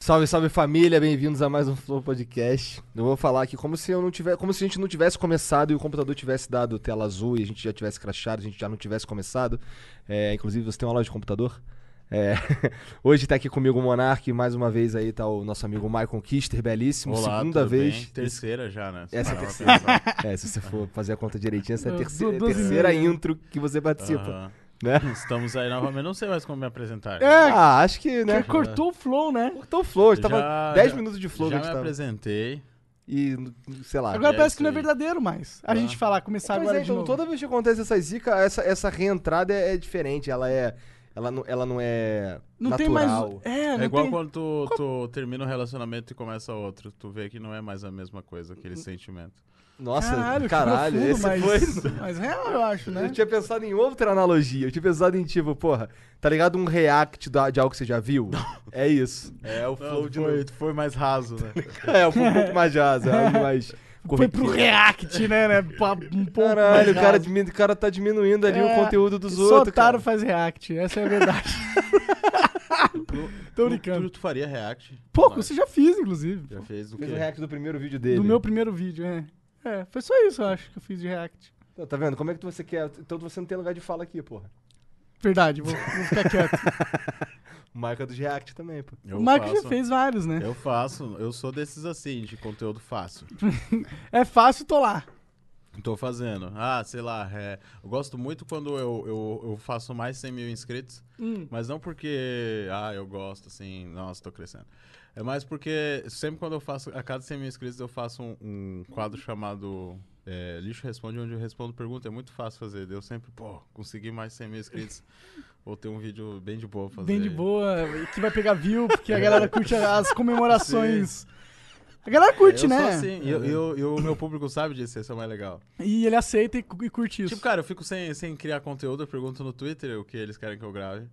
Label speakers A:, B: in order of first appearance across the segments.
A: Salve, salve família, bem-vindos a mais um Flow Podcast. Eu vou falar aqui como se eu não tiver, como se a gente não tivesse começado e o computador tivesse dado tela azul e a gente já tivesse crashado, a gente já não tivesse começado. É, inclusive, você tem uma loja de computador? É. Hoje tá aqui comigo o Monark, mais uma vez aí tá o nosso amigo Michael Kister, belíssimo, segunda
B: tudo
A: vez.
B: bem? Terceira já, né? Se
A: Essa é a
B: parar pra
A: terceira.
B: pensar.
A: É, se você for fazer a conta direitinho, essa é a
C: Du-
A: terceira,
C: duas
A: terceira
C: vezes. né?
A: intro que você participa,
B: Aham.
A: né?
B: Estamos aí novamente. Não sei mais como me apresentar.
A: Ah, acho que, né?
C: Ele cortou o flow, né?
A: Cortou o flow, a gente
B: Já-
A: tava 10
B: já-
A: minutos de flow que tá.
B: já
A: a
B: me
A: gente tava.
B: apresentei.
A: E, sei lá.
C: Agora
B: é
C: parece
B: isso
C: que não é
B: aí.
C: verdadeiro mais. A
B: Tá.
C: gente falar, começar
A: Pois
C: agora
A: é,
C: de
A: então,
C: novo.
A: toda vez que acontece essa zica, essa, essa reentrada é, é diferente. Ela é. Ela não, ela não é.
C: Não tem mais...
A: natural.
C: É, não
B: É igual
C: tem...
B: quando tu, tu termina um relacionamento e começa outro. Tu vê que não é mais a mesma coisa, aquele sentimento.
A: Nossa,
C: Caralho,
A: caralho,
C: que profundo,
A: esse
C: mas...
A: foi.
C: Mas real, eu acho, né?
A: Eu tinha pensado em outra analogia. Eu tinha pensado em tipo, porra, tá ligado? Um react da- de algo que você já viu? É isso.
B: É, o
A: flow de
B: foi,
A: novo.
B: tu foi mais raso, né?
A: É, foi um pouco mais jazz, é algo mais.
C: Foi pro
A: corriqueiro.
C: react, né? né? Pa- Um pouco
A: Caralho, o
C: mais
A: cara,
C: raso.
A: diminu- o cara tá diminuindo ali
C: É,
A: o conteúdo dos
C: Só
A: outros.
C: otário
A: cara.
C: faz react, essa é a verdade. Tô
B: Tu-
C: brincando.
B: Tu, tu faria react?
C: Pouco,
B: Claro.
C: você já fiz, inclusive.
B: Já fez o quê?
A: Fez o react do primeiro vídeo dele.
C: Do meu primeiro vídeo, é. É, foi só isso, eu acho, que eu fiz de react.
A: Tá- Tá vendo? Como é que você quer? Então você não tem lugar de fala aqui, porra.
C: Verdade, vou, vou ficar quieto.
A: Marca dos react também, pô.
B: Eu
C: o Marco já
B: faço-
C: fez vários, né?
B: Eu faço, eu sou desses assim, de conteúdo fácil.
C: É fácil, tô lá.
B: Tô fazendo. Ah, sei lá, é, eu gosto muito quando eu, eu, eu faço mais 100 mil inscritos,
C: Hum.
B: mas não porque, ah, eu gosto, assim, nossa, tô crescendo. É mais porque sempre quando eu faço, a cada 100 mil inscritos eu faço um, um quadro chamado é, Lixo Responde, onde eu respondo pergunta, é muito fácil fazer. daí Eu sempre, pô, consegui mais 100 mil inscritos, vou ter um vídeo bem de boa pra fazer.
C: Bem de boa, que vai pegar view, porque a galera curte as comemorações. A galera curte,
B: eu
C: né?
B: sou assim, e, eu- e eu- e o meu público sabe disso, esse é o mais legal.
C: E ele aceita e, cu- e curte isso.
B: Tipo, cara, eu fico sem, sem criar conteúdo, eu pergunto no Twitter o que eles querem que eu grave.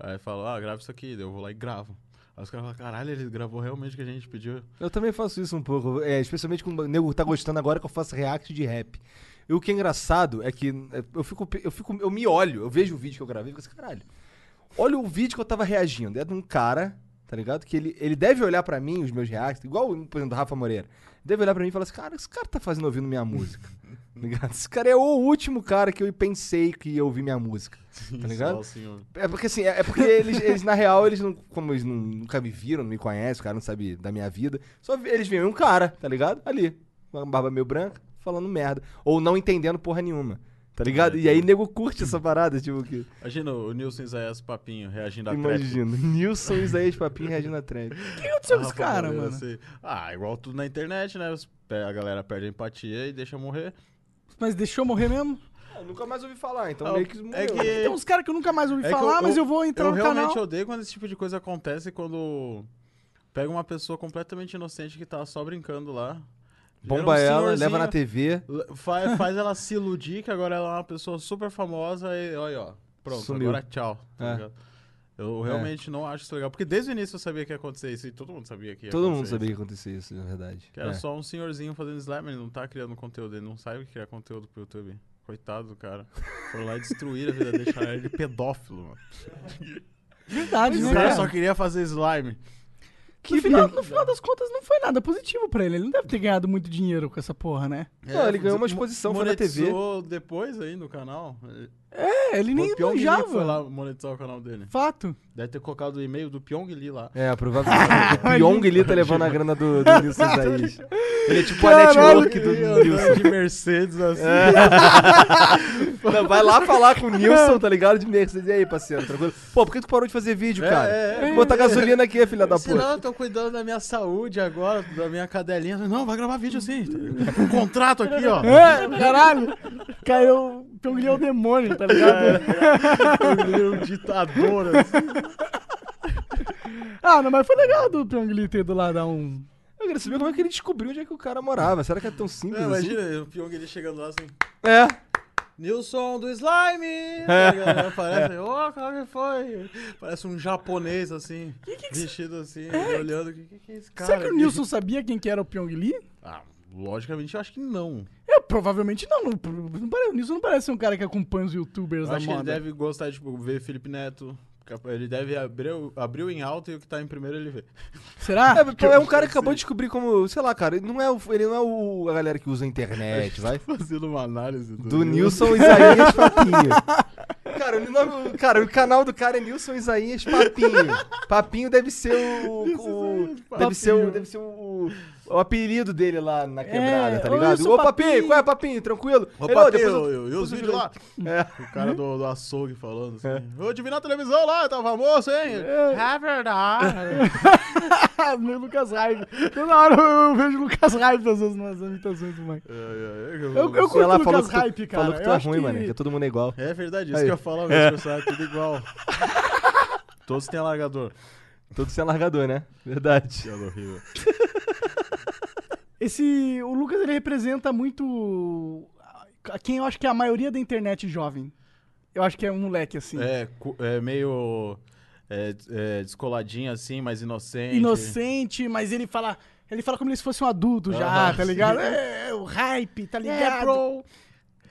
B: Aí eu falo, ah, grava isso aqui, daí eu vou lá e gravo. Aí os caras falam, caralho, ele gravou realmente o que a gente pediu.
A: Eu também faço isso um pouco, é, especialmente quando o nego tá gostando agora que eu faço react de rap. E o que é engraçado é que é, eu fico, pe- eu fico, eu me olho, eu vejo o vídeo que eu gravei e fico assim, caralho. Olha o vídeo que eu tava reagindo, é de um cara, tá ligado? Que ele, ele deve olhar pra mim os meus reacts, igual por exemplo, do Rafa Moreira. Deve olhar pra mim e falar assim: "Cara, esse cara tá fazendo ouvindo minha música". tá ligado? Esse cara é o último cara que eu pensei que ia ouvir minha música. Tá ligado?
B: Só assim, ó.
A: É porque assim, é é porque eles, eles, na real, eles não. Como eles nu- nunca me viram, não me conhecem, o cara não sabe da minha vida. Só vi- eles veem um cara, tá ligado? Ali. com Uma barba meio branca, falando merda. Ou não entendendo porra nenhuma. Tá ligado? E aí nego curte essa parada, tipo, que.
B: Imagina o Nilson Isaías Papinho reagindo a trap.
A: Imagina. Nilson Isaías Papinho reagindo a trap.
C: o que aconteceu com
B: Ah,
C: esse cara,
B: Moreira,
C: mano?
B: assim, Ah, igual tudo na internet, né? Os- pe- A galera perde a empatia e deixa morrer.
C: Mas deixou morrer mesmo?
A: Eu nunca mais ouvi falar, então
B: Ah,
A: meio que.
B: é
A: morreu.
B: que.
C: Tem uns caras que eu nunca mais ouvi
B: É que
C: falar, mas eu vou entrar
B: eu
C: no
B: realmente
C: canal.
B: odeio quando esse tipo de coisa acontece quando pega uma pessoa completamente inocente que tá só brincando lá.
A: Bomba
B: Geralmente um
A: ela, leva
B: senhorzinho,
A: na TV.
B: L- Faz, faz ela se iludir que agora ela é uma pessoa super famosa e olha, aí, ó. Pronto,
A: Sumiu.
B: agora tchau. tá
A: É.
B: ligado? Eu realmente não acho isso legal. Porque desde o início eu sabia que ia acontecer isso e todo mundo sabia que ia
A: Todo
B: acontecer
A: mundo sabia
B: isso.
A: que acontecia isso, na verdade.
B: Que era
A: É.
B: só um senhorzinho fazendo slime, ele não tá criando conteúdo, ele não sabe criar conteúdo pro YouTube. Coitado do cara. Foram lá e destruíram a vida dele, chamaram ele de pedófilo, mano.
C: Verdade,
B: O
C: né?
B: cara
A: é.
C: cara?
B: é, só queria fazer slime.
C: no, final, no final das contas, não foi nada positivo pra ele. Ele não deve ter ganhado muito dinheiro com essa porra, né?
A: Não, ele ganhou uma exposição, foi na TV.
B: É, Monetizou depois aí no canal.
C: É, ele nem
B: o Pyong Lee foi
C: manjava.
B: lá monetizar o canal dele.
C: Fato.
B: Deve ter colocado o e-mail do Pyong Lee lá.
A: É, provavelmente. o Pyong Lee tá levando a grana do, do Nilson Isaías. Ele é tipo a
C: Caralho,
A: network do
B: Ele andando
A: Nilson.
B: de Mercedes assim.
C: É.
A: Não, vai lá falar com o Nilson, tá ligado? De Mercedes. E aí, parceiro, tranquilo? Pô, por que tu parou de fazer vídeo,
B: É,
A: cara?
B: é, é.
A: Bota gasolina aqui, filha da
B: Se
A: puta.
B: não, eu tô cuidando da minha saúde agora, da minha cadelinha. Não, vai gravar vídeo assim. Um contrato aqui, ó.
C: É, caralho. Caiu. O Pyong Lee é o demônio, tá ligado?
B: Ele é um ditador assim.
C: Ah, não, mas foi legal do trianguliteiro lá dar um.
A: Eu queria saber como é que ele descobriu onde é que o cara morava. Será que é tão simples
B: É,
A: assim?
B: imagina, o Pyong ele chegando lá assim.
A: É.
B: Nilson do
C: É.
B: Slime! Tá ligado? Parece, ó, cara, é que foi? Parece um japonês assim, vestido assim, olhando. O que, que, que é esse cara?
C: Será que o
B: aqui?"
C: Nilson sabia quem que era o Pyong Lee?
B: Ah, logicamente eu acho que não.
C: Eu provavelmente não. não, não pare- o Nilson não parece ser um cara que acompanha os youtubers
B: Eu
C: da
B: acho que ele
C: moda.
B: deve gostar de tipo, ver Felipe Neto. cap- Ele deve abrir, o- abrir o em alta e o que tá em primeiro ele vê.
C: Será?
A: É, pô, é um cara que acabou de descobrir como, sei lá, cara, ele não é, o- ele não é o, a galera que usa a internet, vai.
B: Fazendo uma análise do,
A: Do Nilson Isaías Papinho. Cara, o nome- cara, o canal do cara é Nilson Isaías Papinho. Papinho deve ser o. o- deve ser o. Deve ser o. o apelido dele lá na quebrada,
C: É,
A: tá
C: ô,
A: ligado?
C: Nilson
A: Ô, papinho.
C: Papinho.
A: qual é, Papinho? Tranquilo?
B: Ô,
A: Ele, ô,
B: Patê,
A: depois eu-
B: eu, eu, eu, os
A: depois eu É.
B: vídeos lá. O cara do, do açougue falando assim. Eu te vi na televisão lá, tava moço, hein? É verdade.
C: Ah, meu Lucas Raiva. Toda hora eu, eu vejo o Lucas Raiva às vezes nas imitações do Mike. Eu, eu curto
A: Sei lá,
C: o
A: falou
C: Lucas
A: que tu,
C: Hype, cara.
A: Falou que tu
C: eu
A: é
C: acho
A: ruim,
C: que-
A: mano, que todo mundo é igual.
B: É verdade, isso
A: Aí.
B: que eu ia falar, meus personagens tudo igual. Todos têm alargador.
A: Todo sem largador, né? Verdade.
B: Piada horrível.
C: Esse, o Lucas ele representa muito a- quem eu acho que é a maioria da internet jovem. Eu acho que é um moleque assim.
B: É, cu- é meio é, é, descoladinho assim, mas inocente.
C: inocente, mas ele fala, ele fala como se fosse um adulto já,
B: Aham.
C: tá ligado? É, é, o hype, tá ligado?
B: É, bro.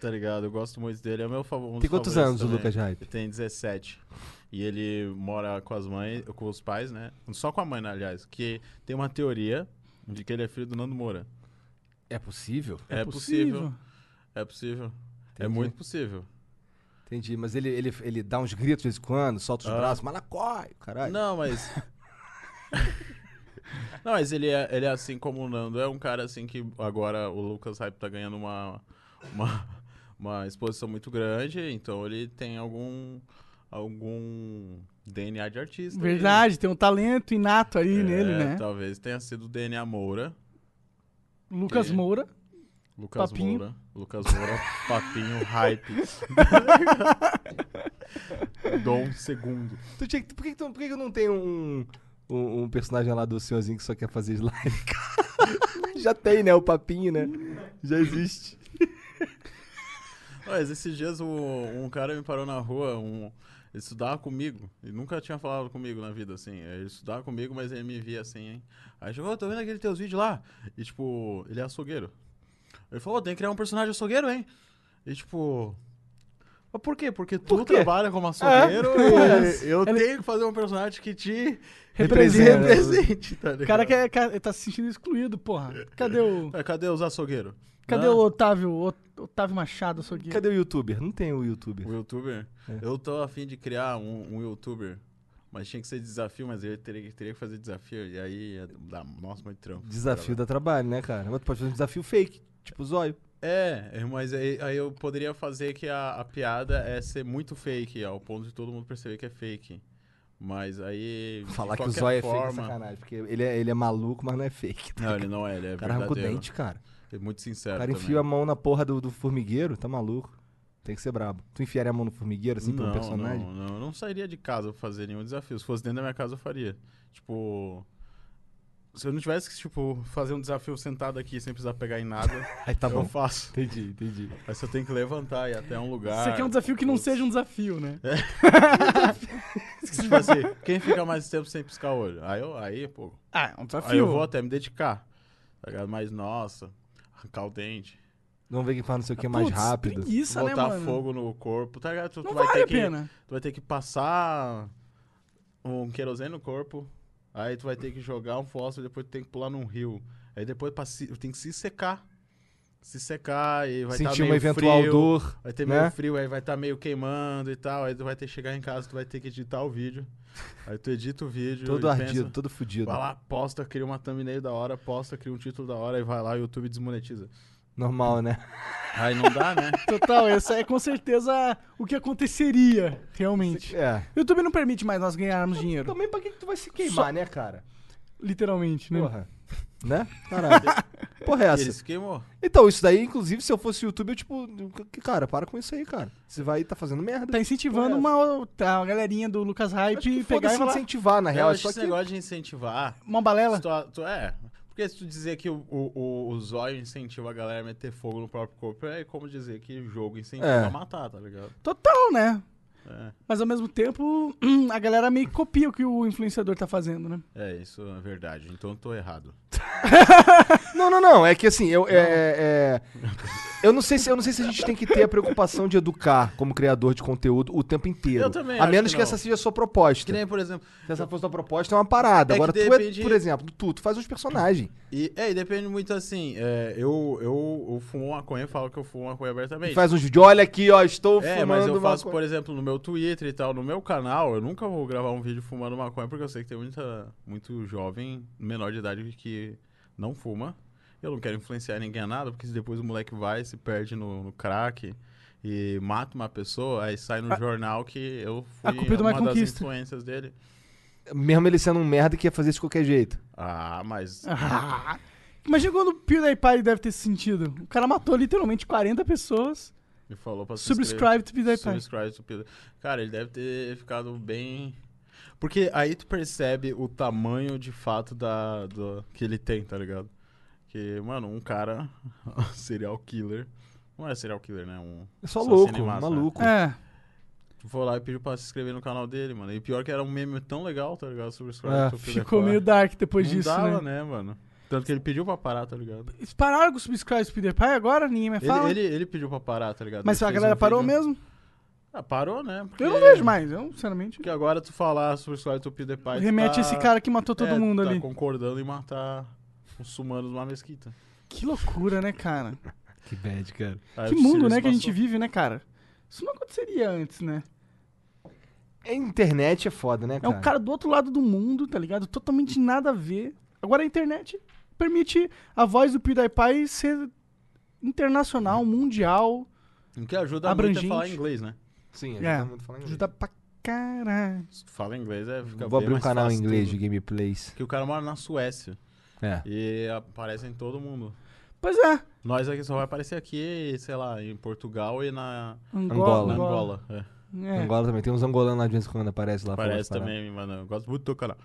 B: Tá ligado? Eu gosto muito dele. É meu favorito.
A: Tem quantos anos o Lucas Hype?
B: Tem 17. E ele mora com as mães, com os pais, né? Só com a mãe, né, aliás. Que tem uma teoria de que ele é filho do Nando Moura.
A: É possível?
B: É, possível. É possível. É
A: Entendi.
B: muito possível.
A: Entendi, mas ele, ele, ele dá uns gritos de vez em quando, solta os
B: Ah.
A: braços, malacói, caralho.
B: Não, mas. Não, mas ele é, ele é assim como o Nando. É um cara assim que agora o Lucas Hype tá ganhando uma, uma, uma exposição muito grande, então ele tem algum. algum DNA de artista. aí.
C: Verdade, tem um talento inato aí
B: É,
C: nele, né?
B: Talvez tenha sido o DNA Moura.
C: Lucas
B: É.
C: Moura.
B: Lucas
C: Papinho.
B: Moura. Lucas Moura, papinho, hype. Dom segundo.
A: Tu tinha que- por, que, que tu- por que que eu não tenho um, um, um personagem lá do senhorzinho que só quer fazer slime? cara? Já tem, né? O papinho, né? Já existe.
B: Mas esses dias o- um cara me parou na rua, um, ele estudava comigo, e nunca tinha falado comigo na vida, assim. Ele estudava comigo, mas ele me via assim, hein. Aí chegou, "Ô, tô vendo aquele teus vídeos lá. E tipo, ele é açougueiro. Ele falou, "Ô, tem que criar um personagem açougueiro, hein? E tipo. Mas por quê? Porque tu
A: quê?
B: trabalha como açougueiro e eu tenho que fazer um personagem que te
A: Representa.
B: represente, tá ligado?
C: O cara que é- ca- tá se sentindo excluído, porra. Cadê o.
B: É, Cadê os açougueiros?
C: Cadê
B: Não.
C: o Otávio? Ot- Otávio Machado, sou
A: Cadê o youtuber? Não tem o youtuber.
B: O youtuber?
A: É.
B: Eu tô afim de criar um, um youtuber. Mas tinha que ser desafio, mas eu teria, que- teria que fazer desafio. E aí ia dar, nossa, muito trampo.
A: Desafio dá trabalho, né, cara? Mas tu pode fazer um desafio fake, tipo zóio.
B: É, é, mas aí, aí eu poderia fazer que a, a piada é ser muito fake, ao ponto de todo mundo perceber que é fake. Mas aí. de
A: Falar que o
B: qualquer
A: zóio é fake é
B: forma,
A: sacanagem, porque ele é, ele é maluco, mas não é fake.
B: Não, ele não é, ele é
A: O cara arranca o
B: verdadeiro.
A: dente, cara.
B: É muito
A: O
B: sincero.
A: cara
B: também.
A: enfia a mão na porra do, do formigueiro, tá maluco. Tem que ser brabo. Tu enfiaria a mão no formigueiro, assim, pra um
B: não,
A: personagem?
B: Não, não, eu não sairia de casa pra fazer nenhum desafio. Se fosse dentro da minha casa, eu faria. Tipo. Se eu não tivesse que, tipo, fazer um desafio sentado aqui sem precisar pegar em nada,
A: Aí tá
B: eu
A: bom.
B: faço.
A: Entendi, entendi.
B: Mas se eu tenho que levantar e ir até um lugar.
C: Isso aqui é um desafio que não seja um desafio, né?
B: Tipo assim, quem fica mais tempo sem piscar o olho? Aí eu, aí, pô.
C: Ah, é um desafio.
B: Aí eu vou até me dedicar. Tá ligado? Mas, nossa, arrancar o dente,
A: Vamos ver quem faz não
B: Ah,
A: sei o que mais
C: Putz,
A: rápido.
C: Preguiça, né,
B: botar
C: mano?
B: fogo no corpo, tá ligado? Tu, tu
C: Não
B: vai
C: vale a
B: ter que.
C: pena.
B: Tu vai ter que passar um querosene no corpo, aí tu vai ter que jogar um fósforo, depois tu tem que pular num rio. Aí depois pra se- tem que se secar. Se secar e vai estar
A: Sentir
B: tá meio
A: uma eventual
B: frio.
A: dor.
B: Vai ter
A: né?
B: meio frio, aí vai estar meio queimando e tal. Aí tu vai ter que chegar em casa, tu vai ter que editar o vídeo. Aí tu edita o vídeo.
A: Todo
B: e
A: ardido,
B: pensa,
A: todo fudido.
B: Vai lá, posta, cria uma thumbnail da hora, posta, cria um título da hora, e vai lá, o YouTube desmonetiza.
A: Normal, né?
B: Aí não dá, né?
C: Total, essa é com certeza o que aconteceria, realmente.
A: É.
C: O YouTube não permite mais nós ganharmos dinheiro.
A: Também pra que, que tu vai se
C: queimar,
A: né, cara?
C: Literalmente, né?
A: Porra. Né? Caralho. Porra, é essa?
B: Ele se queimou.
A: Então, isso daí, inclusive, se eu fosse YouTube, eu tipo, que- cara, para com isso aí, cara. Você vai tá fazendo merda.
C: Tá incentivando uma, tá, uma galerinha do Lucas
A: Acho que
C: Hype pegar
A: foda-se
C: e falar
A: incentivar, na
B: Eu
A: É real.
B: É, acho que
A: Só
B: esse
A: que
B: negócio de incentivar.
C: uma balela.
B: se tu- tu- é. Porque se tu dizer que o, o, o- o zóio incentiva a galera a meter fogo no próprio corpo, é como dizer que o jogo incentiva
A: É.
B: a matar, tá ligado?
C: Total, né?
B: É.
C: Mas ao mesmo tempo, a galera meio que copia o que o influenciador tá fazendo, né?
B: É, isso é verdade. Então eu tô errado.
A: Não, não, não. É que assim, eu, é- é- eu, não sei se, eu não sei se a gente tem que ter a preocupação de educar como criador de conteúdo o tempo inteiro.
B: Eu também
A: A
B: acho
A: menos
B: que
A: que,
B: não.
A: essa seja a sua proposta.
B: Que nem, por exemplo.
A: Se essa fosse a sua proposta, é uma parada.
B: É que
A: Agora, tu é,
B: depende-
A: por exemplo, tu, tu faz uns personagens.
B: E, é, e depende muito assim. é, eu, eu, eu fumo maconha, eu falo que eu fumo maconha abertamente.
A: Tu faz uns vídeos. Olha aqui, ó, estou
B: É,
A: fumando
B: mas eu
A: uma
B: faço,
A: co-
B: por exemplo, no meu Twitter e tal, no meu canal, eu nunca vou gravar um vídeo fumando maconha, porque eu sei que tem muita, muito jovem, menor de idade, que não fuma. Eu não quero influenciar ninguém a nada, porque se depois o moleque vai, se perde no, no crack e mata uma pessoa, aí sai no jornal que eu fui
C: Ah. a culpa é do
B: uma
C: Mike
B: das
C: Conquista.
B: influências dele.
A: Mesmo ele sendo um merda que ia fazer isso de qualquer jeito.
B: Ah, mas...
C: Imagina quando o PewDiePie deve ter se sentido. O cara matou literalmente 40 pessoas.
B: Me falou pra se
C: Subscribe to PewDiePie.
B: Subscribe to PewDiePie. Cara, ele deve ter ficado bem. Porque aí tu percebe o tamanho de fato da, do- que ele tem, tá ligado? Que, mano, um cara serial killer. Não é serial killer, né? Um
A: É só
B: assassino
A: louco,
B: em massa, né?
A: maluco.
C: É.
B: Tu foi lá e pediu pra se inscrever no canal dele, mano. E pior que era um meme tão legal, tá ligado? Subscribe
A: É,
B: to PewDiePie.
C: Ah, Ficou meio dark depois
B: Não
C: disso,
B: dava,
C: né?
B: né, mano? Tanto que ele pediu pra parar, tá ligado?
C: Eles pararam com o subscribe do PewDiePie agora? Ninguém mais fala.
B: Ele, ele, ele pediu pra parar, tá ligado?
C: Mas
B: Ele
C: a
B: fez
C: galera
B: um
C: parou
B: vídeo-
C: mesmo?
B: Ah, parou, né? Porque...
C: Eu não vejo mais, eu, sinceramente.
B: Porque agora tu falar sobre a história do PewDiePie... tu
C: Remete
B: tá-
C: a esse cara que matou todo
B: é,
C: mundo
B: tá
C: ali.
B: concordando em matar os humanos numa mesquita.
C: Que loucura, né, cara?
A: Que bad, cara.
B: Aí
C: que
B: o
C: mundo,
B: Sirius
C: né, que a gente
B: passou.
C: vive, né, cara? Isso não aconteceria antes, né?
A: A internet é foda, né,
C: É
A: cara?
C: um cara do outro lado do mundo, tá ligado? Totalmente nada a ver. Agora a internet permite a voz do PewDiePie ser internacional, mundial.
B: O que ajuda muito
C: abrangente.
B: é falar inglês, né?
A: Sim,
C: É,
A: ajuda muito a falar inglês.
C: ajuda pra caralho.
B: Se tu fala inglês, é, fica
A: Vou
B: bem
A: abrir um
B: mais
A: canal em
B: fácil
A: inglês
B: tudo.
A: de gameplays.
B: Que o cara mora na Suécia
A: É.
B: e aparece em todo mundo.
C: Pois é.
B: Nós aqui só vai aparecer aqui, sei lá, em Portugal e na
C: Angola.
B: na
C: Angola.
B: Angola. É.
C: É.
A: Angola também. Tem uns angolanos lá de vez em quando aparece lá.
B: Aparece
A: fala umas
B: também, mano. Eu gosto muito do canal.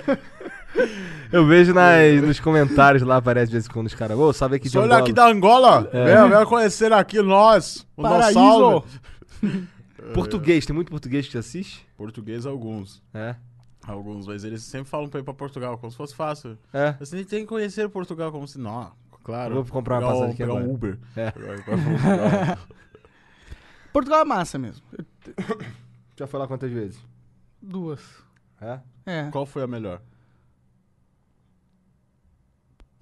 A: paradas. Eu vejo nas- nos comentários lá, aparece de vez em quando os caras. Ô, sabe aqui de
B: Olha
A: Angola.
B: aqui da Angola!
A: É.
B: Venha, venha conhecer aqui nós,
A: um
B: o
C: Paraíso.
B: dinossauro.
A: Português, tem muito português que te assiste?
B: É, Português alguns.
A: É.
B: Alguns, mas eles sempre falam pra ir pra Portugal, como se fosse fácil.
A: É.
B: Você nem tem que conhecer Portugal como se. Não, claro.
A: Vou comprar uma
B: pegar um-
A: passagem aqui
B: pegar
A: agora.
B: um Uber.
A: É.
B: Pegar um- pegar um-
C: Portugal é massa mesmo. Eu-
A: Já foi lá quantas vezes?
C: Duas.
A: É.
C: É.
B: Qual foi a melhor?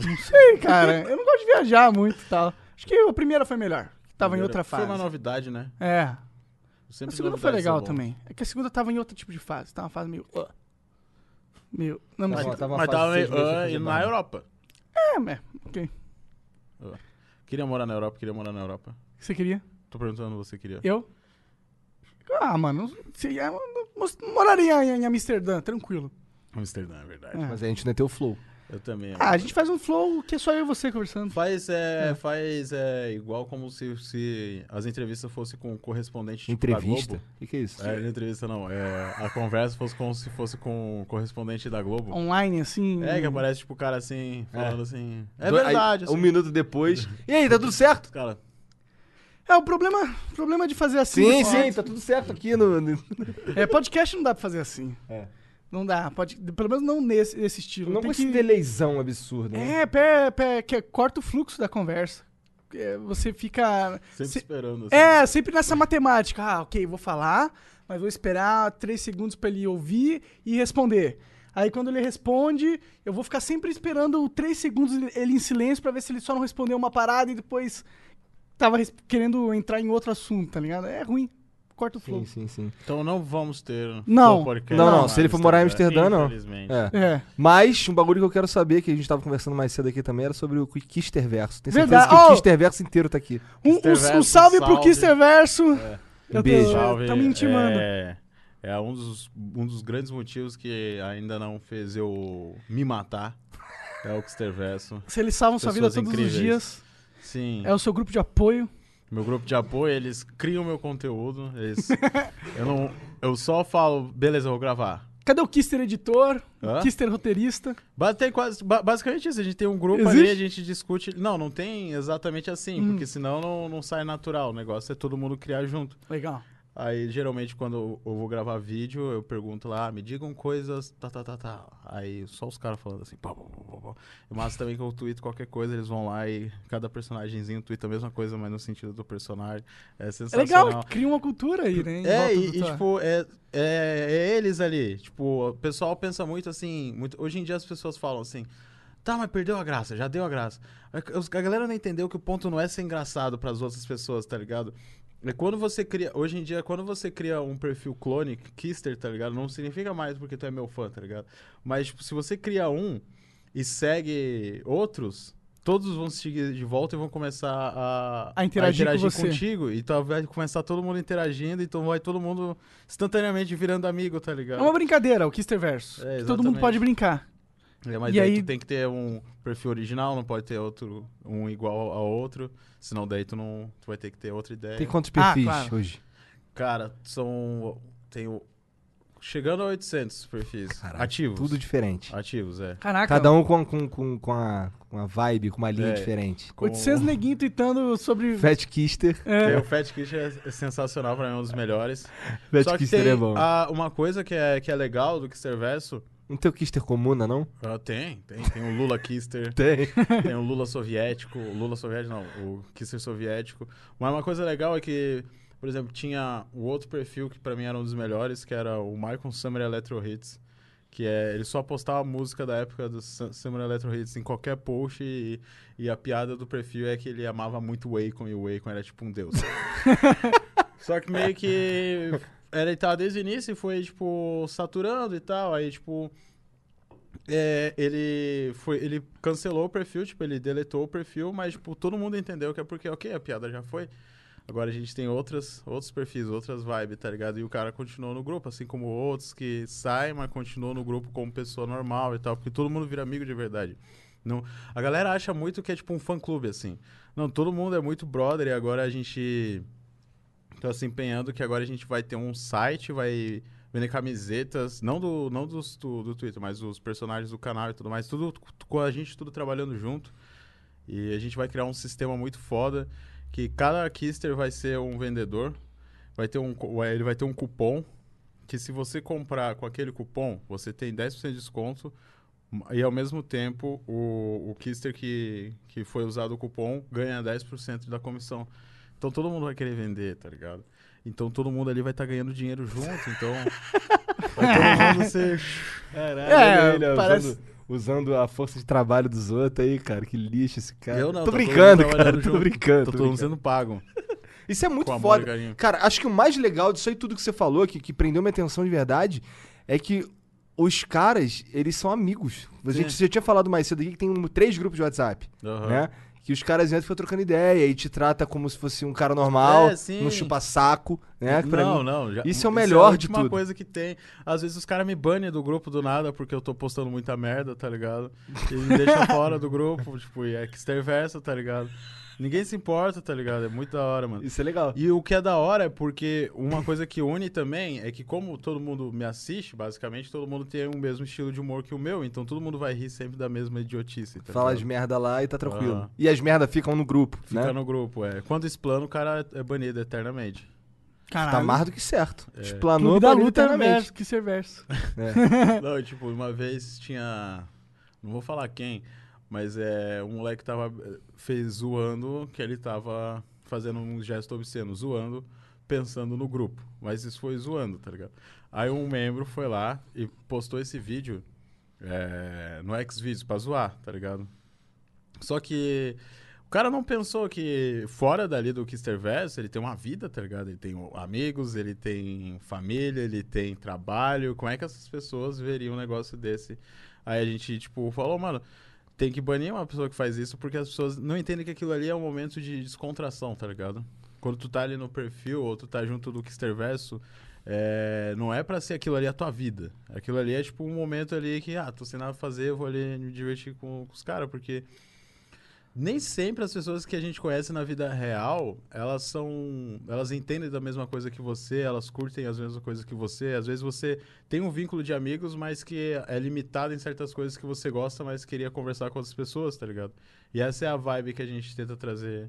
C: Não sei, cara. Eu não gosto de viajar muito e tal. Acho que a primeira foi melhor. que Tava em
B: Primeira.
C: outra fase.
B: Foi uma novidade, né?
C: É. A
B: Sempre
C: segunda foi
B: novidades são
C: legal
B: bom.
C: também. É que a segunda tava em outro tipo de fase. Tava uma fase meio. "Ugh". Meio.
B: Tá
C: Não, não
A: Mas-
C: sei.
A: Tava uma
B: Mas
A: fase
B: tava
A: de seis
B: meio,
A: meses
B: ah,
A: sem
B: e
A: fazer
B: na
A: nada.
B: Europa.
C: É, é. Ok. O
B: Queria morar na Europa, queria morar na Europa.
C: que você queria?
B: Tô perguntando você queria.
C: Eu? Ah, mano. Se, eu não- moraria em, em Amsterdã, tranquilo.
B: Amsterdã, é verdade.
C: É.
A: Mas a gente não tem o flow.
B: Eu também.
C: Ah, a gente faz um flow que é só eu e você conversando.
B: Faz, é, faz é, igual como se, se as entrevistas fossem com o correspondente tipo, da
A: Entrevista.
B: Globo.
A: O que, que é isso?
B: É, não é entrevista não. É, a conversa fosse como se fosse com o correspondente da Globo.
C: Online, assim.
B: É, que aparece, tipo, o cara assim, falando assim. É
A: Hum. Do- aí,
B: verdade, assim.
A: Um minuto depois. E aí, tá tudo certo?
B: Cara,
C: É, o problema, o problema de fazer assim.
A: Sim,
C: no
A: sim, tá tudo certo aqui no. no-
C: É, podcast não dá pra fazer assim.
A: É.
C: Não dá. Pode, pelo menos não nesse, nesse estilo.
A: Não com
C: Tem
A: esse
C: que-
A: deleizão absurdo, né?
C: É, pé, pé, que é- corta o fluxo da conversa. É, Você fica.
B: sempre
C: se-
B: esperando. Assim.
C: É, sempre nessa matemática. Ah, ok, vou falar, mas vou esperar três segundos pra ele ouvir e responder. Aí quando ele responde, eu vou ficar sempre esperando o três segundos ele em silêncio pra ver se ele só não respondeu uma parada e depois tava res- querendo entrar em outro assunto, tá ligado? É ruim. Corta o
A: Sim,
C: fluxo.
A: sim, sim.
B: Então não vamos ter.
C: Não.
B: um podcast
A: Não, não,
B: lá
A: se ele
B: no
A: for morar em
B: Instagram,
A: Amsterdã, não.
B: Infelizmente.
A: É.
C: É.
A: Mas um bagulho que eu quero saber, que a gente tava conversando mais cedo aqui também, era sobre o Kister Verso. Tem certeza
C: Verdade.
A: que o
C: Oh!
A: Kister Verso inteiro tá aqui.
C: Um, um- um
B: Kisterverso,
C: salve pro
B: salve.
C: Kisterverso.
B: É.
C: Eu tô-
A: Beijo.
B: Salve.
C: Tá me intimando.
B: É... É um dos, um dos grandes motivos que ainda não fez eu me matar. É o Xterverso.
C: Se eles salvam sua vida
B: Pessoas
C: todos os
B: incríveis.
C: dias,
B: Sim.
C: é o seu grupo de apoio.
B: Meu grupo de apoio, eles criam meu conteúdo. Eles, eu, não, eu só falo, beleza, eu vou gravar.
C: Cadê o Kister editor?
B: Hã?
C: O Kister roteirista?
B: Ba- tem quase, ba- basicamente isso, a gente tem um grupo ali,
C: Existe? Hum.
B: a gente discute. Não, não tem exatamente assim, porque senão não, não sai natural. O negócio é todo mundo criar junto.
C: Legal.
B: Aí, geralmente, quando eu eu vou gravar vídeo, eu pergunto lá, "Ah, me digam coisas, tá, tá, tá, tá. Aí, só os caras falando assim, pá, pá, pá, pá, pá. Mas É também que eu tweeto qualquer coisa, eles vão lá e cada personagemzinho tweeta a mesma coisa, mas no sentido do personagem. É
C: É
B: sensacional.
C: legal, cria uma cultura aí, né? em
B: É,
C: volta
B: e,
C: do
B: e,
C: tua-
B: tipo, é, é, é eles ali. Tipo, o pessoal pensa muito assim. muito- hoje em dia as pessoas falam assim. Tá, mas perdeu a graça, já deu a graça. A, os- a galera não entendeu que o ponto não é ser engraçado pras outras pessoas, tá ligado? É quando você cria. Hoje em dia, quando você cria um perfil clone, Kister, tá ligado? Não significa mais porque tu é meu fã, tá ligado? Mas, tipo, se você cria um e segue outros, todos vão se seguir de volta e vão começar a,
C: A interagir com você.
B: contigo. Então vai começar todo mundo interagindo, então vai todo mundo instantaneamente virando amigo, tá ligado?
C: É uma brincadeira, o Kister Verso.
B: É,
C: que todo mundo
B: exatamente.
C: pode brincar.
B: É, mas
C: E
B: daí
C: aí-
B: tu tem que ter um perfil original, não pode ter outro, um igual a outro, senão daí tu não. Tu vai ter que ter outra ideia.
A: Tem quantos
C: Ah,
A: perfis
C: claro.
A: hoje?
B: Cara, são. Tem o. Chegando a 800 perfis. ativos.
A: Tudo diferente.
B: Ativos, é.
C: Caraca,
A: Cada um com, com, com, com, a, com a vibe, com uma linha
B: É.
A: diferente.
B: Com- um
C: 800 neguinho tweetando sobre...
A: Fat Kister.
B: Tem o Fat Kiss é é sensacional, pra mim, é um dos melhores.
A: Fat
B: Só que
A: Kister
B: tem
A: é bom.
B: a- uma coisa que é, que é legal do Kister Verso.
A: Não tem o Kister Comuna, não?
B: ah, tem, tem. Tem o Lula Kister.
A: Tem.
B: Tem o Lula soviético, o Lula soviético não, o Kisser soviético. Mas uma coisa legal é que, por exemplo, tinha o outro perfil que pra mim era um dos melhores, que era o Michael Summer Electro Hits, que é ele só postava música da época do Su- Summer Electro Hits em qualquer post e, e a piada do perfil é que ele amava muito o Akon e o Akon era tipo um deus. Só que meio que era ele tava desde o início e foi tipo saturando e tal, aí tipo é, ele foi, ele cancelou o perfil, tipo, ele deletou o perfil, mas tipo, todo mundo entendeu que é porque, ok, a piada já foi. Agora a gente tem outras, outros perfis, outras vibes, tá ligado? E o cara continuou no grupo, assim como outros que saem, mas continuam no grupo como pessoa normal e tal, porque todo mundo vira amigo de verdade. Não, a galera acha muito que é tipo um fã-clube, assim. Não, todo mundo é muito brother e agora a gente tá se empenhando que agora a gente vai ter um site, vai vender camisetas, não do não dos, do, do Twitter, mas os personagens do canal e tudo mais, tudo com a gente tudo trabalhando junto. E a gente vai criar um sistema muito foda que cada Kister vai ser um vendedor, vai ter um cu- ele vai ter um cupom que se você comprar com aquele cupom, você tem 10% de desconto. E ao mesmo tempo, o, o Kister que, que foi usado o cupom ganha 10% da comissão. Então todo mundo vai querer vender, tá ligado? Então todo mundo ali vai estar ganhando dinheiro junto, então. vai todo mundo ser.
C: É,
A: Caralho, ele, ó,
C: parece-
A: né, usando, usando a força de trabalho dos outros aí, cara. Que lixo esse cara.
B: Eu não,
A: Tô
B: tá todo mundo
A: brincando,
B: trabalhando
A: cara. Tô
B: junto.
A: brincando.
B: Tá
A: tô
B: todo mundo
A: brincando.
B: sendo pago.
A: Isso é muito
B: Com amor
A: foda.
B: e carinho.
A: Cara, acho que o mais legal disso aí, tudo que você falou, que, que prendeu minha atenção de verdade, é que os caras, eles são amigos. A gente já tinha falado mais cedo aqui que tem um- três grupos de WhatsApp,
B: Aham.
A: né? Que os caras entram e ficam trocando ideia e te trata como se fosse um cara normal,
B: É, sim.
A: não chupa saco, né? Pra
B: não,
A: mim-
B: não. já-
A: isso é o melhor
B: a
A: de
B: última
A: tudo.
B: coisa que tem. Às vezes os caras me banem do grupo do nada porque eu tô postando muita merda, tá ligado? E me deixam fora do grupo, tipo, e é que exterversa, tá ligado? Ninguém se importa, tá ligado? É muito da hora, mano.
A: Isso é legal.
B: E o que é da hora é porque uma coisa que une também é que como todo mundo me assiste, basicamente todo mundo tem o mesmo estilo de humor que o meu, então todo mundo vai rir sempre da mesma idiotice. Tá
A: Fala as
B: ligado?
A: merda lá e tá tranquilo.
B: Aham.
A: E as merda ficam no grupo,
B: Fica
A: né?
B: no grupo, é. Quando explana, o cara é banido eternamente.
C: Caralho.
A: Tá mais do que certo. Explanou
C: Clube da
A: banido
C: luta é
A: eternamente.
C: verso, Kister Verso.
B: Não, e, tipo, uma vez tinha. Não vou falar quem, mas é. Um moleque tava. Fez zoando que ele tava fazendo um gesto obsceno, zoando, pensando no grupo. Mas isso foi zoando, tá ligado? Aí um membro foi lá e postou esse vídeo é, no Xvideos pra zoar, tá ligado? Só que. O cara não pensou que fora dali do Kisterverse, ele tem uma vida, tá ligado? Ele tem o- amigos, ele tem família, ele tem trabalho. Como é que essas pessoas veriam um negócio desse? Aí a gente, tipo, falou, mano, tem que banir uma pessoa que faz isso, porque as pessoas não entendem que aquilo ali é um momento de descontração, tá ligado? Quando tu tá ali no perfil ou tu tá junto do Kisterverso, é, não é pra ser aquilo ali a tua vida. Aquilo ali é tipo um momento ali que, ah, tô sem nada pra fazer, eu vou ali me divertir com, com os caras, porque nem sempre as pessoas que a gente conhece na vida real, elas são. Elas entendem da mesma coisa que você, elas curtem as mesmas coisas que você. Às vezes você tem um vínculo de amigos, mas que é limitado em certas coisas que você gosta, mas queria conversar com outras pessoas, tá ligado? E essa é a vibe que a gente tenta trazer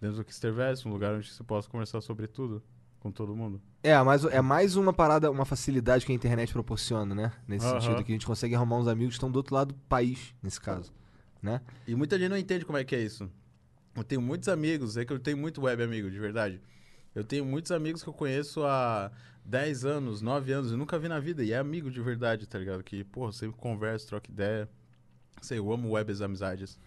B: dentro do Kisterverse, um lugar onde você possa conversar sobre tudo, com todo mundo.
A: É, mas é mais uma parada, uma facilidade que a internet proporciona, né? Nesse
B: Aham.
A: sentido, que a gente consegue arrumar uns amigos que estão do outro lado do país, nesse caso. Né?
B: E muita gente não entende como é que é isso. Eu tenho muitos amigos, é que eu tenho muito web amigo, de verdade. Eu tenho muitos amigos que eu conheço há 10 anos, 9 anos, eu nunca vi na vida. E é amigo de verdade, tá ligado? Que, porra, sempre conversa, troca ideia. Sei, eu amo web as amizades.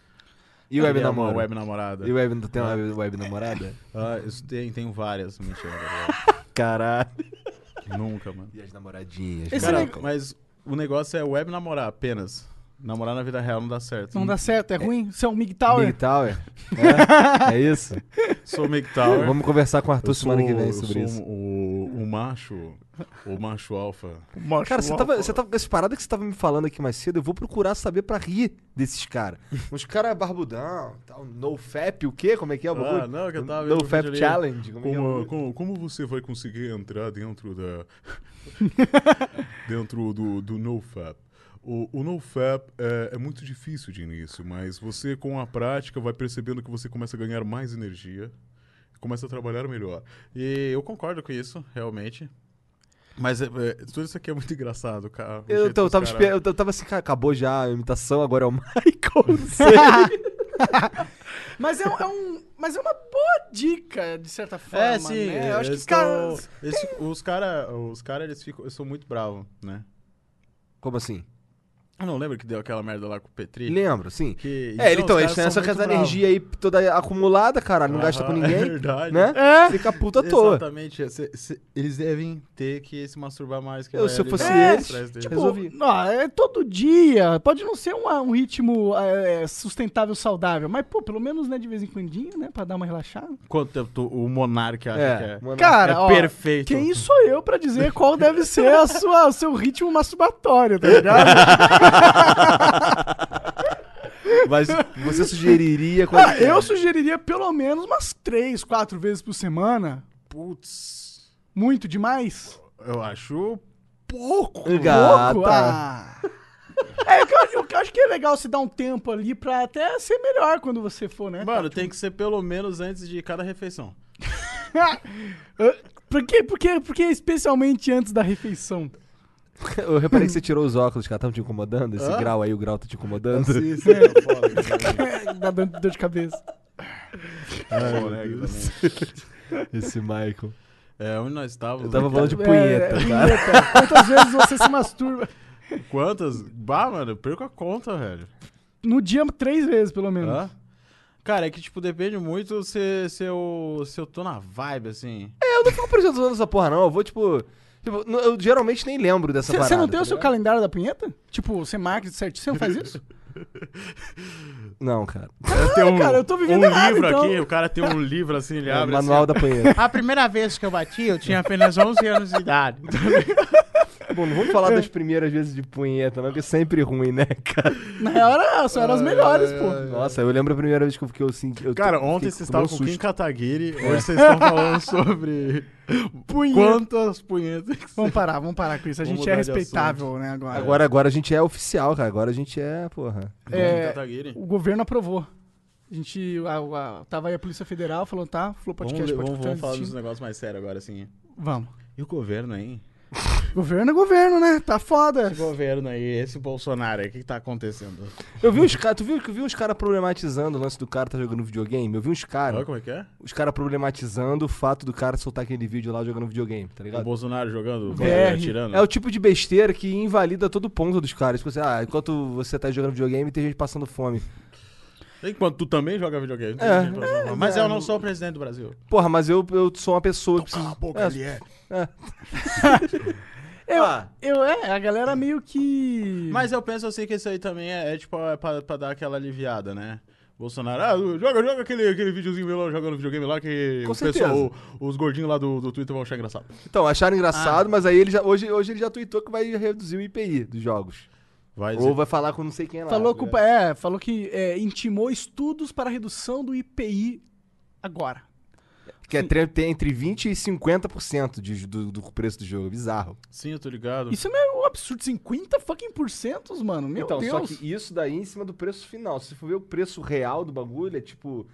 A: E o Tá web Tá.
B: Eu amo
A: namoro?
B: Web namorada.
A: E o web, tem uma web, web namorada?
B: Ah, isso tem, tenho várias, mentira.
A: Caralho.
B: velho. nunca, mano.
A: E as namoradinhas.
C: Esse é
A: cara.
C: neg-
B: Caraca, mas o negócio é web namorar apenas. Namorar na vida real não dá certo.
C: Não dá certo, é ruim. Você é um
A: Big
C: MGTOWER.
A: Tower. É, é isso.
B: Sou MGTOW.
A: Vamos conversar com o um Arthur
B: Eu
A: semana
B: sou-
A: que vem
B: eu
A: sobre
B: sou
A: isso.
B: O, o macho, o macho alfa.
A: Cara, você tava, você tava. Essa parada que você tava me falando aqui mais cedo, eu vou procurar saber pra rir desses caras. Uns caras barbudão, tal, nofap, o quê? Como é que é o bagulho?
B: Ah, não, que eu tava vendo um vídeo
A: Nofap
B: ali.
A: Challenge. Como, é que é o
B: Como,
A: bagulho?
B: como, como você vai conseguir entrar dentro da. dentro do, do NoFap? O, o NoFap é, é muito difícil de início, mas você, com a prática, vai percebendo que você começa a ganhar mais energia, começa a trabalhar melhor. E eu concordo com isso, realmente. Mas é, é, tudo isso aqui é muito engraçado, cara. O
A: Eu,
B: jeito
A: então, eu
B: dos
A: tava,
B: cara-
A: espe- eu, eu tava assim, cara, acabou já a imitação, agora é o Michael. não sei.
C: Mas é, um- é um, mas é uma boa dica, de certa forma.
B: É, sim.
C: Né? Eu acho
B: eles
C: que, cara.
B: tão- eles ficam- os caras, os cara, eles ficam. Eles são muito bravos, né?
A: como assim?
B: Eu não lembro que deu aquela merda lá com o Petri.
A: Lembro, sim.
B: que,
A: É, então,
B: os
A: eles têm
B: caras são
A: essa
B: muito
A: essa
B: bravos.
A: energia aí toda acumulada, cara, não gasta com
B: Aham, É
A: ninguém,
B: verdade.
A: né? Fica puto à toa.
B: Exatamente. cê- cê- eles devem ter que se masturbar mais. Que
A: Eu,
B: vai
A: se eu fosse
B: aliviar o
A: eles,
B: estresse deles.
C: Tipo,
A: Resolvi.
C: não, é todo dia. Pode não ser uma- um ritmo é, sustentável, saudável. Mas, pô, pelo menos, né, de vez em quando, né? Pra dar uma relaxada.
B: Quanto tempo tu- o Monark acha que é?
A: mano,
C: Cara,
B: é
C: ó,
B: perfeito.
C: Quem sou eu pra dizer qual deve ser a sua, o seu ritmo masturbatório, tá ligado?
A: Mas você sugeriria qual
C: Ah, eu sugeriria pelo menos umas três, quatro vezes por semana.
B: Putz.
C: Muito demais.
B: Eu acho pouco.
A: Gata.
C: Pouco? Ah. É, o que eu, o que eu acho que é legal se dar um tempo ali pra até ser melhor quando você for, né?
B: Mano, tem que ser pelo menos antes de cada refeição.
C: Ah, Por quê? Por quê? Por quê especialmente antes da refeição?
A: Eu reparei que você tirou os óculos, cara. Tava te incomodando? Esse grau aí, o grau tá te incomodando?
B: Isso, é foda,
C: Dá dando dor de cabeça.
A: Esse Michael.
B: É, onde nós estávamos?
A: Eu tava falando de
C: É,
A: punheta,
C: é,
A: cara.
C: punheta. Quantas vezes você se masturba?
B: Quantas? Bah, mano, eu perco a conta, velho.
C: No dia, três vezes, pelo menos.
B: Hã? Cara, é que, tipo, depende muito se, se, eu, se eu tô na vibe, assim.
A: É, Eu não fico precisando essa porra, não. Eu vou, tipo... tipo, n- eu geralmente nem lembro dessa
C: Você
A: parada.
C: você não tem o
A: tá
C: seu
A: ligado?
C: calendário da punheta? Tipo, você marca certinho, você não faz isso?
A: Não, cara.
B: tem um,
C: cara, eu tô vivendo
B: um
C: errado,
B: livro
C: então.
B: aqui, o cara tem um livro assim, ele
A: É,
B: abre
A: manual da
B: assim.
A: punheta.
B: A primeira vez que eu bati, eu tinha apenas 11 anos de idade.
A: Bom, não vamos falar das primeiras vezes de punheta, não, porque é sempre ruim, né, cara?
C: Na real, era, só eram as melhores, pô.
A: É. Nossa, eu lembro a primeira vez que eu fiquei assim... Eu
B: Cara,
A: eu
B: ontem
A: fiquei
B: vocês
A: com meu
B: estavam com o Kim
A: susto.
B: Kataguiri, hoje vocês estão falando sobre quantas punhetas.
C: Vamos parar, vamos parar com isso. A
B: Vamos
C: gente é
B: mudar de
C: respeitável, né, agora.
A: Agora, agora a gente é oficial, cara. Agora a gente é, porra...
C: É,
B: Kataguiri.
C: o governo aprovou. A gente a, a- tava aí a Polícia Federal, falou, tá, falou
B: Vamos,
C: podcast, pode
B: vamos- vamos
C: continuar
B: falar dos
C: existindo.
B: negócios mais sérios agora, assim.
C: Vamos.
B: E o governo, hein?
C: Governo é governo, né? Tá foda.
B: Esse governo aí, esse Bolsonaro aí, o que, que tá acontecendo?
A: Eu vi uns caras... Tu viu que eu vi uns caras problematizando o lance do cara tá jogando videogame? Eu vi uns caras...
B: Olha como é que é?
A: os caras problematizando o fato do cara soltar aquele vídeo lá jogando videogame, tá
B: O
A: ligado?
B: Bolsonaro jogando,
C: VR.
B: atirando.
A: É o tipo de besteira que invalida todo ponto dos caras. Tipo assim, ah, enquanto você tá jogando videogame, tem gente passando fome.
B: Enquanto tu também joga videogame. tem
A: É.
B: gente pra falar. Mas eu não sou o presidente do Brasil.
A: Porra, mas eu, eu sou uma pessoa que
B: Cala a
C: Então,
A: precisa...
B: boca,
A: É.
B: ele é.
C: Eu,
A: Ah.
C: eu, é, a galera meio que...
B: Mas eu penso assim que isso aí também é, é tipo é pra, pra dar aquela aliviada, né? Bolsonaro, ah, joga, joga aquele, aquele videozinho meu lá jogando videogame lá que
A: Com
B: o pessoal, os gordinhos lá do, do Twitter vão achar engraçado.
A: Então, acharam
C: Ah.
A: engraçado, mas aí ele já, hoje, hoje ele já tweetou que vai reduzir o IPI dos jogos.
B: Vai
A: Ou vai falar com não sei quem lá.
C: Falou,
A: tá
C: com-
A: ligado?
C: é, falou que é, intimou estudos para redução do IPI agora.
A: Que é tre- tem entre 20% e 50% de, do, do preço do jogo. Bizarro.
B: Sim, eu tô ligado.
C: Isso é meio um absurdo, 50 fucking porcentos, mano. Meu
A: então,
C: Deus.
A: só que isso daí em cima do preço final. Se for ver o preço real do bagulho, é tipo.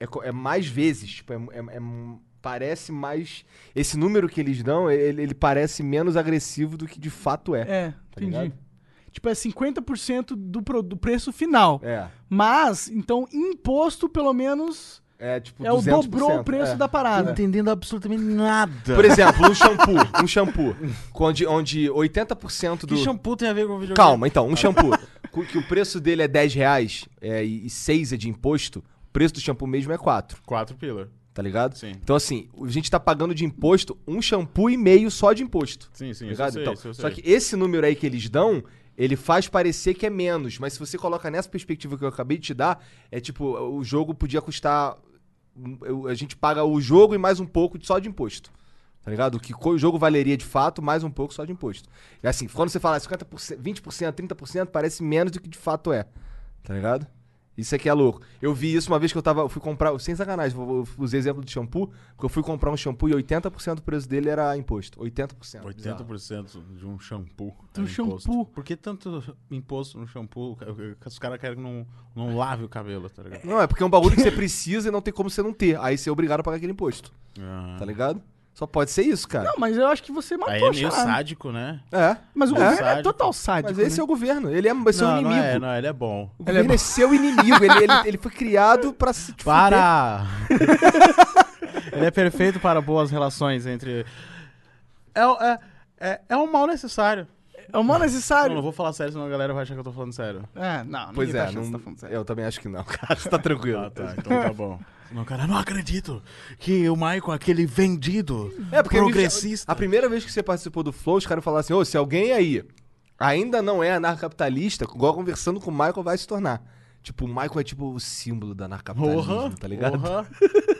A: É, co- é mais vezes. Tipo, é, é- é um- parece mais. Esse número que eles dão, é, ele, ele parece menos agressivo do que de fato é.
B: tá
C: É, entendi.
A: ligado?
C: Tipo, é 50% do, pro- do preço final.
A: É.
C: Mas, então, imposto, pelo menos,
A: É, tipo.
C: é o
A: 200%,
C: dobrou o preço
A: é.
C: da parada.
B: entendendo absolutamente nada.
A: Por exemplo, um shampoo. Um shampoo. Onde, onde 80% do.
B: que shampoo tem a ver com videogame?
A: Calma, então, um shampoo. cu- que o preço dele é 10 reais é, e 6 é de imposto, o preço do shampoo mesmo é 4,
B: Quatro pila.
A: tá ligado?
B: Sim.
A: Então, assim, a gente tá pagando de imposto um shampoo e meio só de imposto.
B: Sim, sim, isso eu
A: ligado?
B: sei,
A: então,
B: isso eu
A: só
B: sei.
A: que esse número aí que eles dão, ele faz parecer que é menos, mas se você coloca nessa perspectiva que eu acabei de te dar, é tipo, o jogo podia custar. eu- A gente paga o jogo e mais um pouco só de imposto. Tá ligado? O que co- o jogo valeria de fato, mais um pouco só de imposto. E assim, quando você fala 50%, 20%, 30%, parece menos do que de fato é. Tá ligado? Isso aqui é louco. Eu vi isso uma vez que eu tava. Eu fui comprar. Sem sacanagem, vou- vou- usei exemplo de shampoo. Porque eu fui comprar um shampoo e 80% do preço dele era imposto. 80%. bizarro.
B: 80% de um shampoo.
C: De um
B: é imposto.
C: shampoo.
B: Por que tanto imposto no shampoo? Os caras querem que não, não lave o cabelo, tá ligado?
A: Não, é porque é um bagulho que você precisa e não tem como você não ter. Aí você é obrigado a pagar aquele imposto.
B: Ah.
A: Tá ligado? Só pode ser isso, cara.
C: Não, mas eu acho que você matou
B: Aí
C: a
B: é meio
C: charada.
B: sádico, né?
A: É.
C: Mas o
B: meio
C: governo é
B: sádico.
C: total sádico.
A: Mas esse
C: né?
A: é o governo. Ele é seu
B: não,
A: inimigo.
B: não é, não, ele é bom.
A: O governo é, seu inimigo. Ele, ele, ele foi criado pra se te fuder.
B: Para! Ele é perfeito para boas relações entre. É, o- é, é, é um mal necessário.
C: é o mal
B: Não,
C: necessário.
B: não vou falar sério, senão a galera vai achar que eu tô falando sério.
C: É, não, ninguém
A: Pois
C: tá
A: é,
C: achando que
A: não-
C: você tá falando sério.
A: eu também acho que não, cara. Você tá tranquilo.
B: Ah, tá, então tá bom. Não, cara, eu não acredito que o Michael, aquele vendido,
A: É, porque
B: progressista.
A: A primeira vez que você participou do Flow, os caras falaram assim: ô, se alguém aí ainda não é anarcapitalista, igual conversando com o Michael, vai se tornar. Tipo, o Michael é tipo o símbolo da anarcapitalismo,
B: Porra,
A: tá ligado?
B: porra.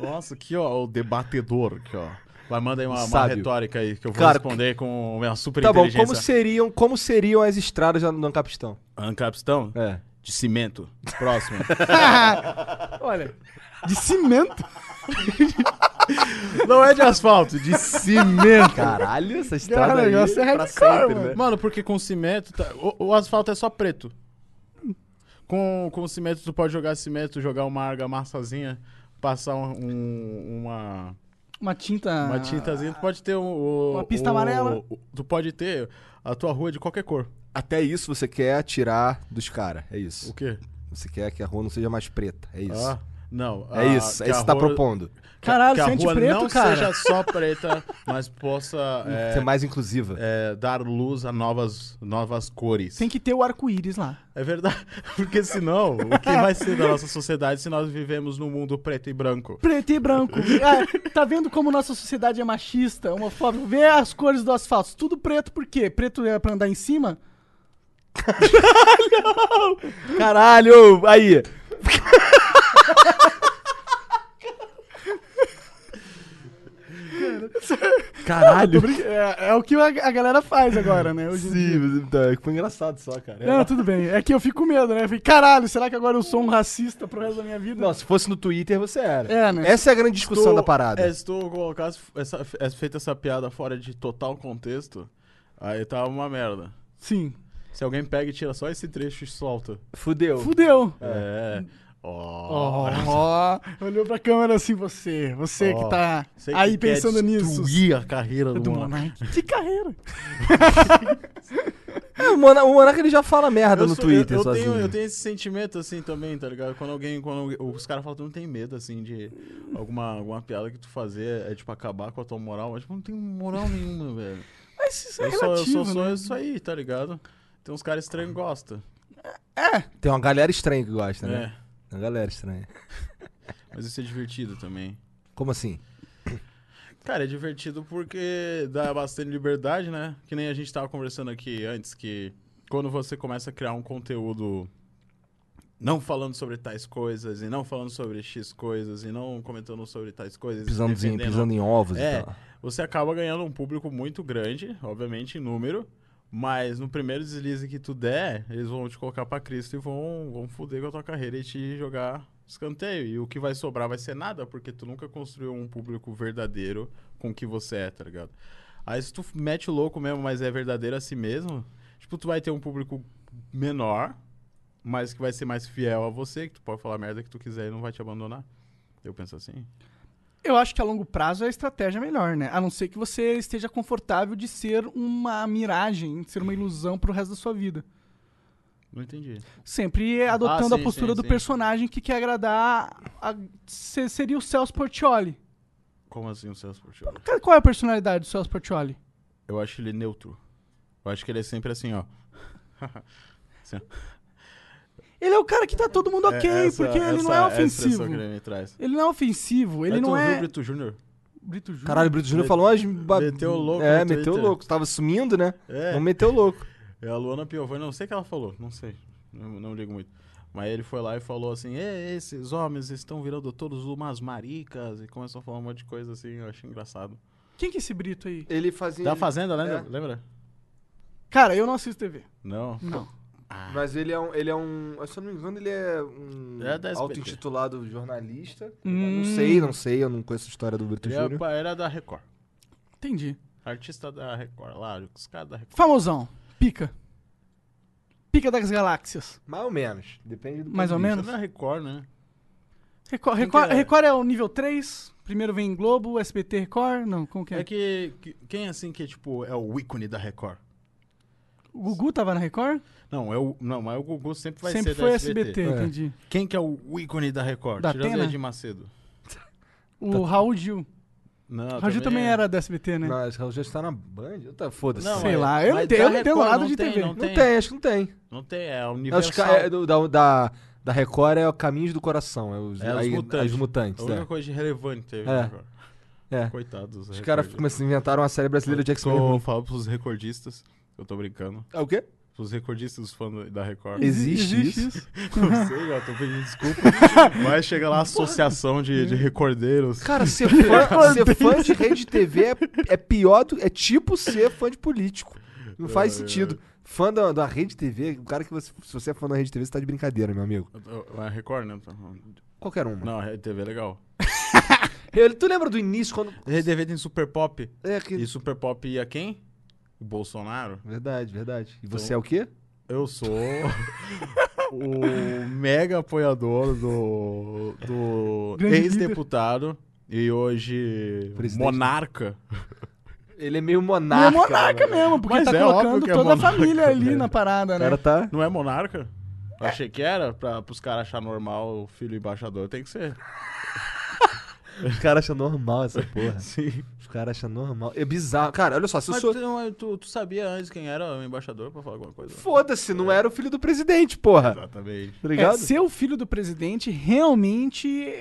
B: Nossa, aqui, ó, o debatedor aqui, ó. Vai, manda aí uma, uma
A: Sábio.
B: retórica aí que eu vou
A: Cara,
B: responder com minha super
A: Tá bom,
B: inteligência.
A: como seriam, como seriam as estradas lá no Ancapistão?
B: Ancapistão?
A: É.
B: De cimento. Próximo.
C: Olha, de cimento.
B: não é de asfalto, de cimento.
A: Caralho, essa
C: Cara,
A: estrada
C: o
A: aí
C: negócio é
A: é pra
C: hardcore,
A: sempre,
C: mano.
A: né?
B: Mano, porque com cimento. tá- o, o asfalto é só preto. Com, com cimento, tu pode jogar cimento, jogar uma argamassazinha, passar um- um- uma.
C: Uma tinta.
B: Uma tintazinha, tu pode ter um, o-
C: Ah. Uma pista
B: o-
C: amarela.
B: o- tu pode ter a tua rua de qualquer cor.
A: Até isso você quer tirar dos caras, é
B: O
A: isso.
B: quê?
A: Você quer que a rua não seja mais preta, é isso.
B: Ah, não.
A: é isso, é isso que você tá propondo.
C: Caralho,
B: que a
C: sente
B: rua
C: preto,
B: não
C: cara.
B: seja só preta, mas possa é,
A: Ser Hum, mais inclusiva.
B: é, dar luz a novas, novas cores.
C: Tem que ter o arco-íris lá.
B: É verdade, porque senão, o que vai ser da nossa sociedade se nós vivemos num mundo preto e branco?
C: Preto e branco. Ah, tá vendo como nossa sociedade é machista, homofóbica? Vê as cores do asfalto. Tudo preto, por quê? Preto é pra andar em cima?
A: Caralho, aí. Caralho.
C: É, é o que a, a galera faz agora, né? Hoje em dia.
A: Sim, mas, então, é que foi engraçado só, cara.
C: Não, tudo bem. É que eu fico com medo, né? Eu fico, caralho, será que agora eu sou um racista pro resto da minha vida?
A: Não, se fosse no Twitter, você era.
C: É, né?
A: Essa é a grande discussão
B: Tu-
A: da parada.
B: É, se tu colocasse essa, é, feita essa piada fora de total contexto, aí tava uma merda.
C: Sim.
B: Se alguém pega e tira só esse trecho e solta.
A: Fudeu.
C: Fudeu.
B: É.
C: Ó,
B: Ó.
C: olhou pra câmera assim, você, você que
B: Ó,
C: tá
B: Sei que
C: aí
B: quer
C: pensando nisso. É
B: Destruir a carreira
C: Do
B: do, Monark.
C: Monark. Que carreira.
A: É, o Mona- o Monarca ele já fala merda
B: Eu
A: no
B: sou-
A: Twitter
B: eu, eu
A: sozinho.
B: tenho, eu tenho esse sentimento assim também, tá ligado? Quando alguém. Quando alguém- os caras falam, tu não tem medo, assim, de alguma, alguma piada que tu fazer é tipo acabar com a tua moral. Mas, tipo, não tem moral nenhuma, velho.
C: Mas isso é
B: Eu sou, eu
C: relativo,
B: sou,
C: né?
B: sou isso aí, tá ligado? Tem uns caras estranhos que gostam.
A: Tem uma galera estranha que gosta, né?
B: É.
A: Uma galera estranha.
B: Mas isso é divertido também.
A: Como assim?
B: Cara, é divertido porque dá bastante liberdade, né? Que nem a gente tava conversando aqui antes, que quando você começa a criar um conteúdo não falando sobre tais coisas, e não falando sobre X coisas, e não comentando sobre tais coisas. e
A: Pisando em,
B: defendendo-
A: pisando em ovos e
B: É,
A: tal.
B: você acaba ganhando um público muito grande, obviamente, em número. Mas no primeiro deslize que tu der, eles vão te colocar pra Cristo e vão, vão foder com a tua carreira e te jogar escanteio. E o que vai sobrar vai ser nada, porque tu nunca construiu um público verdadeiro com o que você é, tá ligado? Aí se tu f- mete o louco mesmo, mas é verdadeiro a si mesmo, tipo, tu vai ter um público menor, mas que vai ser mais fiel a você, que tu pode falar a merda que tu quiser e não vai te abandonar. Eu penso assim.
C: Eu acho que a longo prazo é a estratégia melhor, né? A não ser que você esteja confortável de ser uma miragem, ser uma ilusão pro resto da sua vida.
B: Não entendi.
C: Sempre adotando
B: Ah, sim,
C: a postura
B: sim,
C: do
B: sim.
C: personagem que quer agradar. a- se- seria o Celso Portioli.
B: Como assim o Celso Portiolli?
C: Cara, Qual é a personalidade do Celso Portioli?
B: Eu acho ele neutro. Eu acho que ele é sempre assim, ó. Assim, ó.
C: Ele é o cara que tá todo mundo ok,
B: É essa-
C: porque ele não
B: essa
C: é
B: a expressão
C: ofensivo.
B: que ele me traz.
C: Ele não é ofensivo, ele
B: Aí tu
C: não
B: viu
C: é.
B: o Brito Júnior?
C: Brito Júnior.
A: Caralho, o Brito Júnior falou hoje. ba-
B: meteu o louco
A: É,
B: no
A: meteu o
B: Twitter.
A: louco. Tava sumindo, né?
B: É.
A: Não meteu o louco.
B: É a Luana Piovani, não sei o que ela falou, não sei. Não, não ligo muito. Mas ele foi lá e falou assim: "É, esses homens estão virando todos umas maricas. E começou a falar um monte de coisa assim, eu achei engraçado.
C: Quem que é esse Brito aí?
A: Ele fazia.
B: Da Fazenda, lembra?
A: É.
B: Lembra?
C: Cara, eu não assisto TV.
B: Não.
C: Não.
A: Mas ele é um. Ele é um se eu não me engano, ele é um
B: É da SBT.
A: auto-intitulado jornalista.
C: Hum.
A: Não sei, não sei, eu não conheço a história do Brito
B: Ele é era,
A: Júnior.
B: pa- era da Record.
C: Entendi.
B: Artista da Record, lá, os caras da Record.
C: Famosão. Pica. Pica das galáxias.
A: Mais ou menos. Depende do.
C: Mais
A: ponto
C: ou
A: de vista.
C: menos?
B: Não é Record, né?
C: Record,
B: Quem
C: Record,
B: que é?
C: Record é o nível 3. Primeiro vem Globo, SBT Record. Não, como que é?
B: É que, que- Quem assim que, tipo, é o ícone da Record?
C: O Gugu tava na Record?
B: Não, é o, não, mas o Gugu sempre vai
C: Sempre
B: ser
C: foi
B: da
C: SBT,
B: SBT.
A: É.
C: entendi.
B: Quem que é o ícone da Record?
C: Da
B: Tirando
C: Atena?
B: Ed Macedo.
C: O Raul Gil.
B: Não,
C: O Raul Gil Ah, também
B: é-
C: era da SBT, né?
A: Tá. Mas ela já está na Band? Tá, Foda-se.
B: Não,
C: Sei
B: é-
C: lá, eu não
B: mas
C: entendo-
B: da
C: eu não entendo
B: Record
C: nada
B: não
C: de
B: tem,
C: TV.
B: Não
A: Não
B: tem,
A: tem. acho que não tem.
B: não tem, é
A: Acho que
B: universal.
A: é do- da, da, da Record é o Caminhos do Coração. É os,
B: É, os
A: aí-
B: mutantes.
A: As
B: A
A: mutantes,
B: única
A: né?
B: coisa de relevante teve
A: É.
B: Record.
A: É.
B: Coitados.
A: Os caras começam- inventaram uma série brasileira de X-Men.
B: Eu falo pros recordistas, eu tô brincando,
A: É o quê?
B: pros recordistas dos fãs da Record.
A: Existe, isso?
B: Não sei, ó, tô pedindo desculpa. Mas chega lá a associação de, de recordeiros.
A: Cara, ser fã, ser fã de rede de TV é, é pior do. É tipo ser fã de político. Não faz
B: Ai,
A: sentido. Fã da, da rede de TV, o cara que você. Se você é fã da rede de TV, você tá de brincadeira, meu amigo.
B: É Record, né?
A: Qualquer um.
B: Não, a Rede TV é legal.
A: Ele, tu lembra do início quando.
B: Rede TV tem Super Pop.
A: É, que...
B: E Super Pop ia quem? O Bolsonaro?
A: Verdade, verdade.
B: Então,
A: E você é o quê?
B: Eu sou o mega apoiador do, do
C: Grande
B: ex-deputado e hoje
A: Presidente. né?
B: monarca.
A: Ele é meio
C: E é
A: monarca.
C: monarca
A: mano.
C: mesmo, porque
B: Mas
C: tá
B: é óbvio
C: colocando
B: que é
C: toda a
B: monarca,
C: família ali
B: velho.
C: na parada,
A: O
C: né?
A: cara tá.
B: Não é monarca?
A: É.
B: Eu achei que era, pra, pros caras achar normal o filho embaixador, tem que ser.
A: Os caras acham normal essa porra.
B: Sim.
A: Os caras acham normal. É bizarro. Cara, olha só, se eu
B: Mas
A: sou.
B: tu, não- é- tu- tu sabia antes quem era o embaixador pra falar alguma coisa?
A: Foda-se, não era o filho do presidente, porra.
B: Exatamente.
A: Tá
C: É,
A: ligado?
C: ser o filho do presidente realmente.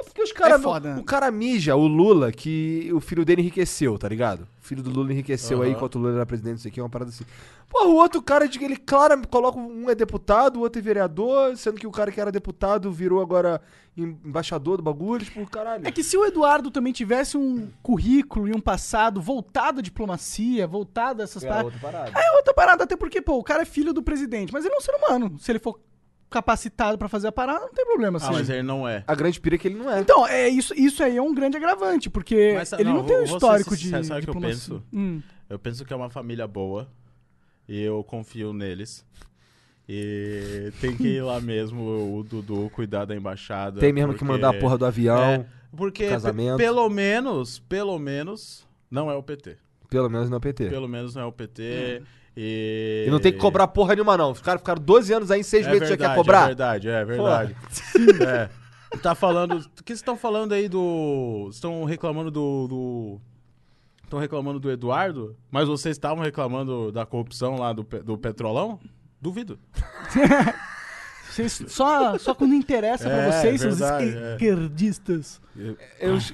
A: É Porque os cara,
C: É foda, né?
A: O cara mija, o Lula, que o filho dele enriqueceu, tá ligado? O filho do Lula enriqueceu aí
B: Aham.
A: enquanto o Lula era presidente, isso aqui é uma parada assim. Porra, o outro cara, de que ele claro, coloca um é deputado, o outro é vereador, sendo que o cara que era deputado virou agora em- embaixador do bagulho, tipo, caralho.
C: É que se o Eduardo também tivesse um currículo e um passado voltado à diplomacia, voltado a
A: Tá.
C: essas paradas.
A: parada.
C: É outra parada, até porque, pô, o cara é filho do presidente, mas ele é um ser humano. Se ele for capacitado pra fazer a parada, não tem problema.
B: Ah,
C: assim.
B: mas ele não é.
A: A grande pira é que ele não é.
C: Então, é isso, isso aí é um grande agravante, porque
B: Mas,
C: ele não,
B: não,
C: tem
B: vou- vou
C: um
B: ser
C: histórico de.
B: sincero, sabe o que eu
C: diplomacia.
B: penso?
C: Hum.
B: Eu penso que é uma família boa e eu confio neles. E tem que ir lá mesmo o Dudu cuidar da embaixada.
A: Tem mesmo que
B: porque-
A: mandar a porra do avião,
B: É, porque pe-
A: casamento.
B: pelo menos, pelo menos não é o PT.
A: pelo menos no PT.
B: Pelo menos não é o PT. E...
A: E não tem que cobrar porra nenhuma, não. Os caras ficaram 12 anos aí, em 6
B: É
A: meses já
B: verdade,
A: quer cobrar?
B: É verdade, é verdade. É. Tá falando. O que vocês estão falando aí do. Estão reclamando do. do- Estão reclamando do Eduardo? Mas vocês estavam reclamando da corrupção lá do, pe- do Petrolão? Duvido.
C: Vocês, só, só quando interessa pra
B: É,
C: vocês, seus
B: verdade, é.
C: esquerdistas.
A: Eu-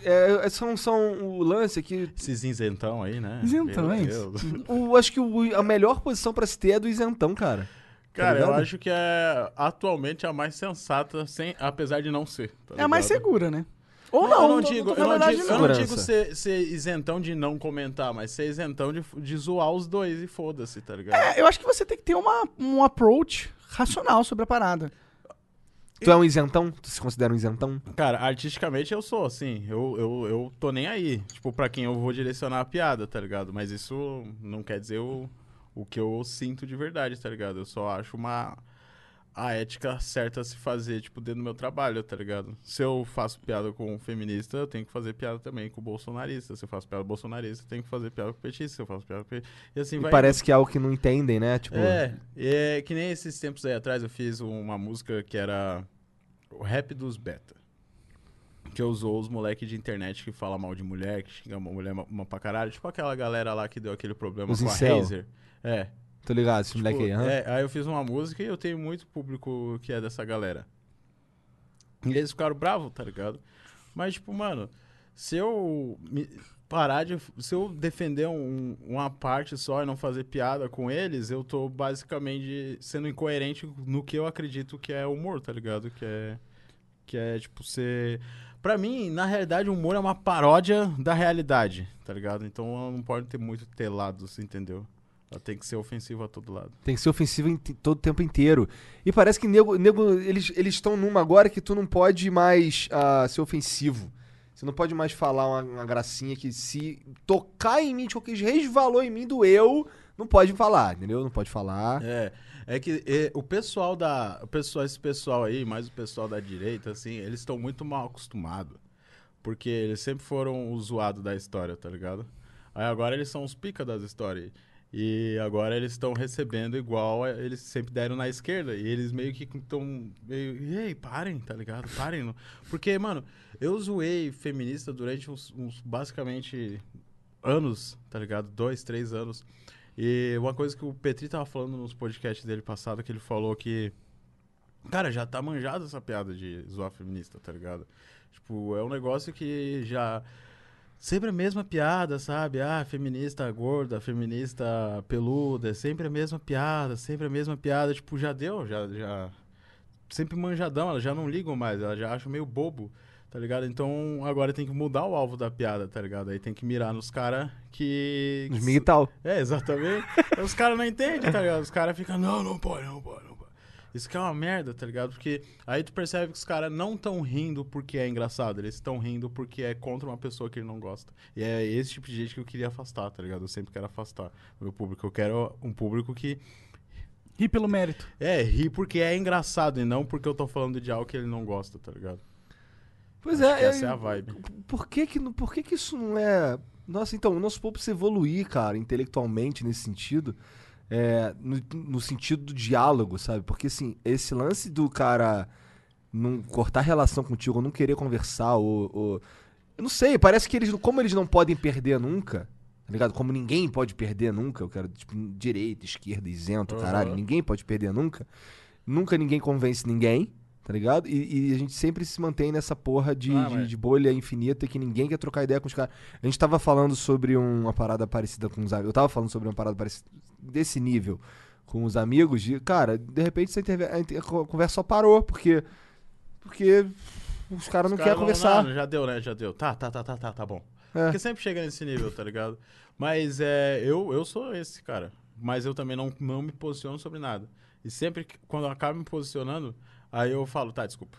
A: é, são, são o lance é que
B: Esses isentão aí, né? Meu
C: Isentões.
B: Deus.
A: O, acho que o- a melhor posição pra se ter é do isentão, cara.
B: Cara, eu
A: ligado?
B: acho que é atualmente a mais sensata, sem, apesar de não ser. tá
C: É a mais
B: ligado?
C: segura, né? Ou
B: Não,
C: não,
B: eu não
C: tô-
B: digo,
C: tô-
B: eu
C: na
B: não
C: verdade,
B: digo,
C: não.
B: eu não digo
A: Segurança.
B: ser, ser isentão de não comentar, mas ser isentão de, de zoar os dois e foda-se, tá ligado?
C: É, eu acho que você tem que ter uma, um approach racional sobre a parada.
A: Tu é um isentão? Tu se considera um isentão?
B: Cara, artisticamente eu sou, assim, eu, eu, eu tô nem aí, tipo, pra quem eu vou direcionar a piada, tá ligado? Mas isso não quer dizer o, o que eu sinto de verdade, tá ligado? Eu só acho uma... a ética certa a se fazer, tipo, dentro do meu trabalho, tá ligado? Se eu faço piada com um feminista, eu tenho que fazer piada também com o bolsonarista. Se eu faço piada com o bolsonarista, eu tenho que fazer piada com o petista. Se eu faço piada com o pe- E assim
A: E
B: vai...
A: parece que é algo que não entendem, né? Tipo,
B: É, é, que nem esses tempos aí atrás eu fiz uma música que era o rap dos beta. Que eu usou os moleques de internet que fala mal de mulher, que xinga uma mulher ma- uma pra caralho. Tipo aquela galera lá que deu aquele problema
A: Os
B: com
A: incel.
B: a Razer. É.
A: tô ligado, esse
B: Tipo,
A: moleque aí. aham.
B: é, aí eu fiz uma música e eu tenho muito público que é dessa galera. E eles ficaram bravos, tá ligado? Mas, tipo, mano, se eu me parar de. Se eu defender um- uma parte só e não fazer piada com eles, eu tô basicamente sendo incoerente no que eu acredito que é humor, tá ligado? Que é. Que é, tipo, ser. Pra mim, na realidade, o humor é uma paródia da realidade, tá ligado? Então ela não pode ter muito telado, você entendeu? Ela tem que ser ofensiva a todo lado.
A: Tem que ser ofensivo em t- todo o tempo inteiro. E parece que nego, nego eles eles estão numa agora que tu não pode mais ah, ser ofensivo. Você não pode mais falar uma, uma gracinha que se tocar em mim, tipo, que resvalou em mim do eu, não pode falar, entendeu? Não pode falar.
B: É, é que é, o pessoal da, o pessoal, esse pessoal aí, mais o pessoal da direita, assim, eles estão muito mal acostumados, porque eles sempre foram o zoado da história, tá ligado? Aí agora eles são os pica das histórias e agora eles estão recebendo igual a- eles sempre deram na esquerda e eles meio que estão meio, ei, parem, tá ligado? Parem, não." porque mano, eu zoei feminista durante uns- uns basicamente anos, tá ligado? Dois, três anos. E uma coisa que o Petri tava falando nos podcasts dele passado, que ele falou que. Cara, já tá manjado essa piada de zoar feminista, tá ligado? Tipo, é um negócio que já. Sempre a mesma piada, sabe? Ah, feminista gorda, feminista peluda, é sempre a mesma piada, sempre a mesma piada. Tipo, já deu, já. já... Sempre manjadão, elas já não ligam mais, elas já acham meio bobo, tá ligado? Então agora tem que mudar o alvo da piada, tá ligado? Aí tem que mirar nos caras que.
A: Os mig e tal.
B: É, exatamente. Aí Os caras não entendem, tá ligado? Os caras ficam, não, não pode, não pode, não pode. Isso que é uma merda, tá ligado? Porque aí tu percebe que os caras não estão rindo porque é engraçado, eles estão rindo porque é contra uma pessoa que ele não gosta. E é esse tipo de gente que eu queria afastar, tá ligado? Eu sempre quero afastar o meu público. Eu quero um público que
C: E pelo mérito.
B: é ri porque é engraçado e não porque eu tô falando de algo que ele não gosta, tá ligado?
A: Pois
B: Acho
A: é,
B: que essa
A: eu-
B: é a vibe.
A: Por que que, não- por que que isso não é... Nossa, então, o nosso povo precisa evoluir, cara, intelectualmente nesse sentido. é, no, no sentido do diálogo, sabe? Porque, assim, esse lance do cara não cortar relação contigo, ou não querer conversar, ou... ou- eu não sei, parece que eles... não- Como eles não podem perder nunca, tá ligado? Como ninguém pode perder nunca, eu quero, tipo, direita, esquerda, isento,
B: Aham.
A: caralho. Ninguém pode perder nunca. Nunca ninguém convence ninguém, tá ligado? E, e a gente sempre se mantém nessa porra de,
B: Ah,
A: de-
B: mas-
A: de bolha infinita que ninguém quer trocar ideia com os caras. A gente tava falando sobre um, uma parada parecida com os amigos. Eu tava falando sobre uma parada parecida desse nível com os amigos. De, cara, de repente essa interve- a inter- a co- conversa só parou, porque. Porque os caras não
B: Os caras
A: querem
B: vão,
A: conversar.
B: "Não, já deu, né? Já deu. Tá, tá, tá, tá, tá, tá bom.
A: É.
B: Porque sempre chega nesse nível, tá ligado? Mas é, eu, eu sou esse cara. Mas eu também não, não me posiciono sobre nada. E sempre que, quando eu acabo me posicionando, aí eu falo, tá, desculpa.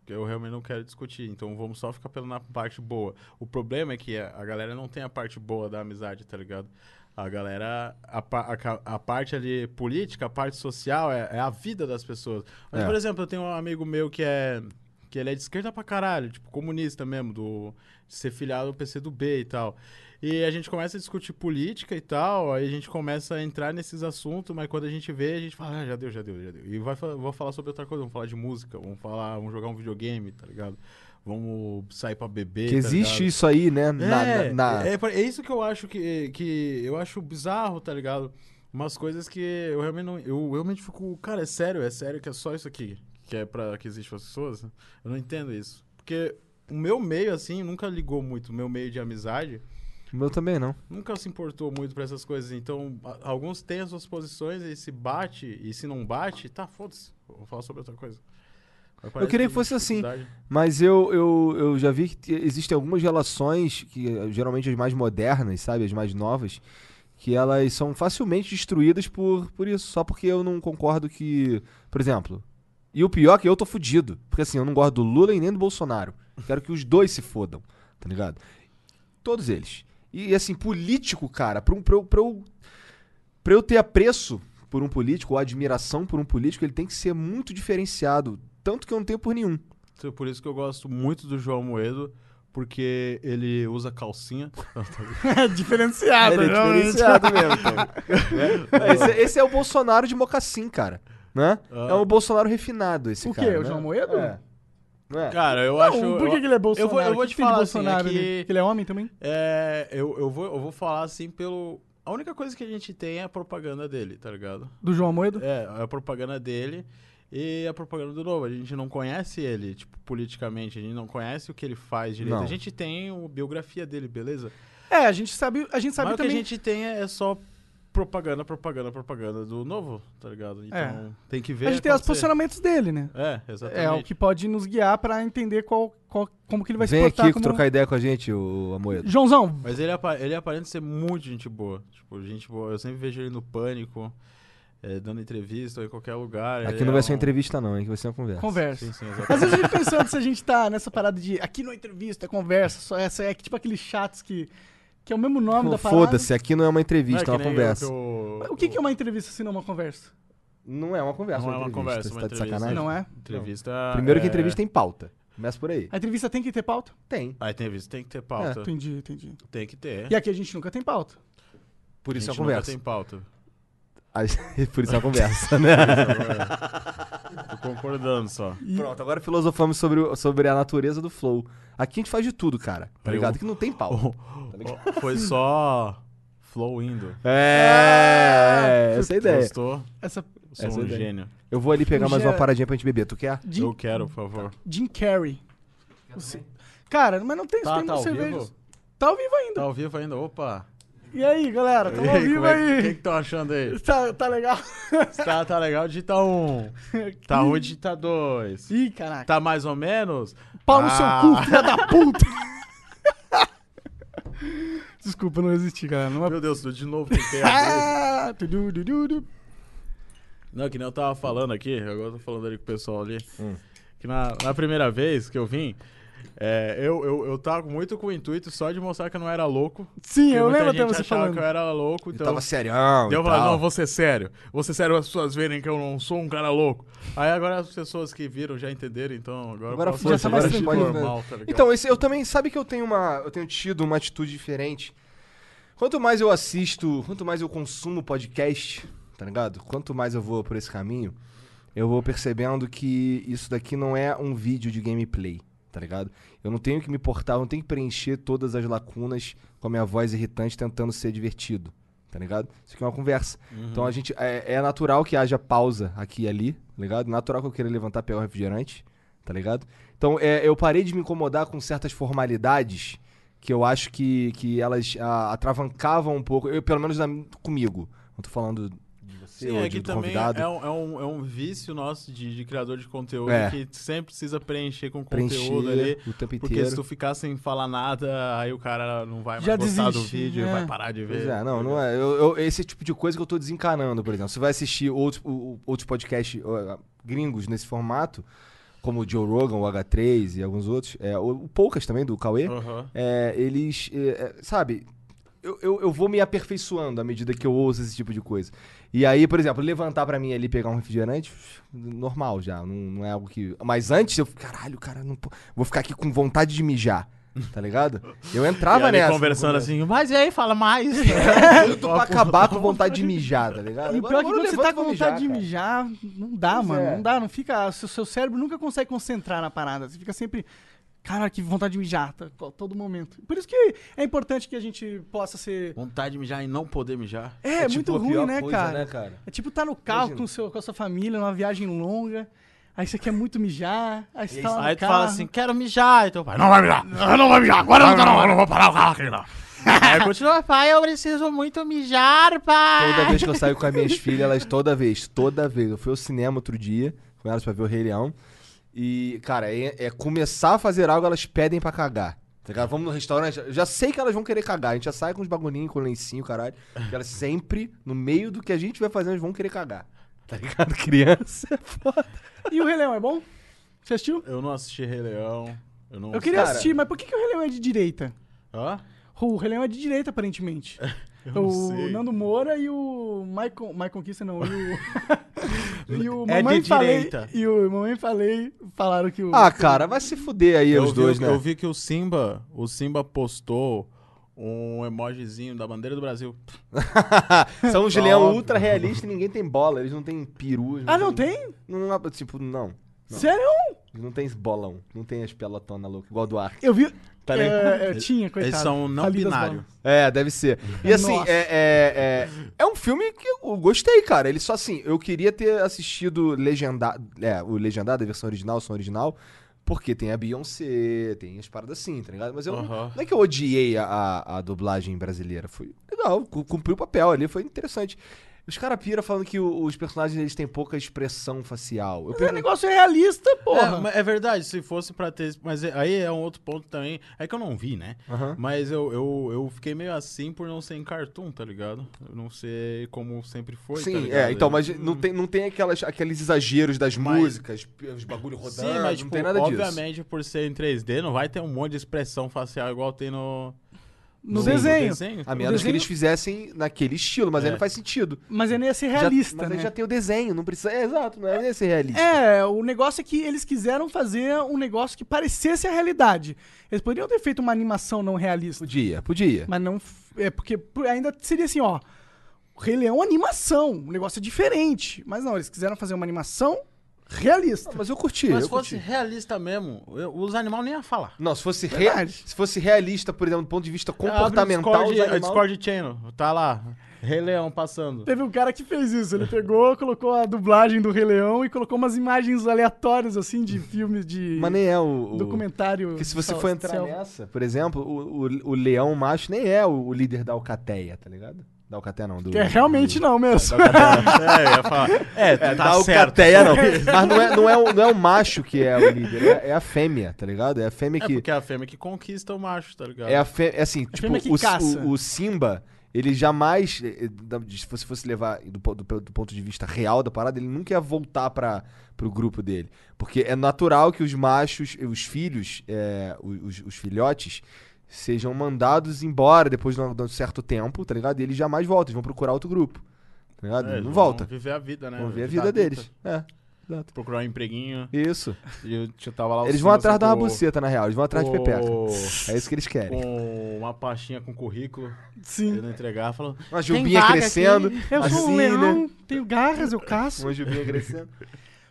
B: Porque Eu realmente não quero discutir, então vamos só ficar pela na parte boa. O problema é que a a galera não tem a parte boa da amizade, tá ligado? A galera, a, pa- a ca- a parte ali política, a parte social é, é a vida das pessoas. Mas,
A: É.
B: por exemplo, eu tenho um amigo meu que é que ele é de esquerda pra caralho, tipo, comunista mesmo, do, de ser filiado ao PCdoB e tal. E a gente começa a discutir política e tal, aí a gente começa a entrar nesses assuntos, mas quando a gente vê, a gente fala, ah, já deu, já deu, já deu. E vai, fa- vou falar sobre outra coisa, vamos falar de música, vamos falar, vamos jogar um videogame, tá ligado? Vamos sair pra beber.
A: Que
B: tá
A: existe
B: ligado?
A: isso aí, né? Na,
B: É,
A: na- na-
B: é, pra- é isso que eu acho que, que eu acho bizarro, tá ligado? Umas coisas que eu realmente não, eu realmente fico, cara, é sério, é sério que é só isso aqui que é para que existe as pessoas? Eu não entendo isso. Porque o meu meio assim nunca ligou muito, o meu meio de amizade
A: O meu também não.
B: Nunca se importou muito pra essas coisas. Então, a- alguns têm as suas posições e se bate, e se não bate, tá, foda-se. Vou falar sobre outra coisa. Mas parece
A: queria que
B: tem
A: fosse assim.
B: dificuldade.
A: Mas eu, eu, eu já vi que te- existem algumas relações, que eh, geralmente as mais modernas, sabe? As mais novas, que elas são facilmente destruídas por, por isso. Só porque eu não concordo que. Por exemplo. E o pior é que eu tô fudido. Porque assim, eu não gosto do Lula e nem do Bolsonaro. Quero que os dois se fodam, tá ligado? Todos eles. E assim, político, cara, pra, um, pra, eu- pra eu Pra eu ter apreço por um político ou admiração por um político, ele tem que ser muito diferenciado. Tanto que eu não tenho por nenhum.
B: Então, Por isso que eu gosto muito do João Moedo, porque ele usa calcinha.
C: É diferenciado,
A: Ele é
C: realmente.
A: diferenciado mesmo. então. Né? esse, esse é o Bolsonaro de mocassim, cara. Né? É o Bolsonaro refinado esse
C: O
A: cara.
C: quê? O
A: né?
C: João Moedo?
A: É. Não é?
B: Cara, eu acho.
C: Não, por que,
B: eu-
C: que ele é
B: Eu
C: Bolsonaro?
B: vou, eu vou
C: O que
B: te
C: que tem de
B: falar assim,
C: Bolsonaro
B: é
C: nele?
B: que-
C: Ele é homem também?
B: É, eu, eu, vou, eu vou falar assim pelo. A única coisa que a gente tem é a propaganda dele, tá ligado?
C: Do João Moedo?
B: É, a propaganda dele e a propaganda do novo. A gente não conhece ele, tipo, politicamente, a gente não conhece o que ele faz direito.
A: Não.
B: A gente tem a biografia dele, beleza?
C: É, a gente sabe, a gente sabe
B: Mas o
C: também.
B: que a gente tem é só propaganda, propaganda, propaganda do novo, tá ligado? Então
C: É.
B: tem que ver.
C: a gente tem os
B: acontecer.
C: posicionamentos dele, né?
B: É, exatamente.
C: É o que pode nos guiar pra entender qual, qual- como que ele vai
A: Vem
C: se portar
A: aqui
C: como... um-
A: trocar ideia com a gente, o Amoedo.
C: Joãozão,
B: Mas ele, apa- ele aparenta ser muito gente boa. Tipo, gente boa. Eu sempre vejo ele no pânico, eh, dando entrevista ou em qualquer lugar.
A: Aqui
B: Ele
A: não vai
B: é
A: ser uma
B: um-
A: entrevista, não, hein? Aqui vai ser uma conversa.
C: conversa.
B: Sim, sim,
C: Às
B: exatamente.
C: vezes eu fico pensando se a gente tá nessa parada de aqui não é entrevista, é conversa, só essa é que tipo aqueles chatos que, que é o mesmo nome
A: Pô,
C: da parada.
A: Foda-se, aqui não é uma
B: Não é
A: entrevista, é
B: que
A: uma
B: nem
A: conversa.
B: O,
C: O que, que é uma entrevista se não uma conversa?
A: Não é uma conversa,
B: Não é uma conversa,
A: Você
B: uma
A: tá de
B: entrevista.
A: sacanagem?
C: Não é?
B: Entrevista.
A: Primeiro que
B: é-
A: entrevista tem pauta. Começa por aí.
C: A entrevista tem que ter pauta?
A: Tem.
B: A Ah, entrevista tem É. que ter pauta.
C: Entendi, entendi.
B: Tem que ter.
C: E aqui a gente nunca tem pauta.
A: Por isso é
B: a
A: uma
B: gente nunca
A: conversa.
B: tem pauta.
A: por isso é uma conversa, né?
B: Tô concordando só.
A: Pronto, agora filosofamos sobre, o- sobre a natureza do flow. Aqui a gente faz de tudo, cara. Tá
B: Eu-
A: ligado? Que não tem pau.
B: Foi só flow indo. Ah,
A: É, essa é a ideia.
B: Gostou?
C: Essa
B: Sou
A: Essa é a
B: um
A: ideia.
B: gênio.
A: Eu vou ali pegar mais uma
B: é.
C: Já-
A: paradinha pra gente beber. Tu quer?
C: Jim,
B: Eu quero, por favor.
C: Jim Carrey. Você- Cara, mas não tem,
B: Tá,
C: tem
B: tá
C: uma
B: ao
C: cerveja.
B: vivo?
C: Tá ao vivo ainda.
B: Tá ao vivo ainda? Opa!
C: E aí, galera?
B: E
C: Tamo Tá ao vivo
B: como é que- O que
C: aí.
B: que estão achando aí?
C: Tá, tá legal?
B: Tá, tá legal, digita um. Tá ruim, digita dois.
C: Ih, caraca.
B: Tá mais ou menos?
C: Pau no seu
B: Ah.
C: cu, filha da puta! Desculpa, eu não resisti, cara. Não é...
B: Meu Deus, de novo tem que ter a vez.
C: Ah, tudu, tudu, tudu.
B: Não, que nem eu tava falando aqui, agora eu tô falando ali com o pessoal ali.
A: Hum.
B: Que na, na primeira vez que eu vim, é, eu, eu, eu tava muito com o intuito só de mostrar que eu não era louco.
C: Sim,
B: porque
C: eu
B: muita
C: lembro até
B: gente
C: você
B: achava
C: falando.
B: que eu era louco, então.
A: Tava serião.
B: Daí eu
A: e
B: falava,
A: tal.
B: não, vou ser sério. Vou ser sério as pessoas verem que eu não sou um cara louco. Aí agora as pessoas que viram já entenderam, então agora,
A: Agora
B: eu posso
A: foi,
C: já tá mais
B: agir
A: tranquilo.
B: normal, tá ligado?
A: Então, esse, eu também. Sabe que eu tenho uma. Eu tenho tido uma atitude diferente. Quanto mais eu assisto, quanto mais eu consumo podcast, tá ligado? Quanto mais eu vou por esse caminho, eu vou percebendo que isso daqui não é um vídeo de gameplay, tá ligado? Eu não tenho que me portar, eu não tenho que preencher todas as lacunas com a minha voz irritante tentando ser divertido, tá ligado? Isso aqui é uma conversa.
B: Uhum.
A: Então a gente. É, é natural que haja pausa aqui e ali, tá ligado? Natural que eu queira levantar pegar um refrigerante, tá ligado? Então é, eu parei de me incomodar com certas formalidades que eu acho que, que elas ah, atravancavam um pouco, eu, pelo menos na- comigo. Não tô falando de você
B: Sim,
A: ou
B: é
A: de,
B: que
A: do
B: também
A: convidado.
B: é um, é, um, é um vício nosso de, de criador de conteúdo
A: É.
B: que sempre precisa preencher com
A: Preencher
B: conteúdo ali.
A: o tempo
B: Porque
A: inteiro.
B: se tu ficar sem falar nada, aí o cara não vai mais
C: Já
B: gostar do
C: desiste,
B: vídeo,
C: né?
B: vai parar de ver.
A: Pois é, não, não é. Eu- eu- esse tipo de coisa que eu tô desencanando, por exemplo. Você vai assistir outros o- outros podcasts ó, gringos nesse formato, como o Joe Rogan, o H3 e alguns outros, é, o, o Poucas também, do Cauê,
B: Aham.
A: é, eles, é, é, sabe... Eu, eu, eu vou me aperfeiçoando à medida que eu ouço esse tipo de coisa. E aí, por exemplo, levantar pra mim ali pegar um refrigerante, normal já, não, não é algo que. Mas antes eu. Caralho, cara, não po- vou ficar aqui com vontade de mijar, tá ligado? Eu
B: E
A: entrava
B: ali
A: nessa.
B: conversando assim, mas e aí, fala mais.
A: Eu tô pra acabar com vontade de mijar, tá ligado?
C: E o pior é que quando você tá com vontade de
A: mijar.
C: mijar, não dá,
A: Pois
C: mano.
A: é.
C: Não dá, não fica. O seu, seu cérebro nunca consegue concentrar na parada. Você fica sempre. Cara, que vontade de mijar, tá, a todo momento. Por isso que é importante que a gente possa ser.
B: assim, Vontade de mijar e não poder mijar.
C: É, muito ruim, né, cara?
A: cara?
C: É tipo tá no carro
A: Imagina.
C: com, seu, com a sua família, numa viagem longa. Aí você quer muito mijar, aí você tá lá no
D: Aí tu
C: carro.
D: fala assim, quero mijar. Então, pai, não vai mijar.
B: Eu não vou mijar, agora não, não, não vou parar o carro aqui, não.
D: Aí continua, pai, eu preciso muito mijar, pai.
A: Toda vez que eu saio com as minhas filhas, elas toda vez, toda vez. Eu fui ao cinema outro dia com elas pra ver o Rei Leão. E, cara, é, é começar a fazer algo, elas pedem pra cagar. Tá ligado? Vamos no restaurante, eu já sei que elas vão querer cagar. A gente já sai com uns bagulhinhos, com lencinho, caralho. Que elas sempre, no meio do que a gente vai fazer, elas vão querer cagar. Tá ligado? Criança é foda.
C: E o Rei Leão é bom? Você assistiu?
B: Eu não assisti Rei Leão. Eu não.
C: Eu queria
A: Cara.
C: assistir, mas por que, que o Rei Leão é de direita?
B: Hã?
C: O Rei Leão é de direita, aparentemente.
B: Eu não
C: o
B: sei.
C: Nando Moura e o Michael, Michael Kissa, não. E o, e o
B: É de
C: Mamãe Falei-
B: direita.
C: E o Mamãe Falei falaram que o...
A: Ah, cara, vai se fuder aí
B: Eu
A: os
B: vi,
A: dois, né?
B: Eu vi que o Simba, o Simba postou um emojizinho da bandeira do Brasil.
A: São os leão
B: Óbvio.
A: ultra realista e ninguém tem bola. Eles não têm peru. eles
C: Ah, não tem?
A: Não, há- tipo, não.
C: Sério?
A: Eles não tem bolão. Não tem as pelotonas loucas, igual do ar.
C: Eu vi...
A: Tá ligado?
C: é, eu tinha, coitado.
B: Eles são não
C: Falidas
B: binário.
C: bolas.
A: É, deve ser. E assim,
C: Nossa.
A: é, é, é, é um filme que eu gostei, cara. Ele só assim, eu queria ter assistido legendado, é, o legendado, a versão original, o som original, porque tem a Beyoncé, tem as paradas assim, tá ligado? Mas eu não-
B: Aham.
A: não é que eu odiei a, a, a dublagem brasileira, foi legal, cu- cumpriu o papel ali, foi interessante. Os caras pira falando que o- os personagens eles têm pouca expressão facial. Eu
C: Mas O
A: pergunto,
C: negócio é realista,
B: É,
C: porra.
B: mas é verdade, se fosse pra ter. Mas é- aí é um outro ponto também. É que eu não vi, né?
A: Aham.
B: Mas eu, eu, eu fiquei meio assim por não ser em cartoon, tá ligado? Eu não sei como sempre foi. tá
A: Sim,
B: ligado? Hum.
A: é, então, mas não tem, não tem aquelas, aqueles exageros das
B: Mas-
A: músicas, os bagulho rodando,
B: Sim, mas
A: não
B: tipo,
A: tem nada disso.
B: obviamente por ser em 3D não vai ter um monte de expressão facial igual tem no,
C: no desenho.
A: A menos
C: desenho-
A: que eles fizessem naquele estilo,
B: É.
A: mas aí não faz sentido.
C: Mas ele ia ser
A: Já-
C: realista,
A: mas
C: né?
A: aí já tem o desenho, não precisa. É, exato, não é esse realista.
C: É, o negócio é que eles quiseram fazer um negócio que parecesse a realidade. Eles poderiam ter feito uma animação não realista,
A: Podia, podia.
C: mas não. f- É porque por- ainda seria assim, ó. O Rei Leão é uma animação, o negócio é diferente. Mas não, eles quiseram fazer uma animação realista.
A: Ah, Mas eu curti,
B: Mas
A: eu
B: se fosse
A: curti.
B: realista mesmo, eu- os animais nem iam falar.
A: Não, se fosse, re-
C: Verdade.
A: se fosse realista, por exemplo, do ponto de vista
B: Ah, Abre
A: comportamental,
B: o
A: os
B: Discord,
A: animal-
B: a Discord Channel, tá lá, Rei Leão passando.
C: Teve um cara que fez isso. Ele pegou, colocou a dublagem do Rei Leão e colocou umas imagens aleatórias, assim, de filmes de
A: Mas nem é o. o-
C: documentário.
A: Porque se você
C: sal-
A: for entrar
C: selva.
A: nessa, por exemplo, o, o, o leão macho nem é o, o líder da Alcateia, tá ligado? Da Alcateia não, do.
C: É, realmente não mesmo.
B: É, eu ia falar. É, tu tá certo.
A: Alcateia não. Mas não é, não, é o, não é o macho que é o líder, é, é a fêmea, tá ligado? É a fêmea
B: É
A: que.
B: porque é a fêmea que conquista o macho, tá ligado?
A: É a fé, é assim, tipo,
C: fêmea que
A: o, si-
C: caça.
A: o- o Simba, ele jamais, eh, eh, da- de- se você fosse levar do, po- do pe- do ponto de vista real da parada, ele nunca ia voltar para pro grupo dele. Porque é natural que os machos, eh, os filhos, eh, os, os- os filhotes, sejam mandados embora depois de um, de um certo tempo, tá ligado? E eles jamais voltam, eles vão procurar outro grupo. Tá ligado?
B: É,
A: Eles não
B: vão
A: volta.
B: viver a vida, né?
A: Vão ver a
B: adulta.
A: vida deles. É. Exato.
B: Procurar um empreguinho.
A: Isso.
B: E eu eu tava lá. o
A: Eles vão
B: Silas
A: atrás da uma
B: com-
A: buceta, na real. Eles vão atrás de
B: o-
A: pepeca. É isso que eles querem.
B: Com uma pastinha com currículo,
C: Sim.
B: querendo entregar, falou.
A: Uma jubinha
D: vaga
A: crescendo.
C: Eu
A: assim,
C: sou um
A: né?
C: leão, tenho garras, eu caço.
A: Uma jubinha crescendo.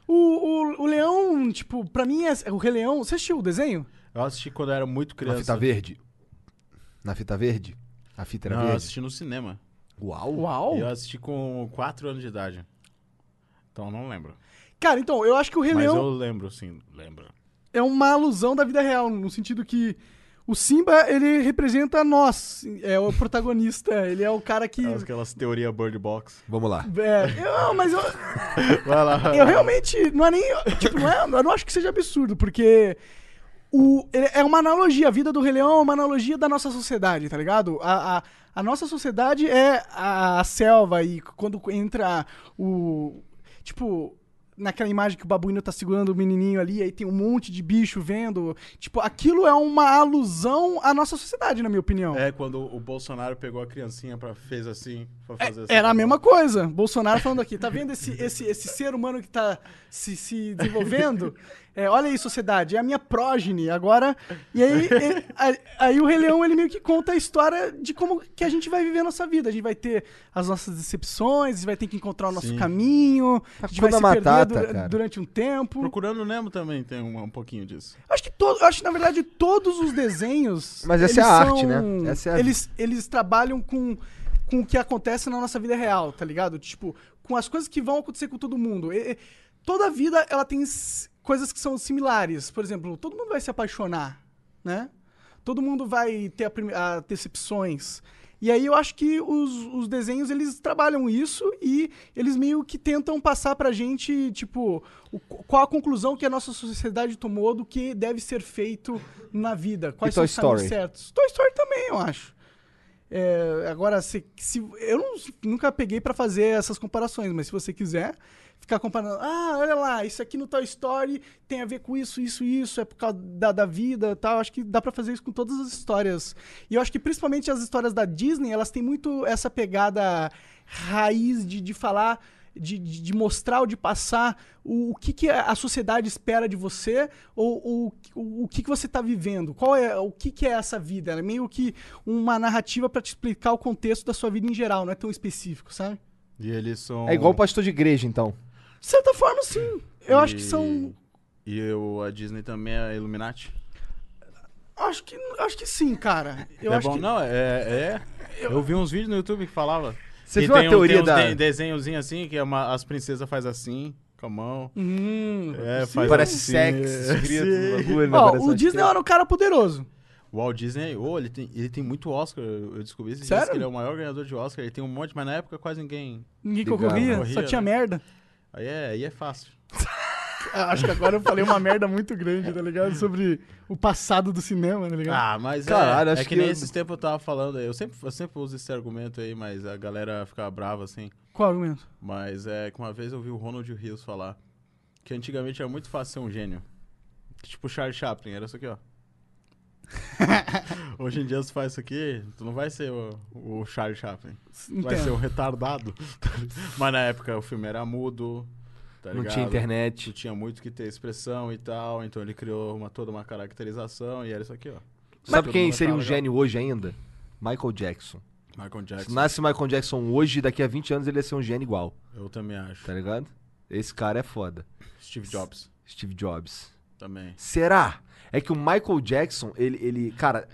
C: O, o, o leão, tipo, pra mim, é, o Rei Leão. Você assistiu o desenho?
B: Eu assisti quando eu era muito
A: Na
B: criança.
A: fita verde? Na fita verde? A fita era
B: Não, eu
A: verde? Oh.
B: assisti no cinema.
A: Uau!
C: Uau!
B: E eu assisti com 4 anos de idade. Então não lembro.
C: Cara, então, eu acho que o Rei
B: Mas
C: Leão
B: eu lembro, sim, lembro.
C: é uma alusão da vida real, no sentido que o Simba, ele representa nós, é o protagonista, ele é o cara que.
B: Aquelas teorias Bird Box.
A: Vamos lá.
C: É, eu, mas eu,
B: Vai lá.
C: eu realmente. Não é nem. Tipo, não é, eu não acho que seja absurdo, porque. O, ele- é uma analogia, a vida do Rei Leão é uma analogia da nossa sociedade, tá ligado? A, a, a nossa sociedade é a, a selva e quando entra o. Tipo, naquela imagem que o babuíno tá segurando o menininho ali, aí tem um monte de bicho vendo. Tipo, aquilo é uma alusão à nossa sociedade, na minha opinião.
B: É quando o Bolsonaro pegou a criancinha pra fez assim,
A: É,
B: pra fazer assim.
C: Era a mesma coisa. Bolsonaro falando aqui, tá vendo esse, esse, esse ser humano que tá se, se desenvolvendo? É, olha aí, sociedade, é a minha prógene agora. E aí, e- aí, aí o Rei Leão, ele meio que conta a história de como que a gente vai viver a nossa vida. A gente vai ter as nossas decepções, a gente vai ter que encontrar o nosso caminho, a gente vai
A: Hakuna
C: se perder
A: Tá Matata,
C: dura-
A: cara.
C: durante um
A: Hum.
C: tempo.
B: Procurando o Nemo também tem um, um pouquinho disso.
C: Acho que todo, acho que, na verdade todos os desenhos.
A: Mas essa é
C: eles
A: a arte, né? Essa é a-
C: Eles eles trabalham com com o que acontece na nossa vida real, tá ligado? Tipo, com as coisas que vão acontecer com todo mundo. E- e- toda vida ela tem s- coisas que são similares. Por exemplo, todo mundo vai se apaixonar, né? Todo mundo vai ter a prime- a decepções. E aí eu acho que os, os desenhos, eles trabalham isso e eles meio que tentam passar pra gente, tipo, o- qual a conclusão que a nossa sociedade tomou do que deve ser feito na vida. Quais são
A: Toy
C: os caminhos
A: Story?
C: certos. Toy Story também, eu acho. É, agora, se, se- eu não- nunca peguei pra fazer essas comparações, mas se você quiser ficar comparando, ah, olha lá, isso aqui no Toy Story tem a ver com isso, isso, isso, é por causa da, da vida e tal. Acho que dá pra fazer isso com todas as histórias. E eu acho que principalmente as histórias da Disney, elas têm muito essa pegada raiz de, de falar. De, de- de mostrar ou de passar o, o que, que a sociedade espera de você ou, ou o, o que, que você está vivendo. Qual é o que, que é essa vida? É meio que uma narrativa para te explicar o contexto da sua vida em geral, não é tão específico, sabe?
B: E eles são.
A: É igual o pastor de igreja, então.
C: De certa forma, sim. Eu acho que
B: E-
C: são.
B: E eu, a Disney também é Illuminati?
C: Acho que, acho que sim, cara. Eu
B: é
C: acho
B: bom,
C: que.
B: não, é. é. Eu... vi uns vídeos no YouTube que falava.
A: Você
B: E
A: viu a
B: tem um-
A: teoria
B: tem uns
A: da-
B: de- desenhozinho assim, que é uma- as princesas fazem assim, com a mão.
C: Hum.
B: É, faz
A: Parece
B: assim,
A: sexo,
B: é,
A: grito
B: sim.
A: no bagulho, né?
C: Ó,
A: Parece
C: o
A: uma
C: Disney era um cara poderoso.
B: O Walt Disney, ô, ele, tem, ele tem muito Oscar. Eu eu descobri esses
C: Sério?
B: dias que ele é o maior ganhador de Oscar. Ele tem um monte, mas na época quase ninguém.
C: Ninguém
A: Ligado.
C: concorria,
B: Corria,
C: só tinha
B: né?
C: merda.
B: Aí é, aí é fácil.
C: Ah, Acho que agora eu falei uma merda muito grande, tá ligado? Sobre o passado do cinema, tá ligado?
B: Ah, mas é-
A: Caralho,
B: é,
A: acho
B: que,
A: que
B: nem
A: eu-
B: esses tempos eu tava falando. aí, Eu sempre, eu sempre uso esse argumento aí, mas a galera fica brava assim.
C: Qual argumento?
B: Mas é que uma vez eu vi o Ronald Rios falar que antigamente era muito fácil ser um gênio. Que tipo Charles Chaplin, era isso aqui, ó. Hoje em dia você faz isso aqui, tu não vai ser o, o Charles Chaplin. Tu vai
A: Então.
C: Entendo.
B: ser um retardado. Mas na época o filme era mudo, tá
A: Não
B: ligado?
A: tinha internet.
B: Tu tinha muito que ter expressão e tal, então ele criou uma, toda uma caracterização e era isso aqui, ó.
A: Sabe
B: Todo
A: quem
B: mundo
A: seria um
B: achava legal.
A: gênio hoje ainda? Michael Jackson.
B: Michael
A: Se
B: Jackson.
A: nasce Michael Jackson hoje, daqui a 20 anos ele ia ser um gênio igual,
B: Eu também acho.
A: tá ligado? Esse cara é foda.
B: Steve Jobs
A: Steve Jobs.
B: também.
A: Será? É que o Michael Jackson, ele, ele cara,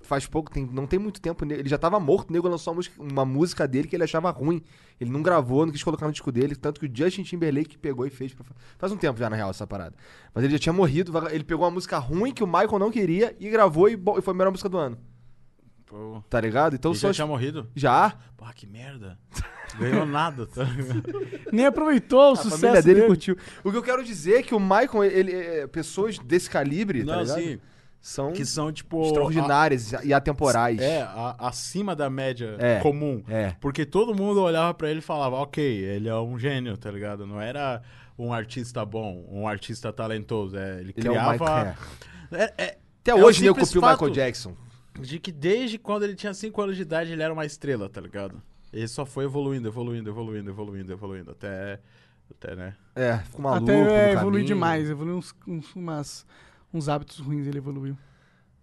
A: faz pouco, tem, não tem muito tempo, ele já tava morto, o nego lançou uma música, uma música dele que ele achava ruim. Ele não gravou, não quis colocar no disco dele, tanto que o Justin Timberlake pegou e fez. pra- faz um tempo já, na real, essa parada. Mas ele já tinha morrido, ele pegou uma música ruim que o Michael não queria e gravou e, bo- e foi a melhor música do ano,
B: Pô.
A: tá ligado? Então
B: Ele
A: só.
B: já tinha Ah, morrido?
A: Já?
B: Pô, que merda. Ganhou nada. Tá? ligado?
C: Nem aproveitou o
A: A
C: sucesso
A: família dele,
C: dele.
A: curtiu. O que eu quero dizer é que o Michael, ele, é, pessoas desse calibre, tá
B: Não,
A: ligado?
B: assim,
A: São
B: que são, tipo...
A: extraordinárias e atemporais.
B: a- é, a- acima da média
A: É,
B: comum.
A: é.
B: Porque todo mundo olhava pra ele e falava, ok, ele é um gênio, tá ligado? Não era um artista bom, um artista talentoso. É, ele
A: Ele é o Michael-
B: criava...
A: é.
B: É, é,
A: Até
B: é o
A: hoje eu
B: simples
A: copio o
B: fato
A: Michael Jackson.
B: De que desde quando ele tinha 5 anos de idade ele era uma estrela, tá ligado? Ele só foi evoluindo, evoluindo, evoluindo, evoluindo, evoluindo. Até, até né?
A: É, ficou maluco.
C: Até
A: no
C: é,
A: caminho.
C: evoluiu demais, evoluiu uns, uns, umas- uns hábitos ruins, ele evoluiu.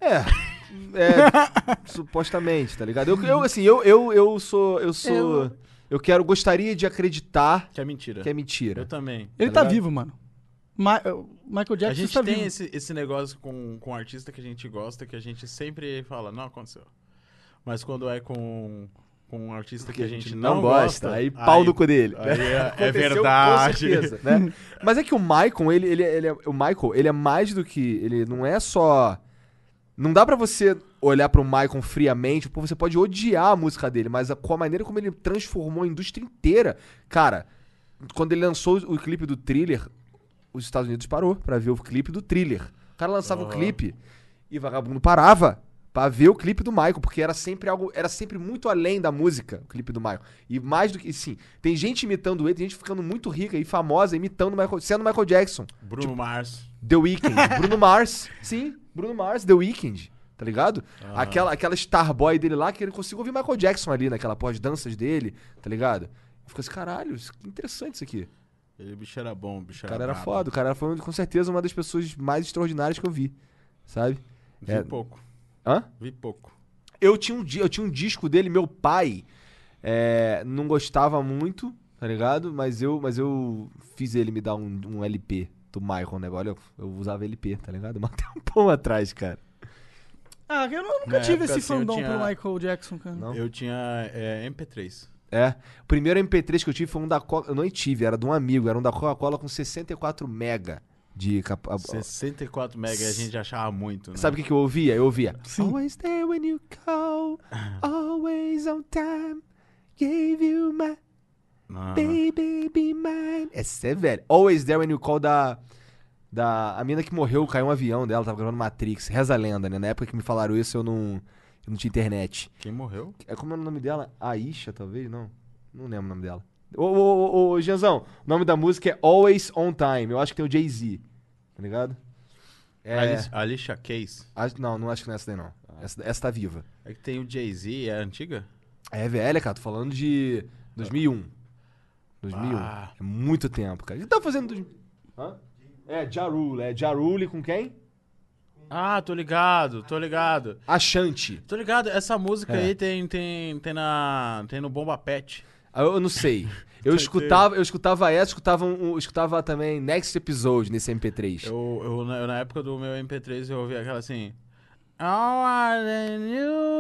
A: É. é, supostamente, tá ligado? Eu, eu, assim, eu, eu, eu sou. Eu sou. Eu... quero, gostaria de acreditar
B: Que é mentira.
A: que é
B: Eu
A: mentira.
B: também.
C: Ele tá,
A: ligado?
C: vivo, mano. Ma- eh, Michael
B: A
C: Jackson
B: gente
C: tá
B: tem
C: vivo.
B: esse, esse negócio com, com artista que a gente gosta, que a gente sempre fala, não aconteceu. Mas quando é com, com um artista que a gente não, gosta,
A: Aí pau no cu dele.
B: aí é- é,
A: Aconteceu,
B: verdade.
A: Com certeza, né? Mas é que o Michael, ele, ele, ele é, o Michael, ele é mais do que. Ele não é só. Não dá pra você olhar pro Michael friamente, porque você pode odiar a música dele, mas a, com a maneira como ele transformou a indústria inteira. Cara, quando ele lançou o clipe do thriller, os Estados Unidos parou pra ver o clipe do thriller. O cara lançava o
B: Aham.
A: clipe e vagabundo parava pra ver o clipe do Michael, porque era sempre algo, era sempre muito além da música, o clipe do Michael. E mais do que, sim, tem gente imitando ele, tem gente ficando muito rica e famosa imitando Michael, sendo Michael Jackson,
B: Bruno Mars.
A: The Weeknd, Bruno Mars, sim, Bruno Mars, The Weeknd. Tá ligado? Aquela, aquela Starboy dele lá, que ele conseguiu ouvir Michael Jackson ali naquela pós-danças dele, tá ligado? Ficou assim, caralho, isso- que interessante isso aqui.
B: Ele bicho era bom, bicho
A: O
B: era
A: cara era
B: É brabo.
A: foda, o cara foi com certeza uma das pessoas mais extraordinárias que eu vi, sabe?
B: Vi
A: É.
B: pouco,
A: Hã?
B: vi pouco.
A: Eu tinha um, di- eu tinha um disco dele, meu pai é, não gostava muito, tá ligado? Mas eu, mas eu fiz ele me dar um, um LP do Michael, né? Olha, eu, eu usava LP, tá ligado? Mas tem um pão atrás, cara.
C: Ah, eu nu- nunca
B: Na
C: tive
B: época,
C: esse
B: assim, eu
C: fandom
B: tinha-
C: pro Michael Jackson, cara.
A: Não?
B: Eu tinha é, MP3.
A: É. O primeiro MP3 que eu tive foi um da Coca. Eu não tive, era de um amigo, era um da Coca-Cola com 64 mega de capa.
B: 64 mega a gente achava muito, né?
A: Tá Sabe o que, que eu ouvia? Eu ouvia.
C: Sim.
A: Always there when you call, always on time. Gave you my
B: Ah,
A: baby, be mine. Essa é velha. Always there when you call da. Da. A mina que morreu, caiu um avião dela, tava gravando Matrix. Reza a lenda, né? Na época que me falaram isso, eu não. Eu não tinha internet.
B: Quem morreu?
A: É como é o nome dela? Aisha, talvez? Não. Não lembro o nome dela. Ô, ô, ô, ô, ô, Gianzão, o nome da música é Always On Time. Eu acho que tem o Jay-Z. Tá ligado? É.
B: Alicia, Alicia Keys.
A: acho- não, não acho que não é essa daí, não. Essa, essa tá viva.
B: É que tem o Jay-Z, é antiga?
A: É velha, cara. Tô falando de 2001. 2001.
B: Ah.
A: É muito tempo, cara. O que tá fazendo... em 2000? Hã? É, Jarul. É Jarul com quem?
B: Ah, tô ligado, tô ligado.
A: Achante.
B: Tô ligado, essa música
A: É.
B: aí tem, tem, tem, na, tem no Bomba Pet.
A: Ah, Eu não sei. Eu escutava, eu escutava essa, escutava, um, escutava também Next Episode nesse MP3.
B: Eu, eu, na, eu, na época do meu MP3 eu ouvi aquela assim. Oh, what a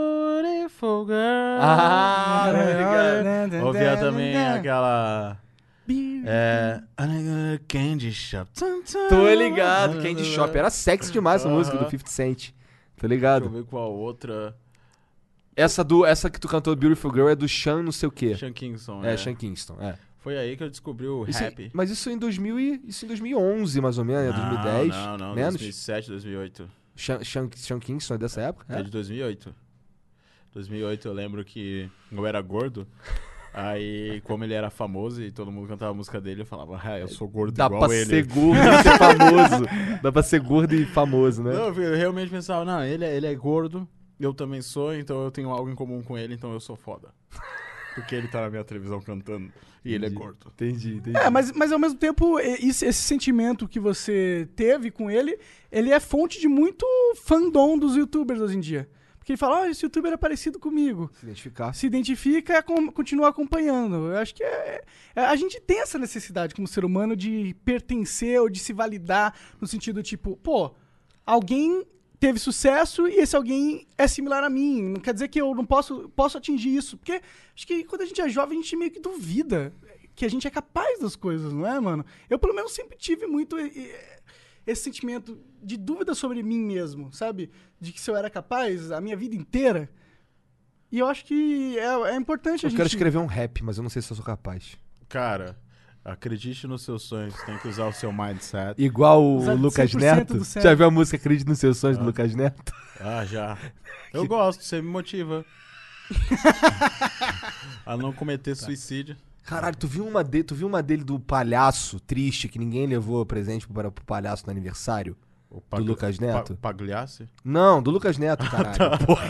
B: beautiful girl.
A: Ah,
B: Tá ligado?
C: né, né,
B: Ouvia
C: né,
B: também
C: né.
B: aquela.
C: Be-
B: É. Candy Shop.
A: Tô ligado, Candy Shop. Era sexy demais essa música do 50 Cent. Tô
B: Deixa eu
A: ligado.
B: ver qual outra.
A: Essa, do, essa que tu cantou, Beautiful Girl, é do Sean não sei o quê.
B: Sean Kingston.
A: É,
B: né?
A: Sean Kingston, é.
B: Foi aí que eu descobri o
A: Isso, é
B: rap.
A: mas isso em, 2000 e, isso em 2011, mais ou menos, né? 2010.
B: Ah, Não, não, não.
A: menos.
B: 2007, 2008.
A: Sean, Sean, Sean Kingston é dessa época?
B: É,
A: É.
B: de 2008. 2008 eu lembro que eu era gordo. Aí, como ele era famoso e todo mundo cantava a música dele, eu falava, ah, eu sou gordo
A: Dá
B: igual
A: pra
B: ele.
A: ser gordo e ser famoso. Dá pra ser gordo e famoso, né?
B: Não, eu realmente pensava, não, ele é, ele é gordo, eu também sou, então eu tenho algo em comum com ele, então eu sou foda. Porque ele tá na minha televisão cantando e ele é gordo.
A: Entendi, entendi.
C: É, mas, mas ao mesmo tempo, e- esse, esse sentimento que você teve com ele, ele é fonte de muito fandom dos youtubers hoje em dia. Porque ele fala, ó, esse youtuber é parecido comigo.
A: Se identificar.
C: Se identifica e acom- continua acompanhando. Eu acho que é, é- a gente tem essa necessidade como ser humano de pertencer ou de se validar no sentido tipo, pô, alguém teve sucesso e esse alguém é similar a mim. Não quer dizer que eu não posso, posso atingir isso. Porque acho que quando a gente é jovem, a gente meio que duvida que a gente é capaz das coisas, não é, mano? Eu, pelo menos, sempre tive muito e- e- esse sentimento de dúvida sobre mim mesmo, sabe? De que se eu era capaz a minha vida inteira. E eu acho que é, é importante
A: Eu
C: a gente...
A: quero escrever um rap, mas eu não sei se eu sou capaz.
B: Cara, acredite nos seus sonhos, tem que usar o seu mindset.
A: Igual o
C: Usar
A: Lucas
C: 100%
A: Neto.
C: do cérebro.
A: Já viu a música Acredite nos Seus Sonhos do Lucas Neto?
B: Ah, já. Eu gosto, você me motiva. a não cometer
A: Tá.
B: suicídio.
A: Caralho, tu viu uma, de, tu viu uma dele do palhaço triste que ninguém levou presente para pro palhaço no aniversário?
B: O
A: Do Lucas Neto?
B: Pa Pagliassi?
A: Não, do Lucas Neto, caralho. Porra.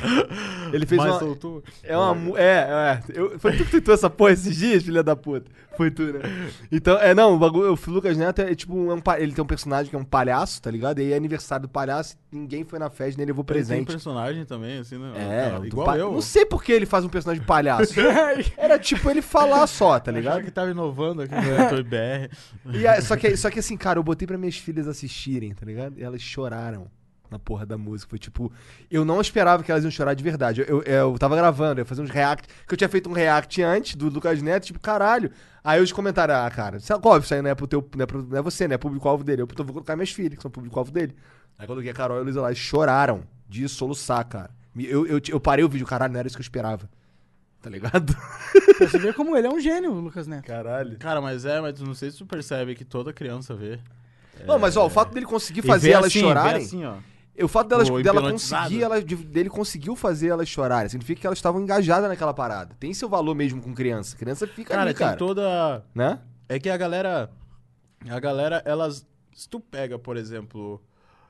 A: Ele fez
B: Mais
A: uma.
B: doutor?
A: É uma. mu- É, é. Eu, foi tu que tweetou essa porra esses dias, filha da puta? Foi tu, né? Então, é, não, o bagulho. O Lucas Neto é, tipo. um- é um pa- ele tem um personagem que é um palhaço, tá ligado? E aí é aniversário do palhaço, ninguém foi na festa, nem levou
B: Tem
A: presente.
B: um personagem também, assim, né?
A: É,
B: Ah,
A: do
B: igual
A: pa-
B: eu.
A: Não sei por que ele faz um personagem de palhaço. Era tipo ele falar só, tá
B: Achava
A: ligado?
B: que tava inovando aqui no Doutor BR.
A: E aí- só, que, só que assim, cara, eu botei pra minhas filhas assistirem, tá ligado? E elas choraram na porra da música. Foi tipo, eu não esperava que elas iam chorar de verdade. Eu, eu, eu tava gravando, eu ia fazer uns react, que eu tinha feito um react antes do Lucas Neto, tipo, caralho. Aí os comentários, ah, cara, sabe, óbvio, isso aí não é pro teu, não é, pro- não é você, né? É público-alvo dele. Eu então, vou colocar minhas filhas, que são público-alvo dele. Aí coloquei a Carol e a Luísa lá, e choraram de soluçar, cara. Eu, eu, eu parei o vídeo, caralho, não era isso que eu esperava. Tá ligado?
C: Você vê como ele é um gênio, o Lucas Neto.
A: Caralho.
B: Cara, mas é, mas não sei se tu percebe que toda criança vê.
A: Não, mas ó, o fato dele conseguir
B: É. E
A: fazer
B: vê
A: elas
B: assim, vê
A: chorarem.
B: assim, ó.
A: E O fato delas,
B: Ou
A: dela
B: hipnotizado.
A: conseguir, ela, de- dele conseguiu fazer elas chorarem. Significa que elas estavam engajadas naquela parada. Tem seu valor mesmo com criança. Criança fica
B: Cara,
A: ali, cara.
B: tem toda.
A: Né?
B: É que a galera. A galera, elas. Se tu pega, por exemplo,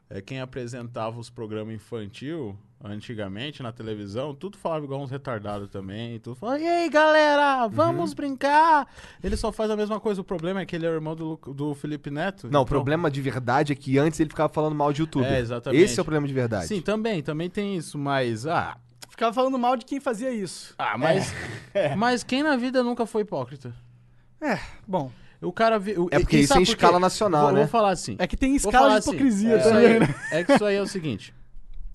B: é, quem apresentava os programas infantil antigamente na televisão, tudo falava igual uns retardados também. Tudo falava, e aí, galera,
A: Uhum.
B: vamos brincar! Ele só faz a mesma coisa. O problema é que ele é o irmão do, Lu- do Felipe Neto.
A: Não,
B: então-
A: o problema de verdade é que antes ele ficava falando mal de YouTube.
B: É, exatamente.
A: Esse é o problema de verdade.
B: Sim, então, também, também tem isso, mas. Ah,
C: Ficava falando mal de quem fazia isso.
A: É.
B: ah mas. Mas quem na vida nunca foi hipócrita?
C: É, bom.
B: O cara. vi- o-
A: É porque
B: e
A: isso é
B: sabe
A: em
B: por quê?
A: escala nacional,
B: Vou-
A: né?
B: Vou falar assim.
C: É que
B: Vou
C: tem escala
B: falar
C: de hipocrisia né?
B: assim, é,
C: também, né?
B: isso aí- É que isso aí é o seguinte.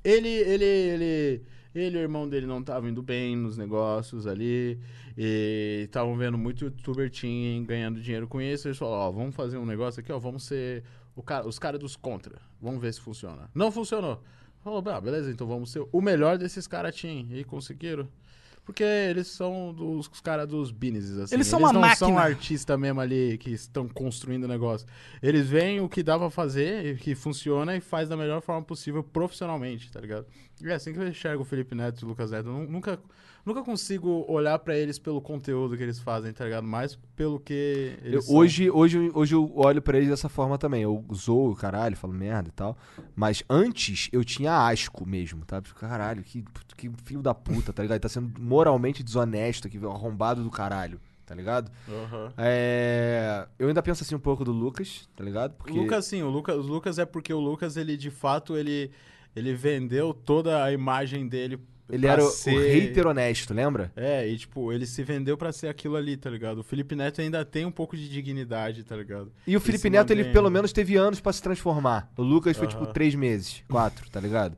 B: Ele, ele, ele, Ele e o irmão dele não estavam indo bem nos negócios ali. E estavam vendo muito youtuber teen ganhando dinheiro com isso. Eles falaram, ó, vamos fazer um negócio aqui, ó. Vamos ser o cara- os caras dos contra. Vamos ver se funciona. Não funcionou. Falou, ah, beleza, então vamos ser o melhor desses caras teen. E conseguiram. Porque eles são dos os caras dos businesses, assim.
C: Eles são
B: eles
C: uma
B: não são
C: máquina.
B: artista mesmo ali que estão construindo o negócio. Eles veem o que dá pra fazer, e que funciona e faz da melhor forma possível profissionalmente, tá ligado? E é assim que eu enxergo o Felipe Neto e o Lucas Neto. Eu nu- Nunca, nunca consigo olhar pra eles pelo conteúdo que eles fazem, tá ligado? Mais pelo que
A: Eu-
B: eles são.
A: hoje, hoje, hoje eu olho pra eles dessa forma também. Eu zoo, caralho, falo merda e tal. Mas antes eu tinha asco mesmo, tá? Porque, Caralho, que, que filho da puta, tá ligado? Ele tá sendo moralmente desonesto aqui, arrombado do caralho, tá ligado?
B: Aham.
A: É, eu ainda penso assim um pouco do Lucas, tá ligado? Porque
B: O Lucas, sim, o Lucas, o Lucas é porque o Lucas, ele de fato, ele, ele vendeu toda a imagem dele.
A: ele
B: pra
A: era o- o
B: ser-
A: hater honesto, lembra?
B: É, e tipo, ele se vendeu pra ser aquilo ali, tá ligado? O Felipe Neto ainda tem um pouco de dignidade, tá ligado?
A: E o
B: Ele
A: Felipe
B: se
A: Neto, ele
B: mantém. né?
A: pelo menos teve anos pra se transformar. O Lucas foi, tipo, três meses, quatro, tá ligado?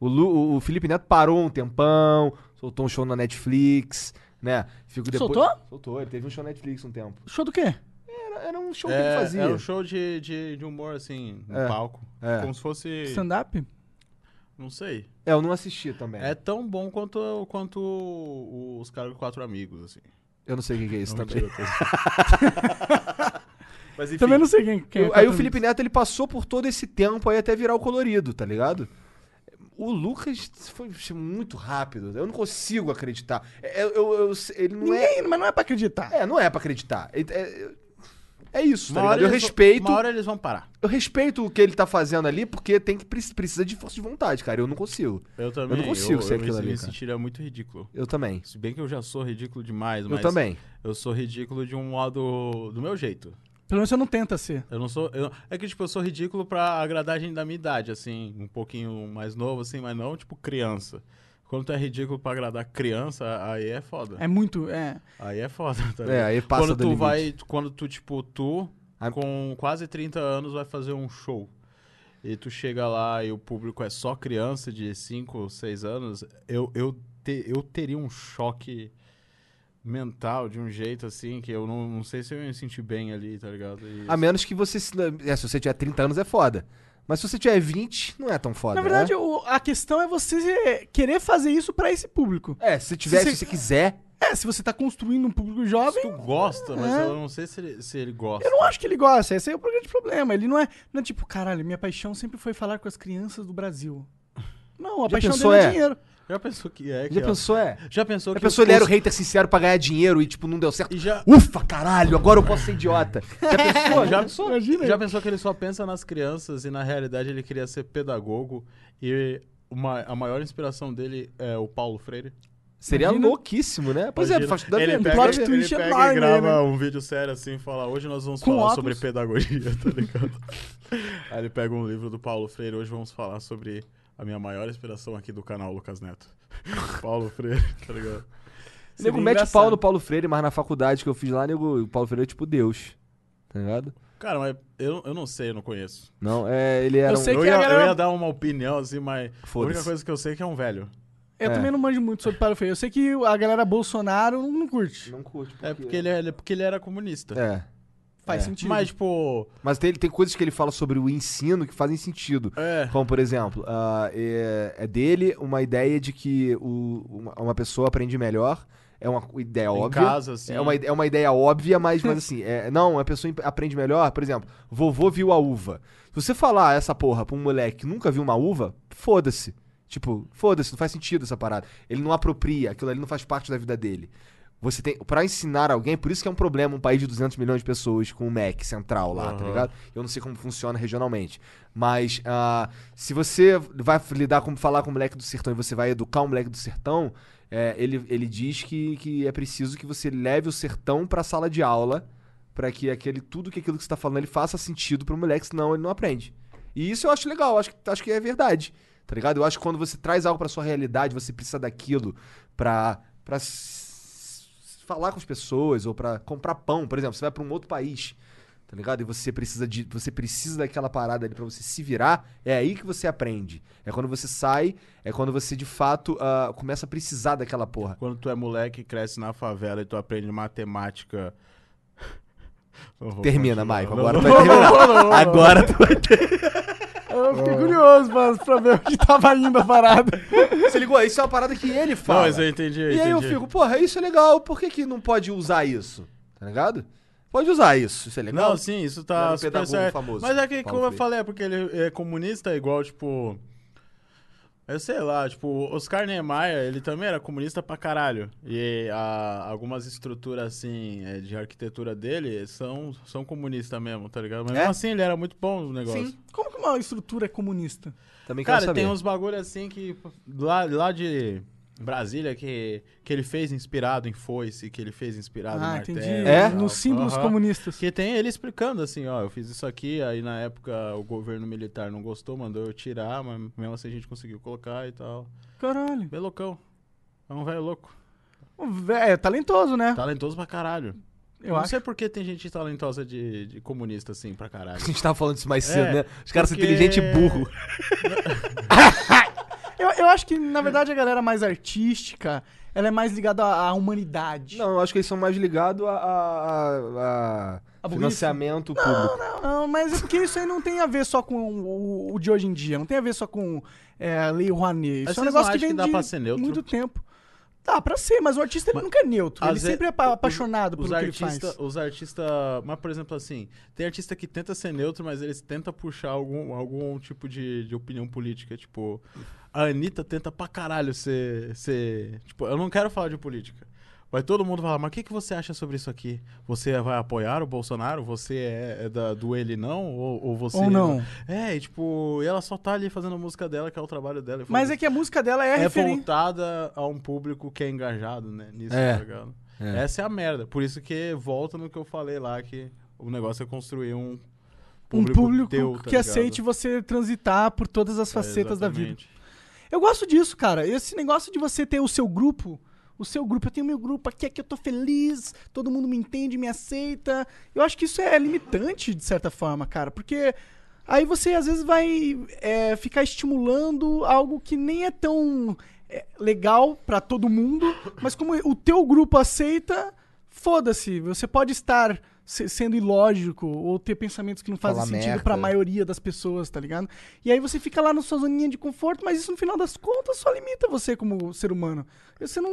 A: O, Lu- o- o Felipe Neto parou um tempão, soltou um show na Netflix, né? Fico depois...
C: Soltou?
A: Soltou, ele teve um show na Netflix um tempo.
C: Show do quê?
A: Era, era um show que ele
B: É,
A: fazia.
B: era um show de, de, de humor, assim, no
A: É,
B: palco.
A: é.
B: Como se fosse.
C: Stand-up?
B: Não sei.
A: É, eu não assisti também.
B: É tão bom quanto, quanto o- os caras do Quatro Amigos, assim.
A: Eu não sei o que que é isso
B: Não,
A: também.
B: mentira, eu Mas enfim.
C: Também não sei quem, quem
A: Eu-
C: é
A: aí o
C: Catarina.
A: Felipe Neto ele passou por todo esse tempo aí até virar o colorido, tá ligado? O Lucas foi muito rápido. Eu não consigo acreditar. É- Eu, eu- eu- ele não
C: Ninguém, mas não é pra acreditar.
A: é. É, não é pra acreditar. É, é- é isso, tá
B: Uma hora
A: ligado? Eu
B: eles vão-
A: respeito,
B: Uma hora eles vão parar.
A: eu respeito o que ele tá fazendo ali, porque tem que pre- precisa de força de vontade, cara. Eu não consigo.
B: Eu também.
A: não consigo ser
B: eu,
A: aquilo
B: me,
A: ali,
B: me
A: cara.
B: sentiria muito ridículo.
A: Eu também.
B: Se bem que eu já sou ridículo demais, mas.
A: eu também.
B: Eu sou ridículo de um modo. do meu jeito.
C: Pelo menos você não assim. tenta ser.
B: Eu não sou. eu- é que, tipo, eu sou ridículo pra agradar gente da minha idade, assim, um pouquinho mais novo, assim, mas não, tipo, criança. Quando tu é ridículo pra agradar criança, aí é foda.
C: É muito, é.
B: Aí é foda, tá
A: É, aí passa do
B: quando tu
A: limite.
B: vai. Quando tu, tipo, tu,
A: Ah.
B: com quase 30 anos, vai fazer um show. E tu chega lá e o público é só criança de 5, 6 anos, eu, eu, te- eu teria um choque mental de um jeito assim que eu não, não sei se eu ia me sentir bem ali, tá ligado? E-
A: A menos que você. se- É, se você tiver 30 anos é foda. Mas se você tiver 20, não é tão foda.
C: Na verdade,
A: né?
C: o- a questão é você querer fazer isso pra esse público.
A: É, se tiver,
C: se
A: se
C: você-
A: você quiser.
C: É, se você tá construindo um público jovem,
B: Tu gosta, mas
C: É.
B: eu não sei se ele, se ele gosta.
C: eu não acho que ele gosta. Esse aí é o grande problema. Ele não é, não é tipo, caralho, minha paixão sempre foi falar com as crianças do Brasil. Não, a
A: Já
C: paixão
A: pensou,
C: dele é,
A: é?
C: dinheiro.
B: Já pensou que é?
A: Já
B: que, ó,
A: pensou, é?
B: Já pensou
A: Já
B: que
A: pensou
B: os-
A: ele era o
B: os-
A: hater sincero pra ganhar dinheiro e, tipo, não deu certo?
B: e já,
A: Ufa, caralho, agora eu posso ser idiota. Já pensou?
B: já,
A: Já pensou?
C: Imagina.
B: já pensou que ele só pensa nas crianças e na realidade ele queria ser pedagogo e uma- a maior inspiração dele é o Paulo Freire?
A: Seria
C: Imagina.
A: louquíssimo, né? Pois é, faz da
B: ele
A: vida.
B: pega,
C: plot
B: ele
C: twist
B: pega
C: enorme,
B: e grava
C: né?
B: um vídeo sério assim e fala: Hoje nós vamos
C: Com
B: falar
C: óculos.
B: sobre pedagogia, tá ligado? Aí ele pega um livro do Paulo Freire, hoje vamos falar sobre a minha maior inspiração aqui do canal Lucas Neto. Paulo Freire, tá ligado?
A: Nego
C: Seria
A: mete
C: engraçado.
A: pau no Paulo Freire, mas na faculdade que eu fiz lá, nego, o Paulo Freire é tipo Deus. Tá ligado?
B: Cara, mas eu, eu não sei, eu não conheço.
A: Não, é, ele era
C: Eu sei
A: um...
B: Eu
C: que
B: ia,
C: a galera-
B: eu ia dar uma opinião assim, mas a
A: Foda-se.
B: única coisa que eu sei é que é um velho.
C: Eu
A: É.
C: também não manjo muito sobre Paulo Freire. Eu sei que a galera Bolsonaro não, não curte.
A: Não curte.
B: É porque ele, ele- porque ele era comunista.
A: É.
C: Faz
A: É.
C: sentido.
B: Mas, tipo,
A: Mas tem, tem coisas que ele fala sobre o ensino que fazem sentido.
B: é,
A: Como, por exemplo, ah, é, é dele uma ideia de que o- uma, uma pessoa aprende melhor. É uma ideia
B: em
A: óbvia.
B: casa, assim.
A: É uma, ide- é uma ideia óbvia, mas, mas assim, é, não, a pessoa imp- aprende melhor. Por exemplo, vovô viu a uva. Se você falar essa porra pra um moleque que nunca viu uma uva, foda-se. Tipo, foda-se, não faz sentido essa parada. Ele não apropria, aquilo ali não faz parte da vida dele. Você tem. Pra ensinar alguém, por isso que é um problema um país de 200 milhões de pessoas com o MEC central lá, tá
B: Aham.
A: ligado? Eu não sei como funciona regionalmente. Mas ah, se você vai lidar com falar com o moleque do sertão e você vai educar um moleque do sertão, é, ele, ele diz que, que é preciso que você leve o sertão pra sala de aula pra que aquele tudo que aquilo que você tá falando ele faça sentido pro moleque, senão ele não aprende. E isso eu acho legal, acho, que- acho que é verdade. Tá ligado? Eu acho que quando você traz algo pra sua realidade, você precisa daquilo pra, pra s- falar com as pessoas ou pra comprar pão, por exemplo, você vai pra um outro país. Tá ligado? E você precisa de você precisa daquela parada ali pra você se virar, é aí que você aprende. É quando você sai, é quando você de fato ah, começa a precisar daquela porra.
B: Quando tu é moleque, cresce na favela e tu aprende matemática. Eu vou
A: Termina,
B: continuar.
A: Maicon.
B: Não,
A: Agora
B: não,
A: tu vai terminar. Agora tu vai
C: Eu fiquei curioso pra, pra ver onde tava indo a parada.
A: Você ligou? Isso é uma parada que ele
B: Não,
A: fala.
B: mas eu entendi.
A: E aí eu fico, porra, isso é legal, por que, que não pode usar isso? Tá ligado? Pode usar isso, isso é legal.
B: Não, sim, isso
A: Ele era
B: tá
A: um pedagogo
B: certo.
A: famoso,
B: Mas é que,
A: Paulo
B: como eu
A: Freire.
B: falei, é porque ele é comunista, igual, tipo. Eu sei lá, tipo, Oscar Niemeyer, ele também era comunista pra caralho. E a- algumas estruturas, assim, é, de arquitetura dele são, são comunistas mesmo, tá ligado? Mas
A: É?
B: mesmo assim, ele era muito bom no negócio.
C: Como que uma estrutura é comunista?
A: Também quero
B: Cara,
A: saber.
B: tem uns bagulho assim que. Lá, lá de Brasília, que, que ele fez inspirado em foice, que ele fez inspirado em
C: Ah,
B: martelo. né?
C: entendi.
A: É?
C: Nos símbolos
B: Aham.
C: comunistas.
B: Que tem ele explicando assim, ó, eu fiz isso aqui, aí na época o governo militar não gostou, mandou eu tirar, mas mesmo assim a gente conseguiu colocar e tal.
C: Caralho.
B: Bem loucão. É um velho louco.
C: O véio É talentoso, né?
B: Talentoso pra caralho. Eu
C: Eu
B: não
C: acho.
B: sei por que tem gente talentosa de, de comunista assim pra caralho.
A: A gente tava falando isso mais cedo,
B: É,
A: né? Os caras são
B: porque-
A: inteligentes e burro.
C: Eu, eu acho que, na verdade, a galera mais artística, ela é mais ligada à, à humanidade.
A: Não, eu acho que eles são mais ligados a, a- a- a
C: A burrice?
A: financiamento público.
C: Não, não, mas é porque isso aí não tem a ver só com o, o de hoje em dia, não tem a ver só com é, a Lei Rouanet. Isso
B: Mas
C: é um
B: vocês
C: negócio
B: não
C: que
B: acham
C: vem
B: que dá
C: de
B: pra ser neutro?
C: muito tempo. Dá pra ser, mas o artista ele
B: Mas,
C: nunca é neutro. Ele
B: Às ve-
C: sempre é apa-
B: os-
C: apaixonado
B: os
C: pelo que ele
B: artistas.
C: faz.
B: Os artistas. Mas, por exemplo, assim, tem artista que tenta ser neutro, mas eles tentam puxar algum, algum tipo de, de opinião política. Tipo, a Anitta tenta pra caralho ser, ser. Tipo, eu não quero falar de política. Vai todo mundo falar, mas o que, que você acha sobre isso aqui? Você vai apoiar o Bolsonaro? Você é, é da, do ele não? Ou, ou você.
C: Ou não.
B: É, e, tipo, e ela só tá ali fazendo a música dela, que é o trabalho dela. e
C: Mas
B: foda-se
C: é que a música dela é,
B: é,
C: referente.
B: voltada a um público que é engajado né, nisso,
A: É.
B: tá ligado? Essa é a merda. Por isso que volta no que eu falei lá, que o negócio é construir um
C: Um
B: público,
C: público
B: teu, tá
C: que
B: ligado?
C: aceite você transitar por todas as
B: É,
C: facetas da vida.
B: exatamente.
C: Eu gosto disso, cara. Esse negócio de você ter o seu grupo, o seu grupo, eu tenho meu grupo aqui, aqui eu tô feliz, todo mundo me entende, me aceita. Eu acho que isso é limitante, de certa forma, cara, porque aí você às vezes vai é, ficar estimulando algo que nem é tão é, legal pra todo mundo, mas como o teu grupo aceita, foda-se, você pode estar. se- Sendo ilógico ou ter pensamentos que não fazem
A: Falar
C: sentido
A: merda. é.
C: pra maioria das pessoas, tá ligado? E aí você fica lá na sua zoninha de conforto, mas isso no final das contas só limita você como ser humano. Você não.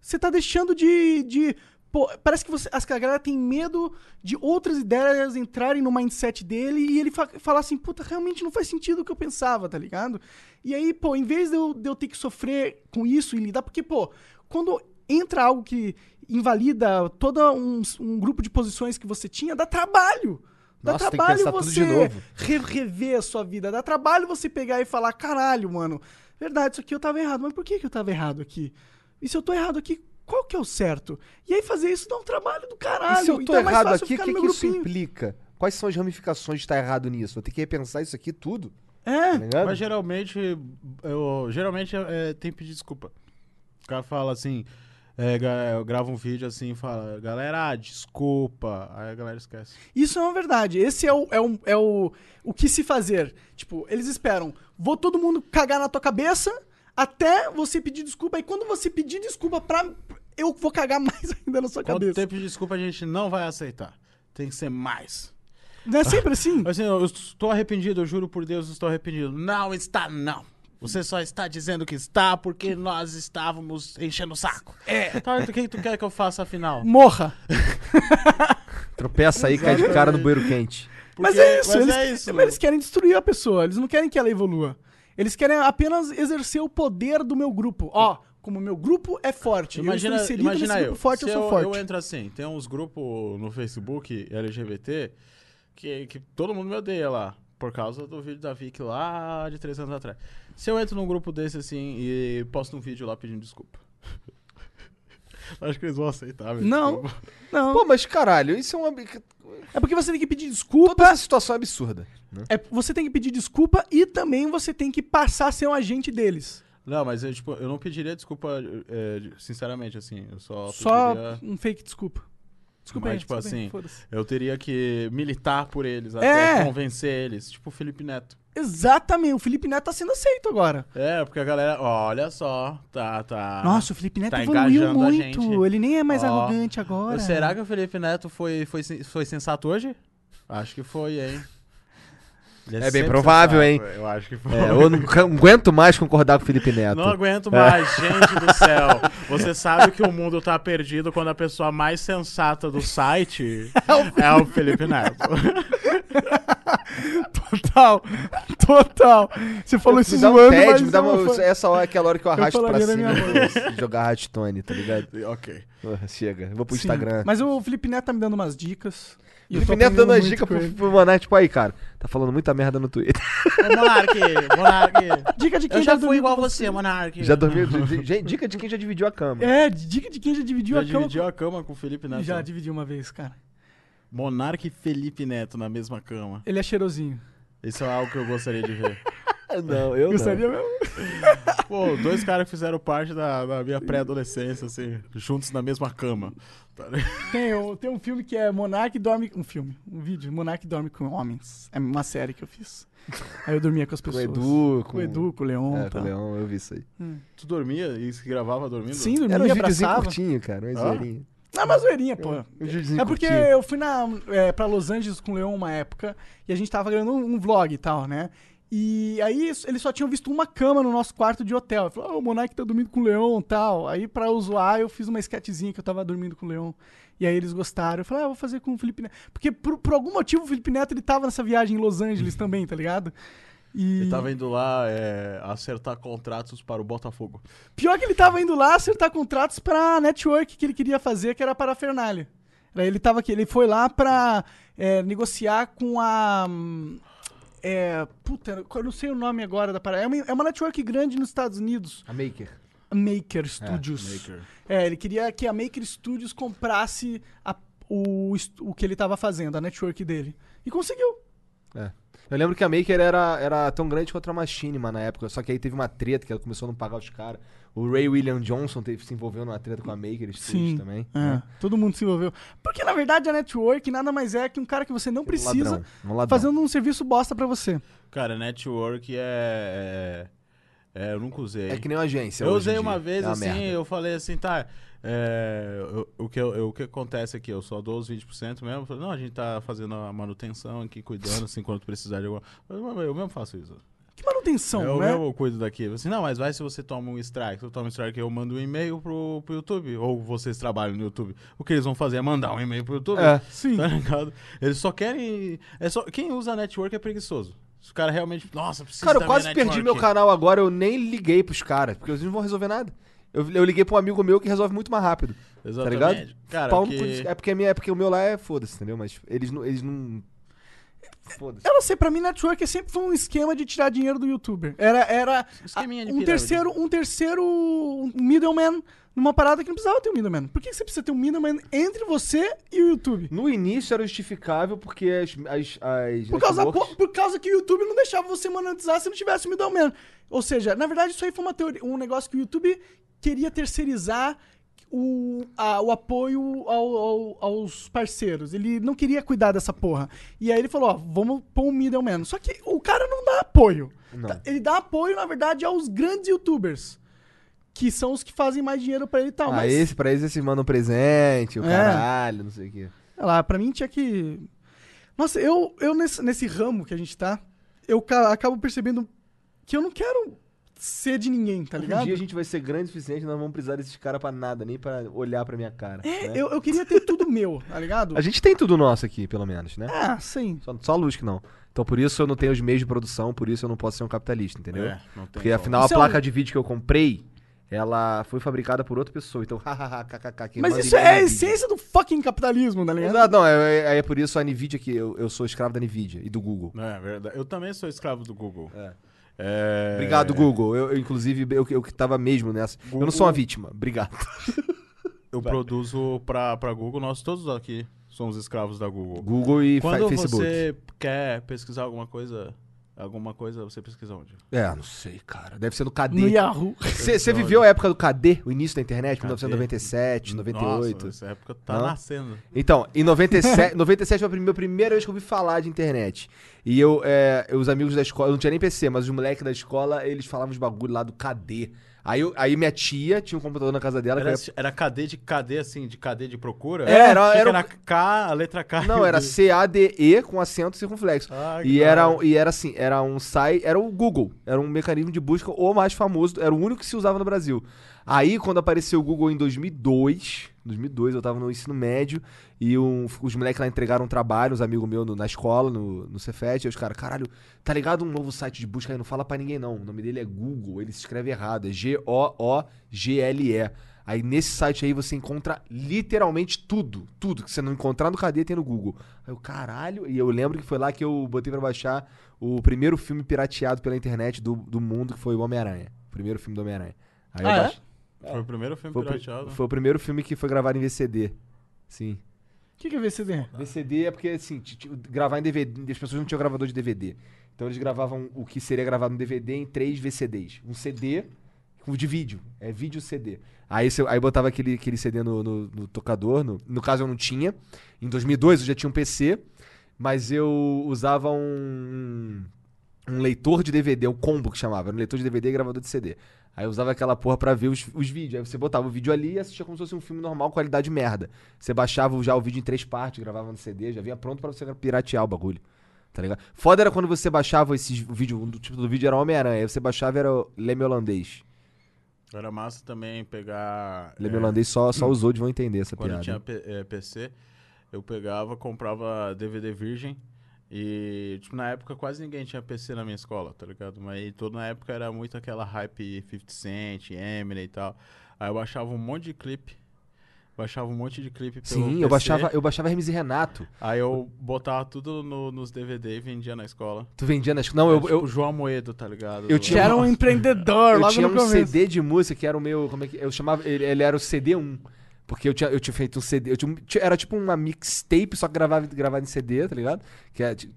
C: Você tá deixando de. de pô, parece que você, as- que a galera tem medo de outras ideias entrarem no mindset dele e ele fa falar assim, puta, realmente não faz sentido o que eu pensava, tá ligado? E aí, pô, em vez de eu, de eu ter que sofrer com isso e lidar, porque, pô, quando entra algo que invalida todo um, um grupo de posições que você tinha, dá trabalho. Dá
A: Nossa, tem que
C: trabalho
A: pensar tudo
C: você
A: de novo.
C: re- rever a sua vida. Dá trabalho você pegar e falar, caralho, mano, verdade, isso aqui eu tava errado. Mas por que, que eu tava errado aqui? E se eu tô errado aqui, qual que é o certo? E aí fazer isso dá um trabalho do caralho.
A: E se eu tô
C: Então é mais
A: errado
C: fácil eu
A: aqui, o
C: ficar
A: que,
C: no
A: que
C: meu
A: isso
C: grupinho.
A: implica? Quais são as ramificações de estar errado nisso? Vou ter que repensar isso aqui tudo,
C: É,
A: tá ligado?
B: Mas geralmente, eu, geralmente é, tem que pedir desculpa. O cara fala assim, é, ga- grava um vídeo assim e fala, galera, ah, desculpa. Aí a galera esquece.
C: Isso é uma verdade. Esse é o, é, o, é o o que se fazer. Tipo, eles esperam. Vou todo mundo cagar na tua cabeça até você pedir desculpa. E quando você pedir desculpa pra. Eu vou cagar mais ainda na sua
B: Quando
C: cabeça.
B: tem pedir desculpa, a gente não vai aceitar. Tem que ser mais.
C: Não é sempre assim?
B: Assim, eu estou arrependido, eu juro por Deus, eu estou arrependido. Não está, não. Você só está dizendo que está porque nós estávamos enchendo o saco. É. Tá, o que tu quer que eu faça afinal?
C: Morra.
A: Tropeça aí, cai de cara no bueiro quente.
C: mas
B: Porque-
C: é isso.
B: mas
C: eles,
B: é isso,
C: mas eles querem destruir a pessoa. Eles não querem que ela evolua. Eles querem apenas exercer o poder do meu grupo. Ó, como meu grupo é forte. eu
B: Imagina,
C: estou inserido
B: imagina
C: nesse
B: eu.
C: grupo forte,
B: Se
C: eu sou
B: Eu
C: forte.
B: entro assim, tem uns grupos no Facebook LGBT que, que todo mundo me odeia lá. Por causa do vídeo da Vicky lá de três anos atrás. Se eu entro num grupo desse assim e posto um vídeo lá pedindo desculpa. Acho que eles vão aceitar, velho.
C: Não. Não.
A: Pô, mas caralho, isso é uma...
C: É porque você tem que pedir desculpa.
A: Toda essa situação é absurda. né?
C: É, você tem que pedir desculpa e também você tem que passar a ser um agente deles.
B: Não, mas eu, tipo, eu não pediria desculpa, eh, eh, sinceramente, assim. Eu só,
C: Só
B: pediria.
C: um fake desculpa. Desculpa
B: Mas,
C: aí,
B: tipo
C: desculpa aí,
B: assim,
C: foda-se.
B: eu teria que militar por eles,
C: É.
B: até convencer eles. Tipo o Felipe Neto.
C: Exatamente, o Felipe Neto tá sendo aceito agora.
B: É, porque a galera, olha só, tá, tá.
C: Nossa, o Felipe Neto
B: tá
C: evoluiu
B: engajando a
C: muito.
B: gente.
C: Ele nem é mais
B: Ó,
C: arrogante agora.
B: Será que o Felipe Neto foi, foi, sen- foi sensato hoje? Acho que foi, hein? Ele é
A: bem
B: sempre
A: provável,
B: sensato, Eu acho que foi.
A: É, eu não ca- não aguento mais concordar com o Felipe Neto.
B: Não aguento mais, gente do céu. Você sabe que o mundo tá perdido quando a pessoa mais sensata do site é o Felipe Neto.
C: Total, total. Você falou isso
A: me dá um
C: zoando,
A: TED,
C: mas
A: me dá
C: eu
A: uma-
C: vou-
A: essa hora, aquela hora que eu arrasto pra
C: falaria na
A: cima
C: minha
A: vou jogar Ratstone, tá ligado?
B: ok.
A: Ah, Chega, vou pro
C: Sim,
A: Instagram.
C: Mas o Felipe Neto tá me dando umas dicas. E eu tô
A: Felipe Neto dando
C: aprendendo
A: as
C: muito
A: dicas
C: com
A: pro,
C: ele.
A: pro Monark, tipo, aí, cara, tá falando muita merda no Twitter.
B: Monark, Monark.
C: Dica de quem
B: É, Eu já
C: dormiu
B: fui igual
C: com
B: você, Monark.
A: Já dormiu? di- di- Dica de quem já dividiu a cama.
C: É, dica de quem já dividiu
B: Já
C: a cama.
B: dividiu a cama com o Felipe Neto.
C: Já dividiu uma vez, cara.
B: Monark e Felipe Neto na mesma cama.
C: Ele é cheirosinho.
B: Isso é algo que eu gostaria de ver.
A: Ah, Não, eu
C: Gostaria mesmo?
B: Pô, dois caras que fizeram parte da, da minha pré-adolescência, assim, juntos na mesma cama. Tá ligado?
C: Tem, um- tem um filme que é Monark dorme. Um filme, um vídeo. Monark dorme com homens. É uma série que eu fiz. Aí eu dormia com as
A: Com o
C: pessoas.
A: Edu,
C: Com o Edu, com o Leon. tá.
A: É, com
C: tal.
A: o Leon, eu vi isso aí.
B: Tu dormia e se gravava dormindo?
C: Sim, dormia,
A: Era um videozinho
C: abraçava.
A: curtinho, cara, uma
B: Ah?
A: zoeirinha.
C: Não, uma zoeirinha, pô.
A: Um videozinho
C: É porque
A: curtinho.
C: eu fui na, é, pra Los Angeles com o Leon uma época e a gente tava gravando um, um vlog e tal, né? E aí s- eles só tinham visto uma cama no nosso quarto de hotel. Eu falei, "Ah, o Monark tá dormindo com o Leon e tal. Aí pra eu zoar, eu fiz uma sketchzinha que eu tava dormindo com o Leon. E aí eles gostaram. Eu falei, ah, eu vou fazer com o Felipe Neto. Porque por, por algum motivo o Felipe Neto ele tava nessa viagem em Los Angeles também, tá ligado? E
B: Ele tava indo lá é, acertar contratos para o Botafogo.
C: pior que ele tava indo lá acertar contratos pra network que ele queria fazer, que era para a Fernália. Ele tava aqui, ele foi lá pra é, negociar com a. hum, É, puta, eu não sei o nome agora da parada. É uma, é uma network grande nos Estados Unidos.
A: A Maker.
C: A Maker Studios. É, ele queria que a Maker Studios comprasse a- o, est- o que ele tava fazendo, a network dele. E conseguiu.
A: É. Eu lembro que a Maker era, era tão grande quanto a Machinima na época, só que aí teve uma treta que ela começou a não pagar os caras. O Ray William Johnson teve, se envolveu numa treta com a Maker Studios também. né?
C: É, Todo mundo se envolveu. Porque, na verdade, a network nada mais é que um cara que você não precisa
A: ladrão, um ladrão.
C: fazendo um serviço bosta pra você.
B: Cara, network é. é- é, eu nunca usei.
A: É que nem uma agência.
B: eu
A: hoje em
B: usei
A: dia.
B: uma vez
A: É uma
B: assim,
A: merda.
B: eu falei assim, tá. é, eu- o, que, eu- eu- o que acontece aqui? Eu só dou os 20% mesmo. Eu falei, não, a gente tá fazendo a manutenção aqui, cuidando, assim, quando precisar de alguma. Eu, eu mesmo faço isso.
C: Que manutenção,
B: eu
C: né?
B: mesmo cuido daqui. Eu Assim, não, mas vai se você toma um strike. Se eu tomo um strike, eu mando um e-mail pro, pro YouTube. Ou vocês trabalham no YouTube. O que eles vão fazer é mandar um e-mail pro YouTube.
A: É.
C: Sim.
B: Tá ligado? Eles só querem. É só... Quem usa network é preguiçoso. Se o cara realmente. Nossa, precisa.
A: Cara,
B: da
A: eu
B: minha
A: quase perdi
B: network.
A: meu canal agora, eu nem liguei pros caras, porque eles não vão resolver nada. Eu, eu liguei pra um amigo meu que resolve muito mais rápido.
B: Exatamente.
A: Tá ligado?
B: Cara,
A: Pau no
B: que...
A: cu dos- é, porque a minha, é porque o meu lá é foda-se, entendeu? Mas eles não. Eles não... Foda-se.
C: Eu não sei, pra mim network sempre foi um esquema de tirar dinheiro do youtuber. Era, era
B: Esqueminha de
C: um
B: pirâmide.
C: terceiro, um terceiro middleman numa parada que não precisava ter um middleman. Por que que você precisa ter um middleman entre você e o YouTube?
A: No início era justificável porque as. as, as
C: Por causa,
A: networks-
C: por causa que o YouTube não deixava você monetizar se não tivesse o middleman. Ou seja, na verdade isso aí foi uma teoria, um negócio que o YouTube queria terceirizar o, a- o apoio ao- ao- aos parceiros. Ele não queria cuidar dessa porra. E aí ele falou, ó, vamos pôr um middleman. Só que o cara não dá apoio. Tá- Ele dá apoio, na verdade, aos grandes YouTubers. Que são os que fazem mais dinheiro pra ele e tal.
A: Ah,
C: mas,
A: esse, pra eles eles mandam presente, o
C: É.
A: caralho, não sei o quê. Um
C: sei lá, pra mim tinha que... Nossa, eu, eu nesse, nesse ramo que a gente tá, eu ca- acabo percebendo que eu não quero ser de ninguém, tá
A: Um
C: ligado?
A: dia a gente vai ser grande o suficiente, nós não vamos precisar desses caras pra nada, nem pra olhar pra minha cara. né?
C: É, Eu, eu queria ter tudo meu, tá ligado?
A: A gente tem tudo nosso aqui, pelo menos, né?
C: Ah, sim.
A: Só, só a luz que não. Então por isso eu não tenho os meios de produção, por isso eu não posso ser um capitalista, entendeu?
B: É, não tem
A: Porque
B: como.
A: afinal
C: Isso é
A: a
C: um-
A: placa de vídeo que eu comprei, ela foi fabricada por outra pessoa. Então, hahaha, kkk. quem
C: Mas
A: manda
C: isso
A: em mim
C: é a
A: Nvidia.
C: essência do fucking capitalismo, tá ligado?
A: Exato, não, é, é- é por isso a Nvidia que eu, eu sou escravo da Nvidia e do Google.
B: É verdade. Eu também sou escravo do Google.
A: É.
B: É.
A: Obrigado, Google. Eu, eu, inclusive, eu, eu que tava mesmo nessa. Eu não sou uma vítima. Obrigado.
B: Eu produzo pra, pra Google, nós todos aqui somos escravos da Google.
A: Google e fa-
B: Quando
A: Facebook.
B: você quer pesquisar alguma coisa Alguma coisa, você pesquisa onde?
A: É, não sei, cara. Deve ser no KD.
C: No Yahoo.
A: Você viveu a época do KD, o início da internet,
B: KD?
A: 1997, 98?
B: Nossa, essa época tá
A: Hã?
B: nascendo.
A: Então, em 97, 97 foi a minha primeira vez que eu ouvi falar de internet. E eu, é, eu- os amigos da escola, eu não tinha nem PC, mas os moleques da escola, eles falavam os bagulho lá do KD. Aí, eu- aí minha tia tinha um computador na casa dela. que
B: Era,
A: eu-
B: era KD de KD, assim, de KD de procura?
A: É, era-
B: Achei
A: era
B: que
A: um-
B: era K, a letra K.
A: Não, era CADE com acento circunflexo.
B: Ah, que
A: e,
B: da
A: era,
B: hora.
A: um- e era assim, era um site, era o Google, era um mecanismo de busca o mais famoso, era o único que se usava no Brasil. Aí, quando apareceu o Google em 2002, 2002 eu tava no ensino médio, e um- os moleques lá entregaram um trabalho, uns amigos meus no- na escola, no, no Cefet, e os caras, caralho, tá ligado um novo site de busca aí? Não fala pra ninguém não, o nome dele é Google, ele se escreve errado, é G-O-O-G-L-E. Aí nesse site aí você encontra literalmente tudo, tudo que você não encontrar no cadeia tem no Google. Aí eu, caralho, e eu lembro que foi lá que eu botei pra baixar o primeiro filme pirateado pela internet do, do mundo, que foi o Homem-Aranha. O primeiro filme do Homem-Aranha. Aí eu
C: Ah, é?
A: baixei-
B: Foi o primeiro filme
A: foi, o pri-
B: pirateado.
A: foi o primeiro filme que foi gravado em VCD. Sim.
C: O que, que é VCD?
A: VCD é porque, assim, ti- ti- gravar em DVD, as pessoas não tinham gravador de DVD. Então eles gravavam o que seria gravado no DVD em três VCDs. Um CD com de vídeo. É vídeo CD. Aí, você- aí botava aquele, aquele CD no, no- no tocador. No, no caso, eu não tinha. Em 2002 eu já tinha um PC, mas eu usava um, um leitor de DVD, um combo que chamava. Era um leitor de DVD e gravador de CD. Aí eu usava aquela porra pra ver os, os vídeos. Aí você botava o vídeo ali e assistia como se fosse um filme normal, qualidade merda. Você baixava já o vídeo em três partes, gravava no CD, já vinha pronto pra você piratear o bagulho. Tá ligado? Foda era quando você baixava esses vídeos, o tipo do vídeo era Homem-Aranha, aí você baixava e era o Leme Holandês.
B: Era massa também pegar.
A: Leme
B: é,
A: Holandês só, só os outros vão entender essa
B: Quando eu
A: piada.
B: tinha P- eh, PC, eu pegava, comprava DVD virgem. E, tipo, na época quase ninguém tinha PC na minha escola, tá ligado? Mas aí, toda na época era muito aquela hype 50 Cent, Eminem e tal. Aí eu baixava um monte de clipe. Baixava um monte de clipe pelo
A: Sim,
B: PC,
A: eu baixava, eu baixava Hermes e Renato.
B: Aí eu botava tudo no- nos DVD e vendia na escola.
A: Tu vendia nas. Não, eu,
B: tipo,
A: eu,
B: João Moedo, tá ligado?
A: Eu
B: Do-
A: tinha
C: Já era um empreendedor
A: eu
C: logo
A: tinha
C: no
A: um
C: começo.
A: CD de música que era o meu. Como é que. Eu chamava. Ele, ele era o CD1. Porque eu tinha, eu tinha feito um CD. Eu tinha, um- tinha- era tipo uma mixtape, só que gravava, gravada em CD, tá ligado? Que era, tipo,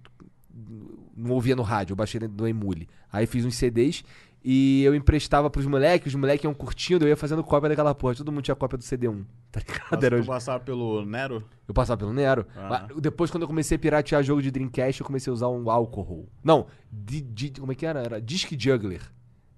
A: não ouvia no rádio, eu baixei dentro do Emule. Aí fiz uns CDs e eu emprestava pros moleques, os moleques iam curtindo, eu ia fazendo cópia daquela porra. Todo mundo tinha cópia do CD1, tá ligado?
B: Nossa,
A: Era-
B: tu tipo, passava pelo Nero?
A: eu passava pelo Nero.
B: Ah.
A: Mas depois, quando eu comecei a piratear jogo de Dreamcast, eu comecei a usar um álcool. Não, di- di- como é que era? Era Disc Juggler.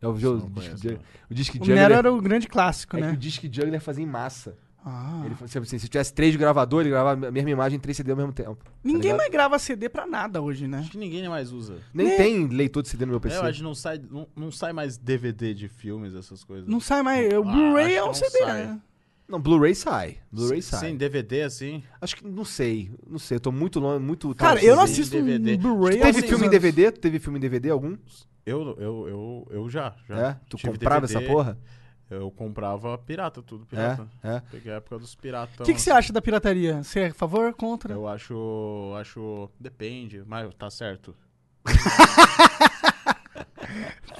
A: É o jogo.
B: não
A: Disc
B: conheço,
A: Juggler. O Disc
C: O
A: Juggler.
C: Nero era o grande clássico,
A: é que o
C: né?
A: Disc Juggler fazia em massa.
C: Ah.
A: Ele, tá se, se- se tivesse três gravadores, ele gravava a mesma imagem em três CD ao mesmo tempo. tá
C: Ninguém
A: ligado?
C: mais grava CD pra nada hoje, né?
B: Acho que ninguém mais usa.
A: Nem tem leitor de CD no meu
B: Né? É,
A: PC.
B: eu acho que não sai, não, não sai mais DVD de filmes, essas coisas.
C: Não sai mais. O
B: Ah,
C: Blu-ray
B: acho
C: é
B: que
C: um
B: não
C: CD,
B: sai.
C: né?
A: Não, Blu-ray sai. Bluray
B: Sem-
A: sai.
B: Sem DVD, assim.
A: Acho que não sei. Não sei. Eu tô muito longe, muito.
C: Cara,
A: tarde
C: eu não
A: de-
B: Sem
C: assisto
B: DVD.
C: um Blu-ray. há
A: Teve
C: uns
A: filme em
C: anos.
A: DVD? Tu teve filme em DVD algum?
B: Eu, eu, eu, eu já, já.
A: É? Tu
B: tive
A: comprava
B: DVD,
A: essa porra?
B: Eu comprava pirata, tudo pirata.
A: É, é.
B: Peguei a época dos piratas.
C: O que, que você acha da pirataria? Você é a favor, contra?
B: Então, assim. Eu acho, acho, depende, mas tá certo.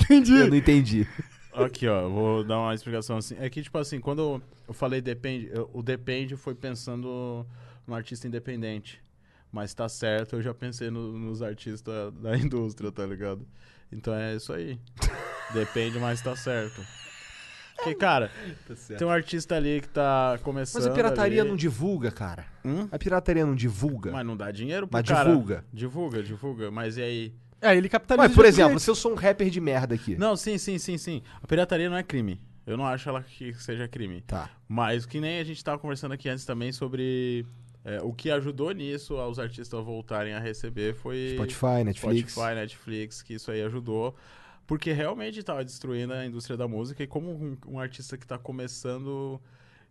A: Eu não entendi.
B: Aqui, ó, eu vou dar uma explicação assim. É que, tipo assim, quando eu- eu falei depende, eu- o depende foi pensando no artista independente. Mas tá certo, eu já pensei no- nos artistas da indústria, tá ligado? Então é isso aí. Depende, mas tá certo. Porque, cara, tem um artista ali que tá começando.
A: Tá Mas a pirataria
B: ali,
A: não divulga, cara.
B: Hum?
A: A pirataria não divulga.
B: Mas não dá dinheiro pro
A: Mas
B: cara.
A: divulga.
B: Divulga, divulga. Mas e aí?
C: É, ele capitaliza.
A: Mas, por
C: de
A: exemplo,
C: outro
A: se eu sou um rapper de merda aqui.
B: Não, sim, sim, sim, sim. A pirataria não é crime. Eu não acho ela que seja crime.
A: Tá.
B: Mas que nem a gente tava conversando aqui antes também sobre é, o que ajudou nisso aos artistas voltarem a receber foi
A: Spotify, Netflix.
B: Spotify, Netflix, que isso aí ajudou. Porque realmente tava destruindo a indústria da música. E como um, um artista que tá começando.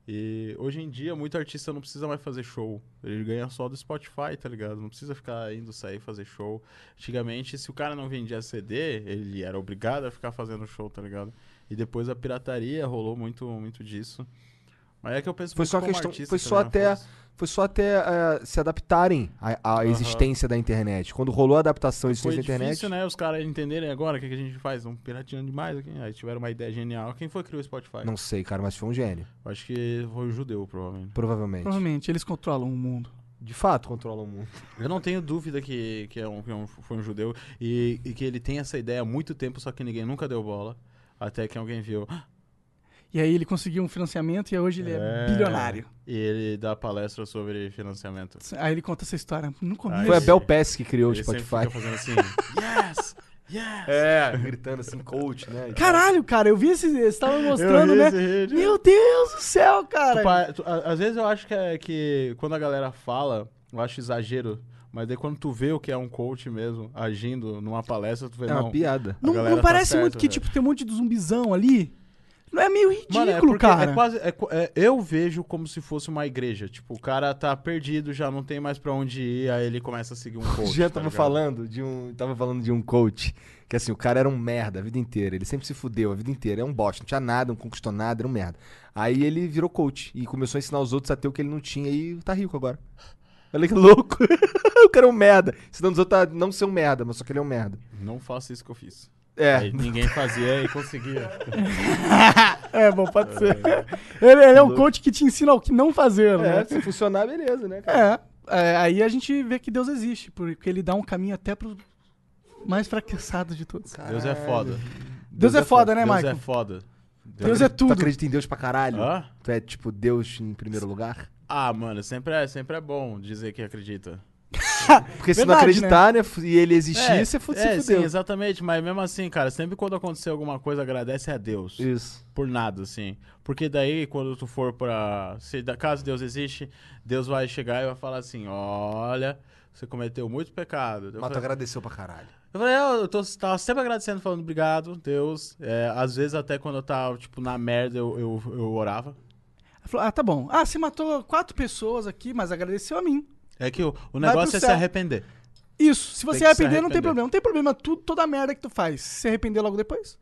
B: E hoje em dia, muito artista não precisa mais fazer show. Ele ganha só do Spotify, tá ligado? Não precisa ficar indo sair fazer show. Antigamente, se o cara não vendia CD, ele era obrigado a ficar fazendo show, tá ligado? E depois a pirataria rolou muito, muito disso. Mas é que eu penso
A: Foi
B: muito
A: só
B: como
A: questão-
B: artista,
A: foi
B: tá
A: só
B: ligado?
A: até-
B: Foda-se.
A: Foi só até eh, se adaptarem à, à existência da internet. Quando rolou a adaptação à
B: Foi
A: existência da
B: difícil,
A: internet.
B: né? Os caras entenderem agora o que, que a gente faz. Um pirateando demais aqui. Aí tiveram uma ideia genial. Quem foi que criou o Spotify?
A: Não sei, cara, mas foi um gênio.
B: Acho que foi o judeu, provavelmente.
A: Provavelmente.
C: jeito. Provavelmente, eles controlam o mundo.
A: de fato controlam o mundo.
B: Eu não tenho dúvida que, que, é um, que é um- foi um judeu e, e que ele tem essa ideia há muito tempo, só que ninguém nunca deu bola. Até que alguém viu. "Ah!"
C: E aí ele conseguiu um financiamento e hoje ele é,
B: É.
C: bilionário.
B: E ele dá palestra sobre financiamento.
C: Aí ele conta essa história no começo.
B: Aí-
A: Foi a Bel Pass que criou o
B: é. ele sempre
A: Spotify.
B: fica fazendo assim, yes, yes.
A: É, gritando assim, coach, né?
C: Caralho, cara, eu vi esse. Você tava me mostrando,
B: vi
C: né?
B: esse vídeo. é,
C: Meu Deus do céu,
B: Tu
C: cara.
B: pa- tu- a- às vezes eu acho que, é- que quando a galera fala, eu acho exagero. Mas daí quando tu vê o que é um coach mesmo, agindo numa palestra, tu vê,
A: É
B: não,
A: uma piada.
C: Não,
B: A
C: não
B: galera tá
C: parece
B: certa,
C: muito que,
B: velho.
C: tipo, tem um monte de zumbizão ali? Não é meio ridículo,
B: Mano, é porque
C: cara.
B: é quase. é qu- é- eu vejo como se fosse uma igreja. Tipo, o cara tá perdido, já não tem mais pra onde ir, aí ele começa a seguir um coach.
A: Já
B: tá
A: tava
B: ligado?
A: falando de um, tava falando de um coach que assim, o cara era um merda a vida inteira, ele sempre se fudeu a vida inteira, é um bosta, não tinha nada, não conquistou nada, era um merda. Aí ele virou coach e começou a ensinar os outros a ter o que ele não tinha e tá rico agora. Olha que louco. o cara é um merda. Ensinando os outros a não ser um merda, mas só que ele é um merda.
B: Não faça isso que eu fiz.
A: É.
B: Aí ninguém fazia e conseguia.
C: É, bom, pode ser. Ele, ele é um coach que te ensina o que não fazer,
A: É,
C: né?
A: se funcionar, beleza, né, cara?
C: É. é, Aí a gente vê que Deus existe, porque ele dá um caminho até pro mais fraqueçado de todos.
B: Deus é foda.
C: Deus, é, foda, né,
B: Deus
C: Michael?
B: é foda.
C: Deus é
A: Tu
C: tudo.
A: acredita em Deus pra caralho?
B: Hã?
A: Tu é tipo Deus em primeiro lugar?
B: Ah, mano, sempre é, sempre é bom dizer que acredita.
A: Porque se não
C: Verdade,
A: acreditar, né, f- e ele existir,
B: É,
A: você fude-
B: é,
A: se
B: sim,
A: fudeu.
B: exatamente, mas mesmo assim, cara, sempre quando acontecer alguma coisa, agradece a
C: é.
B: Deus.
A: Isso.
B: Por nada, assim. Porque daí, quando tu for pra. Se da- caso Deus existe, Deus vai chegar e vai falar assim: olha, você cometeu muito pecado. Eu
A: Mas tá tu
B: falei,
A: agradeceu pra caralho.
B: eu, falei, "Ah, eu tô, tava sempre agradecendo, falando obrigado, Deus. É, às vezes, até quando eu tava, tipo, na merda, eu, eu, eu orava.
C: Ela falou, ah, tá bom. Ah, você matou quatro pessoas aqui, mas agradeceu a mim.
B: É que o, o
C: Vai
B: negócio
C: pro
B: é se
C: céu.
B: arrepender.
C: Isso, se você
B: que se
C: arrepender, não tem
B: arrepender.
C: problema. Não tem problema tu, toda a merda que tu faz. Se você arrepender logo depois.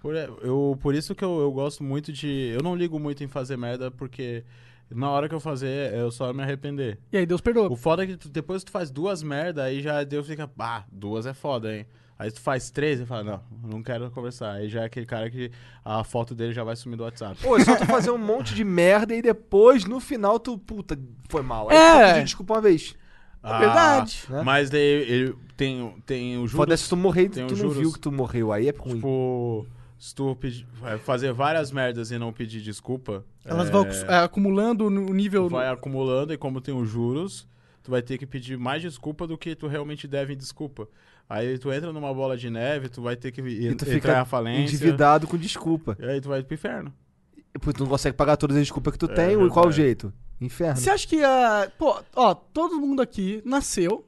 B: Por, é, eu, por isso que eu, eu gosto muito de. Eu não ligo muito em fazer merda, porque na hora que eu fazer, eu só me arrepender.
C: E aí Deus
B: O
C: perdoa.
B: foda é que tu- depois tu faz duas merda, aí já Deus fica, bah, duas é foda, hein? Aí tu faz três e fala, não, não quero conversar. Aí já é aquele cara que a foto dele já vai sumir do WhatsApp.
A: Pô, é só tu fazer um monte de merda e depois, no final, tu, puta, foi mal. Aí
C: É.
A: tu só pedir desculpa uma vez.
B: Ah,
C: verdade.
A: Né?
B: Mas daí ele tem, tem o
A: Foda
B: juros,
A: se tu morrer e tu
B: Tem
A: não
B: os juros.
A: viu que tu morreu. Aí é ruim.
B: tipo, se tu pedir- vai fazer várias merdas e não pedir desculpa,
C: Elas
B: é,
C: vão acus- é, acumulando no nível.
B: tu vai acumulando e como tem os juros, tu vai ter que pedir mais desculpa do que tu realmente deve em desculpa. Aí tu entra numa bola de neve, tu vai ter que
A: e tu
B: entrar
A: fica
B: na falência.
A: endividado com desculpa.
B: E aí tu vai pro inferno.
A: Pô, tu não consegue pagar todas as desculpas que tu
B: É
A: tem. E qual o
B: verdade.
A: jeito? Inferno.
C: Você acha que a. Pô, ó, todo mundo aqui nasceu.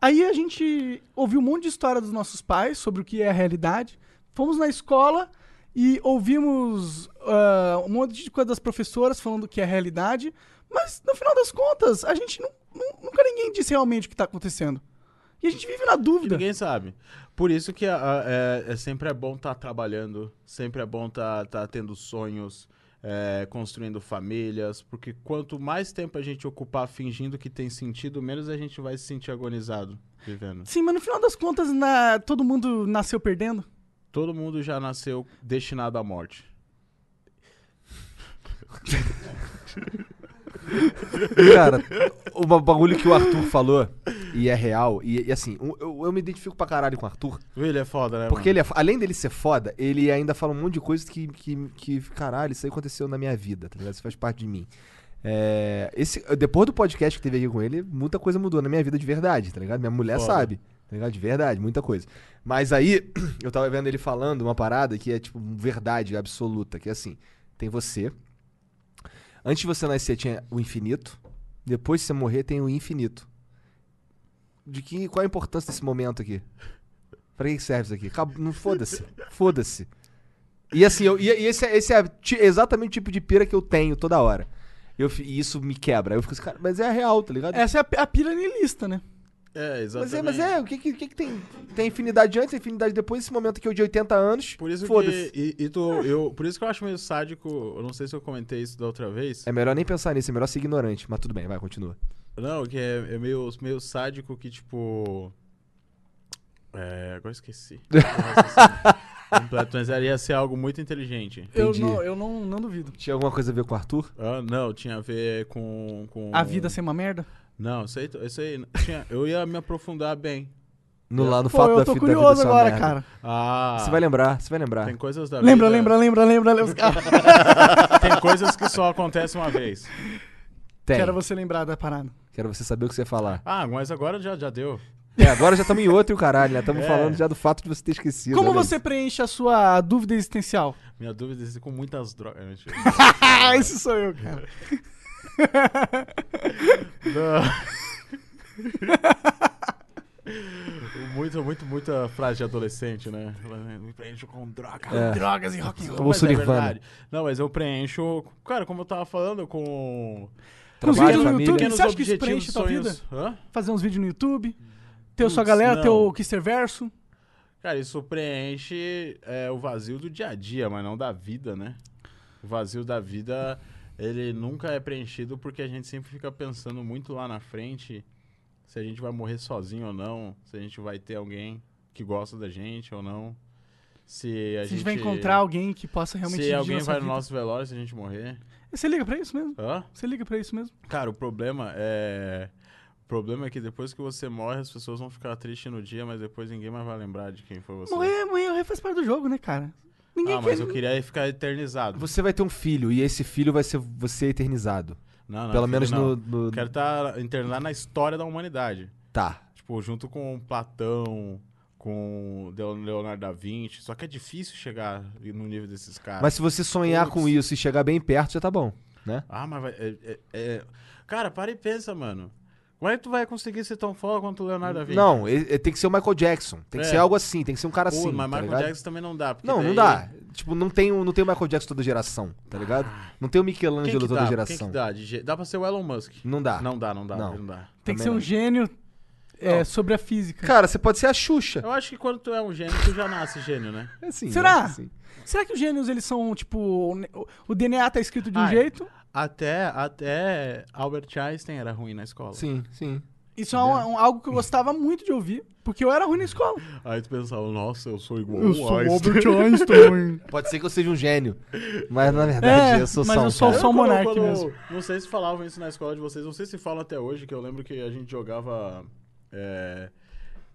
C: Aí a gente ouviu um monte de história dos nossos pais sobre o que é a realidade. Fomos na escola e ouvimos ah, um monte de coisa das professoras falando o que é a realidade. Mas no final das contas, a gente nu- nu- nunca ninguém disse realmente o que tá acontecendo. E a gente vive na dúvida.
B: Ninguém sabe. Por isso que a- a- é, é sempre é bom estar trabalhando, sempre é bom estar tendo sonhos, é, construindo famílias, porque quanto mais tempo a gente ocupar fingindo que tem sentido, menos a gente vai se sentir agonizado vivendo.
C: Sim, mas no final das contas, na- todo mundo nasceu perdendo.
B: Todo mundo já nasceu destinado à morte.
A: Cara, o ba- bagulho que o Arthur falou, e é real, e, e assim, um- eu, eu me identifico pra caralho com o Arthur.
B: Ele é foda, né?
A: Porque
B: mano?
A: ele, é fo- além dele ser foda, ele ainda fala um monte de coisa que, que, que, caralho, isso aí aconteceu na minha vida, tá ligado? Isso faz parte de mim. É, esse, depois do podcast que teve aqui com ele, muita coisa mudou na minha vida de verdade, tá ligado? Minha mulher
B: Foda.
A: sabe, tá ligado? De verdade, muita coisa. Mas aí, eu tava vendo ele falando uma parada que é, tipo, verdade absoluta, que é assim, tem você. Antes de você nascer tinha o infinito, depois de você morrer tem o infinito. De que, qual a importância desse momento aqui? Pra que que serve isso aqui? Acab- Não foda-se. Foda-se. E assim, eu, e, e esse, é- esse é ti- exatamente o tipo de pira que eu tenho toda hora. Eu, fi- e isso me quebra. Eu fico assim, cara, mas é real, tá ligado?
C: Essa é a, a pira niilista, né?
B: É,
A: mas
B: exatamente.
A: é, mas é, o que que, o que que tem? Tem infinidade antes, tem infinidade depois, esse momento aqui é o de 80 anos.
B: Por isso
A: foda-se.
B: que. E, e tu- eu, por isso que eu acho meio sádico. Eu não sei se eu comentei isso da outra vez.
A: É melhor nem pensar nisso, é melhor ser ignorante. Mas tudo bem, vai, continua.
B: Não, que é, é meio, meio sádico que, tipo. É, agora eu esqueci. Completo, mas ia ser algo muito inteligente.
C: Eu,
A: Entendi.
C: não, eu não, não duvido.
A: Tinha alguma coisa a ver com o Arthur?
B: Ah, não, tinha a ver com. com
C: A vida ser uma merda?
B: Não, isso aí, isso aí tinha- eu ia me aprofundar bem.
A: No, lá no
C: Pô,
A: fato
C: eu
A: da
C: tô
A: fita da vida,
C: curioso
A: essa
C: agora,
A: merda.
C: cara.
B: Ah,
A: Você vai lembrar, você vai lembrar.
B: tem coisas da
C: Lembra,
B: vida-
C: lembra, lembra, lembra, lembra. Ah,
B: Tem coisas que só acontecem uma vez.
A: Tem.
C: Ah, Quero você lembrar da parada.
A: Quero você saber o que você ia falar.
B: Ah, mas agora já, já deu.
A: É, agora já estamos em outro, e o caralho, né? Estamos falando já do fato de você ter esquecido. né,
C: Como
A: olha aí.
C: você preenche a sua dúvida existencial?
B: Minha dúvida é com muitas drogas. Mentira.
C: Ah, esse sou eu, cara.
B: muito, muito, muita frase de adolescente, né? Me preencho com droga.
C: Drogas e rock and roll.
A: Ou
B: Mas é
A: Sullivan.
B: verdade. Não, mas eu preencho. Cara, como eu tava falando, com.
C: Com os
A: Trabalho,
C: vídeos no
A: família.
C: YouTube,
B: pequenos
C: você acha que isso
B: objetivos,
C: preenche a tua vida?
B: sonhos. Hã?
C: Fazer uns vídeos no YouTube, ter a sua
B: Putz,
C: galera, ter o
B: não.
C: Kister Verso.
B: Cara, isso preenche é, o vazio do dia a dia, mas não da vida, né? O vazio da vida, ele nunca é preenchido porque a gente sempre fica pensando muito lá na frente se a gente vai morrer sozinho ou não, se a gente vai ter alguém que gosta da gente ou não, se a
C: Se a
B: gente,
C: gente vai encontrar alguém que possa realmente
B: se
C: dirigir
B: alguém
C: nossa
B: vai no
C: vida.
B: nosso velório se a gente morrer.
C: Você liga pra isso mesmo?
B: Hã?
C: Você liga pra isso mesmo?
B: Cara, o problema é. O problema é que depois que você morre, as pessoas vão ficar tristes no dia, mas depois ninguém mais vai lembrar de quem foi você.
C: Morrer, morrer faz parte do jogo, né, cara? Ninguém
B: Ah,
C: quer...
B: mas eu queria ficar eternizado.
A: Você vai ter um filho e esse filho vai ser você eternizado.
B: Não, não,
A: Pelo
B: Ah, filho,
A: menos
B: não.
A: no, no-
B: Quero estar internado na história da humanidade.
A: Tá.
B: Tipo, junto com Platão, com Deo- Leonardo da Vinci. Só que é difícil chegar no nível desses caras.
A: Mas se você sonhar
B: Putz.
A: com isso e chegar bem perto, já tá bom, né?
B: Ah, mas vai. é- é- é- Cara, para e pensa, mano. Como é que tu vai conseguir ser tão foda quanto o Leonardo da Vinci?
A: Não, ele- ele tem que ser o Michael Jackson. Tem que
B: É.
A: ser algo assim, tem que ser um cara
B: Pô,
A: assim.
B: mas
A: tá
B: Michael
A: ligado?
B: Jackson também não dá. porque
A: Não, não
B: daí-
A: dá. Tipo, não tem, o- não tem o Michael Jackson toda geração, tá ligado? Não tem o
B: Ah. Quem
A: Michelangelo
B: que
A: toda
B: dá?
A: geração.
B: Quem que dá? de je- Dá pra ser o Elon Musk.
A: Não dá.
B: Não dá, não dá,
A: Não.
B: não dá.
C: Tem
A: Também
C: que ser um
A: não.
C: gênio é, sobre a física.
A: Cara, você pode ser a Xuxa.
B: Eu acho que quando tu é um gênio, tu já nasce gênio, né?
A: É Assim,
C: Será?
A: é assim.
C: Será que os gênios, eles são, tipo... o ne- o- O DNA tá escrito de um
B: Ai.
C: jeito?
B: Até, até Albert Einstein era ruim na escola.
A: Sim, sim.
C: Isso
B: Né?
C: é um- um- algo que eu gostava muito de ouvir, porque eu era ruim na escola.
B: Aí tu pensava, nossa, eu sou igual
C: Eu
B: ao
C: sou
B: Einstein.
C: Albert Einstein.
A: Pode ser que eu seja um gênio. Mas na verdade,
C: É,
A: eu sou
C: mas
A: só um
C: eu sou
A: cara.
C: só um-
B: Quando-
C: monarca
B: quando-
C: mesmo.
B: Não sei se falavam isso na escola de vocês, não sei se falam até hoje, que eu lembro que a gente jogava... é,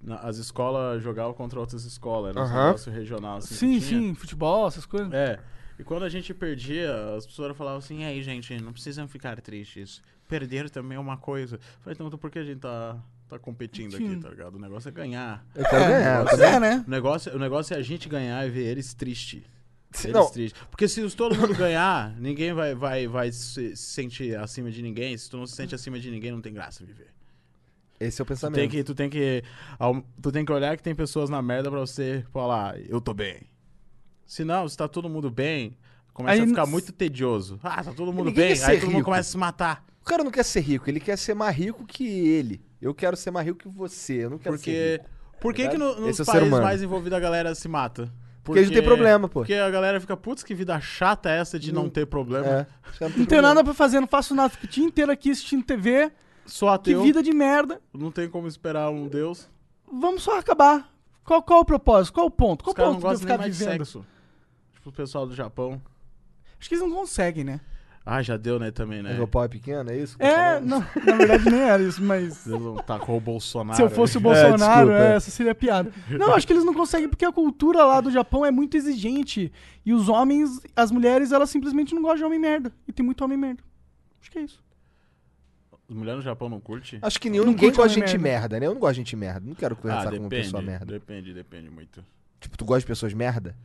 B: na- as escolas jogavam contra outras escolas, era um
A: Aham.
B: negócio regional. Assim, que
C: sim,
B: tinha.
C: sim, futebol, essas coisas.
B: É. E quando a gente perdia, as pessoas falavam assim, e aí, gente, não precisam ficar tristes. Perder também é uma coisa. Eu Falei, então por que a gente tá, tá competindo aqui,
C: Sim.
B: tá ligado? O negócio é ganhar.
A: Eu quero ganhar. eu
C: Pois
A: também-
C: é, né?
B: O negócio, o negócio é a gente ganhar e ver eles tristes. Eles
A: Não,
B: tristes. Porque se os- todo mundo ganhar, ninguém vai, vai, vai se, se sentir acima de ninguém. Se tu não se sente acima de ninguém, não tem graça viver.
A: esse é o
B: Tu tem,
A: pensamento.
B: que, tu, tem que, ao- tu tem que olhar que tem pessoas na merda pra você falar, eu tô bem. Se não, se tá todo mundo bem, começa
C: Aí
B: a
C: n-
B: ficar muito tedioso. Ah, tá todo mundo
A: Ninguém
B: bem,
A: quer ser
B: aí todo mundo
A: rico.
B: começa a se matar.
A: O cara não quer ser rico, ele quer ser mais rico que ele. Eu quero ser mais rico que você, eu não quero ser
B: Porque.
A: rico.
B: Por que,
A: Tá
B: que no-
A: ligado?
B: nos
A: Esse é o ser
B: países
A: humano.
B: mais envolvidos a galera se mata?
A: Porque eles não têm problema, pô.
B: Porque a galera fica, putz, que vida chata é essa de não, ter problema.
A: É, já
C: Não tenho nada pra fazer, não faço nada, fico o dia inteiro aqui assistindo TV,
B: Sou
C: que
B: ateu,
C: vida de merda.
B: não tem como esperar um Deus.
C: Vamos só acabar. Qual, qual o propósito? Qual o ponto? Qual
B: Os
C: o
B: caras não
C: ponto de eu
B: gostam nem
C: ficar
B: mais de
C: vivendo?
B: sexo. Tipo o pessoal do Japão.
C: Acho que eles não conseguem, né?
B: Ah, já deu, né, também, né?
A: Meu pau é pequeno, é isso? que eu tô
C: É,
A: falando?
C: não, na verdade nem era isso, mas.
B: Deus não tacou o Bolsonaro.
C: Se eu fosse o
B: aí.
C: Bolsonaro,
A: desculpa, é.
C: essa seria piada. Não, acho que eles não conseguem porque a cultura lá do Japão é muito exigente. E os homens, as mulheres, elas simplesmente não gostam de homem merda. E tem muito homem merda. Acho que é isso.
B: As mulheres no Japão não curte? Ah,
A: Acho que
C: Não
A: nenhum, ninguém
C: curte
A: gosta de
C: homem
A: gente
C: merda.
A: merda, né? Eu não gosto de gente merda. Não quero conversar com uma pessoa merda.
B: Depende, depende muito.
A: Tipo, tu gosta de pessoas merda?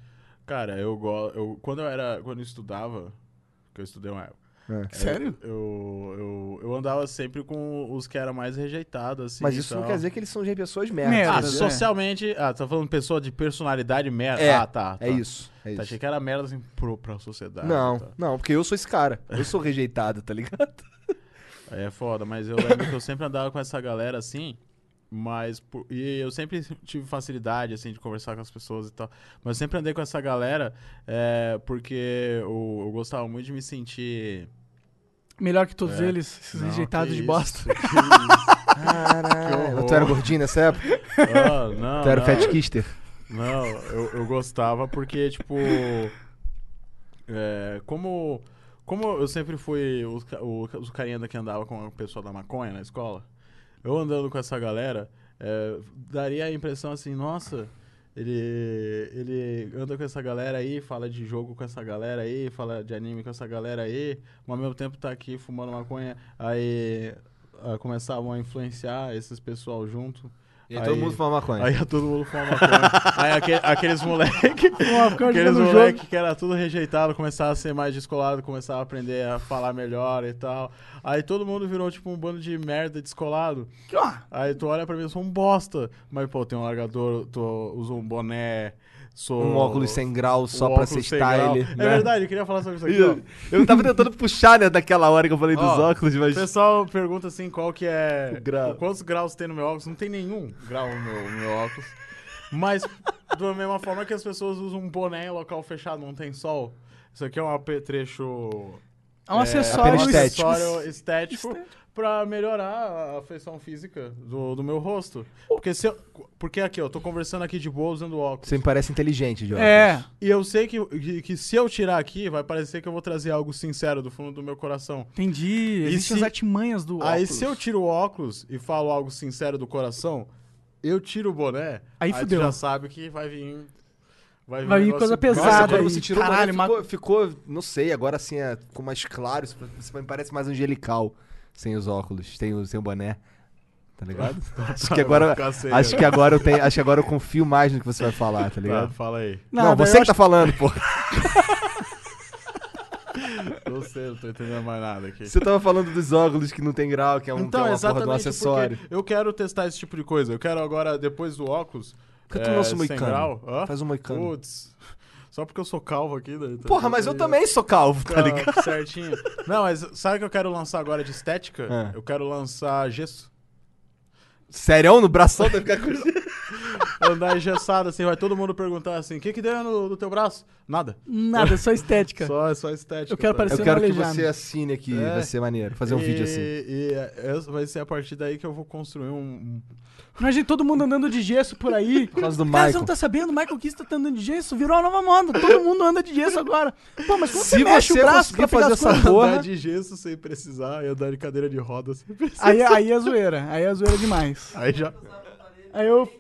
B: Cara, eu gosto. Eu, quando eu era. Quando eu estudava, que eu estudei uma época.
A: É.
C: Sério?
B: Eu, eu, eu andava sempre com os que eram mais rejeitados, assim.
A: Mas
B: e
A: isso
B: tal.
A: não quer dizer que eles são gente pessoas merda. né?
C: Merda,
B: Ah,
A: entendeu?
C: só-
B: socialmente. Ah, tá falando pessoa de personalidade merda.
A: É,
B: ah, tá, tá.
A: É isso. É
B: Tá,
A: isso.
B: achei que era merda assim pro, pra sociedade.
A: Não,
B: tá.
A: não, porque eu sou esse cara. Eu sou rejeitado, tá ligado?
B: É foda, mas eu lembro que eu sempre andava com essa galera assim, mas. por- E eu sempre tive facilidade, assim, de conversar com as pessoas e tal. Mas eu sempre andei com essa galera é, porque eu, eu gostava muito de me sentir.
C: Melhor que todos
B: É.
C: eles, esses
B: Não, que
C: rejeitados de
B: isso,
C: bosta.
B: que isso.
A: Caralho. Tu era gordinho nessa época?
B: Ah, não,
A: Tu era
B: não,
A: fatkister?
B: não eu, eu gostava porque, tipo. é, como. Como eu sempre fui os, ca- o- os carinha da que andava com o pessoal da maconha na escola, eu andando com essa galera, é, daria a impressão assim, nossa, ele, ele anda com essa galera aí, fala de jogo com essa galera aí, fala de anime com essa galera aí, mas ao mesmo tempo tá aqui fumando maconha, aí ah, começavam a influenciar esses pessoal junto.
A: E aí é todo mundo fuma maconha.
B: Aí todo mundo fuma maconha. aí aque- aqueles moleque,
C: maconha
B: aqueles
C: jogando
B: moleque que era tudo rejeitado, começava a ser mais descolado, começava a aprender a falar melhor e tal. Aí todo mundo virou tipo um bando de merda descolado.
C: Que, ó,
B: Aí tu olha pra mim, eu sou um bosta. Mas, pô, tem um largador, tô, uso um boné, sou...
A: Um óculos sem grau só
B: um
A: pra ser
B: óculos sem grau.
A: style.
B: É
A: né?
B: verdade, eu queria falar sobre isso aqui, ó.
A: Eu, eu tava tentando puxar, né, daquela hora que eu falei dos
B: Ó,
A: óculos, mas.
B: O pessoal pergunta assim qual que é.
A: O grau.
B: Quantos graus tem no meu óculos? Não tem nenhum grau no meu, no meu óculos. Mas, da mesma forma que as pessoas usam um boné em local fechado, não tem sol. Isso aqui é um apetrecho.
C: é um
B: um
C: acessório
A: apenas estético.
B: acessório estético pra melhorar a feição física do, do meu rosto. Porque, se eu, porque aqui, ó, eu tô conversando aqui de boa usando óculos.
A: Você me parece inteligente, Jorge.
C: É.
B: E eu sei que, que, que se eu tirar aqui, vai parecer que eu vou trazer algo sincero do fundo do meu coração.
C: Entendi. Existem
B: se-
C: as artimanhas do
B: Aí
C: tipo, óculos.
B: se eu tiro o óculos e falo algo sincero do coração, eu tiro o boné,
C: Aí
B: tu
C: fudeu.
B: já sabe que vai vir. Vai vir,
C: Vai
B: um
C: vir
B: negócio
C: coisa
B: grossa.
A: Nossa,
C: pesada.
A: quando
C: aí,
A: você tirou
C: caralho,
A: o boné, ficou, ficou, não sei, agora assim, é, ficou mais claro, isso, isso me parece mais angelical sem os óculos, sem o, sem o boné. Tá ligado? acho que agora,
B: ficar sério.
A: acho que agora eu tenho, acho que agora eu confio mais no que você vai falar, tá
B: Tá,
A: ligado?
B: fala aí.
A: Não,
C: Nada,
A: você que
C: eu
A: tá falando, pô.
B: Não sei, não tô entendendo mais nada aqui.
A: Você tava falando dos óculos que não tem grau, que é um, que é
B: Então,
A: uma porra
B: exatamente.
A: de um acessório.
B: porque Eu quero testar esse tipo de coisa. Eu quero agora, depois do óculos. é,
A: Por que tu não lança um
B: sem
A: moicano?
B: grau. Hã?
A: Faz um moicano.
B: Putz. Só porque eu sou calvo aqui, né? Então,
A: Porra, mas eu também sou calvo, tá
B: Tá
A: ligado?
B: certinho. Não, mas sabe o que eu quero lançar agora de estética?
A: Ah.
B: Eu quero lançar gesso.
A: Sério, no bração deve ficar com
B: andar engessado, assim, vai todo mundo perguntar assim, o que que deu no, no teu braço? Nada.
C: Nada, é só estética.
B: Só, só estética.
C: Eu
B: sabe?
C: quero parecer- um-
A: Eu quero que
C: aleijado.
A: você assine aqui,
B: É.
A: vai ser maneiro. Fazer um
B: E-
A: vídeo assim.
B: E é, essa vai ser a partir daí que eu vou construir um... um-
C: Imagina todo mundo andando de gesso por aí. Por
A: causa do
C: Você
A: Michael.
C: não tá sabendo? Michael Kiss tá andando de gesso. Virou a nova moda. Todo mundo anda de gesso agora. Pô, mas como
A: Se
C: você mexe
A: você
C: o braço
A: conseguir
C: pra pegar
A: fazer
C: as
A: essa
C: coisas?
A: Porra.
B: Andar de gesso sem precisar e andar de cadeira de roda sem precisar.
C: Aí, aí é zoeira. Aí é zoeira demais.
B: Aí já...
C: Aí eu...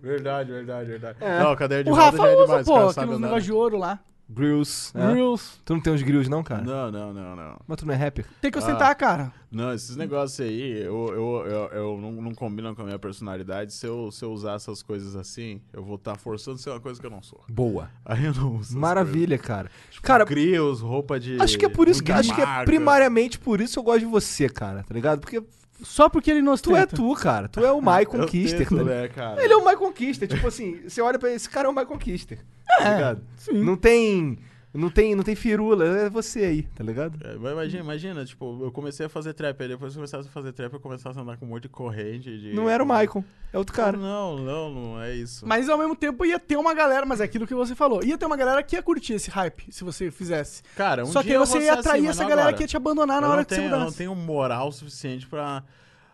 B: Verdade, verdade, verdade. Não, cadeira de
C: O
B: roda
C: Rafa
B: já é
C: usa,
B: demais, o cara
C: pô,
B: sabe
C: aquele
B: andar. né?
C: negócio de ouro lá.
A: Grills. né?
C: Reels.
A: Tu não tem uns grills, não, cara?
B: Não, não, não, não.
A: Mas tu não é rapper?
C: Tem que ostentar, cara.
B: Não, esses negócios aí, eu, eu, eu, eu não, não combinam com a minha personalidade. Se eu, se eu usar essas coisas assim, eu vou estar forçando a ser uma coisa que eu não sou.
A: Boa.
B: Aí eu não uso. essas
A: Maravilha, cara.
B: Cara,
A: Cara,
B: crios, roupa de.
A: acho que é por isso, que,
B: de
A: acho que é
B: marca.
A: primariamente por isso que eu gosto de você, cara, tá ligado? Porque
C: Só porque ele não
A: tu é
C: ostenta.
A: tu, cara. Tu é o My
B: Eu
A: Conquister,
B: tento,
A: tá ligado?
B: um né, cara?
A: Ele é o My Conquister, tipo assim, você olha pra ele, esse cara é o My Conquister, tá
B: É,
A: ligado? Não tem, não tem, não tem firula, é você aí, tá ligado?
B: É, mas imagina, imagina, tipo, eu comecei a fazer trap, aí depois que eu começasse a fazer trap, eu começasse a andar com um monte de corrente. De...
A: Não era o Michael, é outro cara.
B: Não, não, não é isso.
C: Mas ao mesmo tempo ia ter uma galera, mas é aquilo que você falou. Ia ter uma galera que ia curtir esse hype, se você fizesse.
B: Cara, um
C: Só que
B: dia
C: aí
B: eu
C: você
B: vou
C: ia
B: ser
C: atrair
B: assim, mas
C: essa
B: não
C: galera
B: agora.
C: que ia te abandonar na
B: eu
C: hora
B: não
C: que você
B: tenho, Eu não
C: mudasse.
B: tenho moral suficiente pra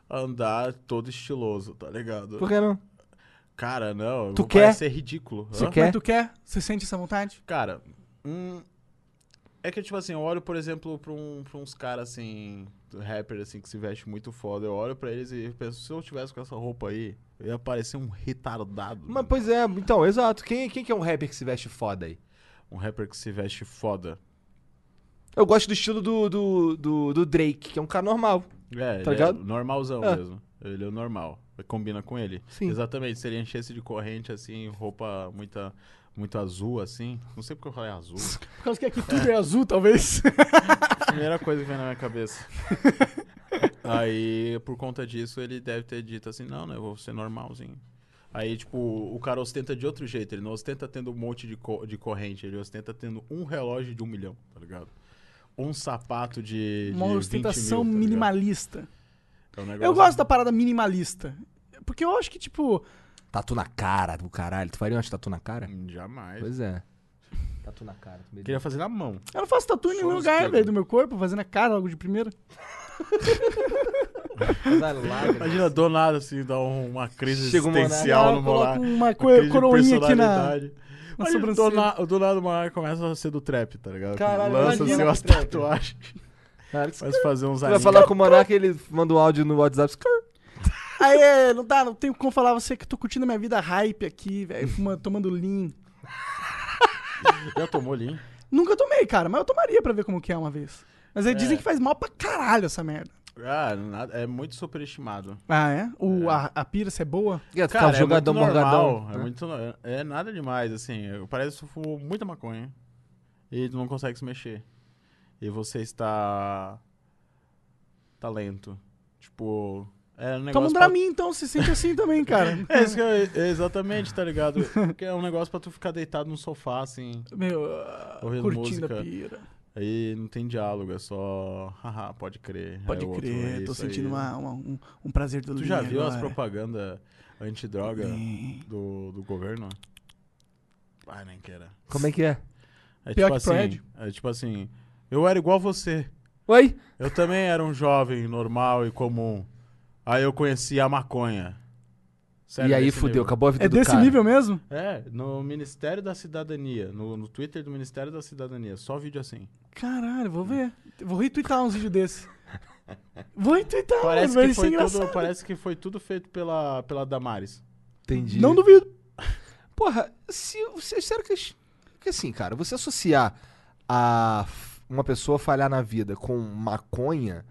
B: andar todo estiloso, tá ligado?
A: Por que não?
B: Cara, não, eu
A: Tu
B: vou
A: quer?
B: parecer ridículo.
A: Você
B: Hã?
A: quer?
C: Mas tu quer? Você sente essa vontade?
B: Cara, hum, é que tipo assim, eu olho, por exemplo, pra, um, pra uns caras assim, rapper assim, que se veste muito foda. Eu olho pra eles e penso, se eu tivesse com essa roupa aí, eu ia parecer um retardado.
A: Mas,
B: mano.
A: pois é, então, exato. Quem, quem que é um rapper que se veste foda aí?
B: Um rapper que se veste foda.
A: Eu gosto do estilo do, do, do, do Drake, que é um cara normal.
C: Tá
B: É, ele
A: ligado?
B: é normalzão
A: É.
B: mesmo. Ele é o normal. Combina com ele.
A: Sim.
B: Exatamente. Se ele enchesse de corrente, assim, roupa muita, muito azul, assim. Não sei porque eu falei azul.
C: Por causa que aqui tudo é azul, talvez.
B: Primeira coisa que vem na minha cabeça. Aí, por conta disso, ele deve ter dito assim, não, né, eu vou ser normalzinho. Aí, tipo, o cara ostenta de outro jeito, ele não ostenta tendo um monte de, co- de corrente, ele ostenta tendo um relógio de um milhão, tá ligado? Um sapato de. de
C: Uma
B: 20
C: ostentação
B: mil, tá ligado?
C: minimalista.
B: É um negócio-
C: Eu gosto da parada minimalista. Porque eu acho que, tipo,
A: Tatu na cara do caralho. Tu faria umas tatu na cara?
B: Hum, Jamais.
A: Pois é. Tatu na cara. tu me-
B: Queria fazer na mão.
C: eu não faço tatu em nenhum
B: Somos
C: lugar,
B: negros.
C: velho, do meu corpo, fazendo a cara logo de primeira.
A: Mas a lágrima-
B: Imagina do nada, assim, dar um- uma crise
A: Chega um
B: existencial
C: eu
B: no molar.
C: coloco uma,
B: crise
C: co
B: de
C: coroinha aqui na.
B: personalidade.
C: na
B: Aí, do,
C: sobrancelha.
B: na- do nada o Mariah começa a ser do trap, tá ligado?
A: Caralho,
B: Lança
A: imagina
B: assim
A: o
B: umas
A: trap.
B: tatuagens.
A: Cara,
B: Faz fazer uns
A: tu vai
B: anime.
A: falar com o Monark ele manda um áudio no WhatsApp. "Skrr".
C: Aí, é, não dá, não tenho como falar você que eu tô curtindo a minha vida hype aqui, velho, fuma- tomando lean.
B: Já tomou ali, hein?
C: Nunca tomei, cara, mas eu tomaria pra ver como que é uma vez. Mas aí dizem que faz mal pra caralho essa merda.
B: Ah, nada- é muito superestimado.
C: Ah, é? O, a, a pira, é boa?
A: Cara,
B: Cara,
A: ficar
B: é
A: jogadão,
B: muito normal,
A: morgadão.
B: É, muito, no- é nada demais, assim. eu- Parece que for muita maconha. E tu não consegue se mexer. E você está... Tá lento. Tipo... É um negócio
C: Toma um
B: pra-
C: Dramin, então, se sente assim também, cara.
B: É, isso que eu- é exatamente, tá ligado? Porque é um negócio pra tu ficar deitado no sofá, assim.
C: Meu, ah,
B: Ouvindo
C: curtindo
B: música.
C: a pira.
B: Aí não tem diálogo, é só... Haha, pode crer. Aí
C: Pode
B: o outro,
C: crer,
B: "É
C: tô
B: isso aí".
C: sentindo uma- uma- um, um prazer do
B: Tu
C: Lean
B: já viu as
C: agora.
B: propagandas antidroga do, do governo? Ah, nem queira.
A: Como é que é?
B: É
C: Pior
B: tipo
C: que Pride.
B: assim, é tipo assim, eu era igual você.
A: Oi?
B: Eu também era um jovem normal e comum. Aí eu conheci a maconha. Sério,
A: e aí
B: desse
A: fudeu,
B: nível.
A: acabou a vida
C: É
A: do
C: Tá, desse
A: cara.
C: nível mesmo?
B: É, no Ministério da Cidadania, no, no Twitter do Ministério da Cidadania, só vídeo assim.
C: Caralho, vou ver. Vou retweetar uns vídeos desses. Vou retweetar,
B: Parece que,
C: mas vai ser
B: foi tudo,
C: engraçado.
B: parece que foi tudo feito pela, pela Damares.
A: Entendi.
C: Não duvido.
A: Porra, se, se, é sério que. Porque assim, cara, você associar a f- uma pessoa falhar na vida com maconha.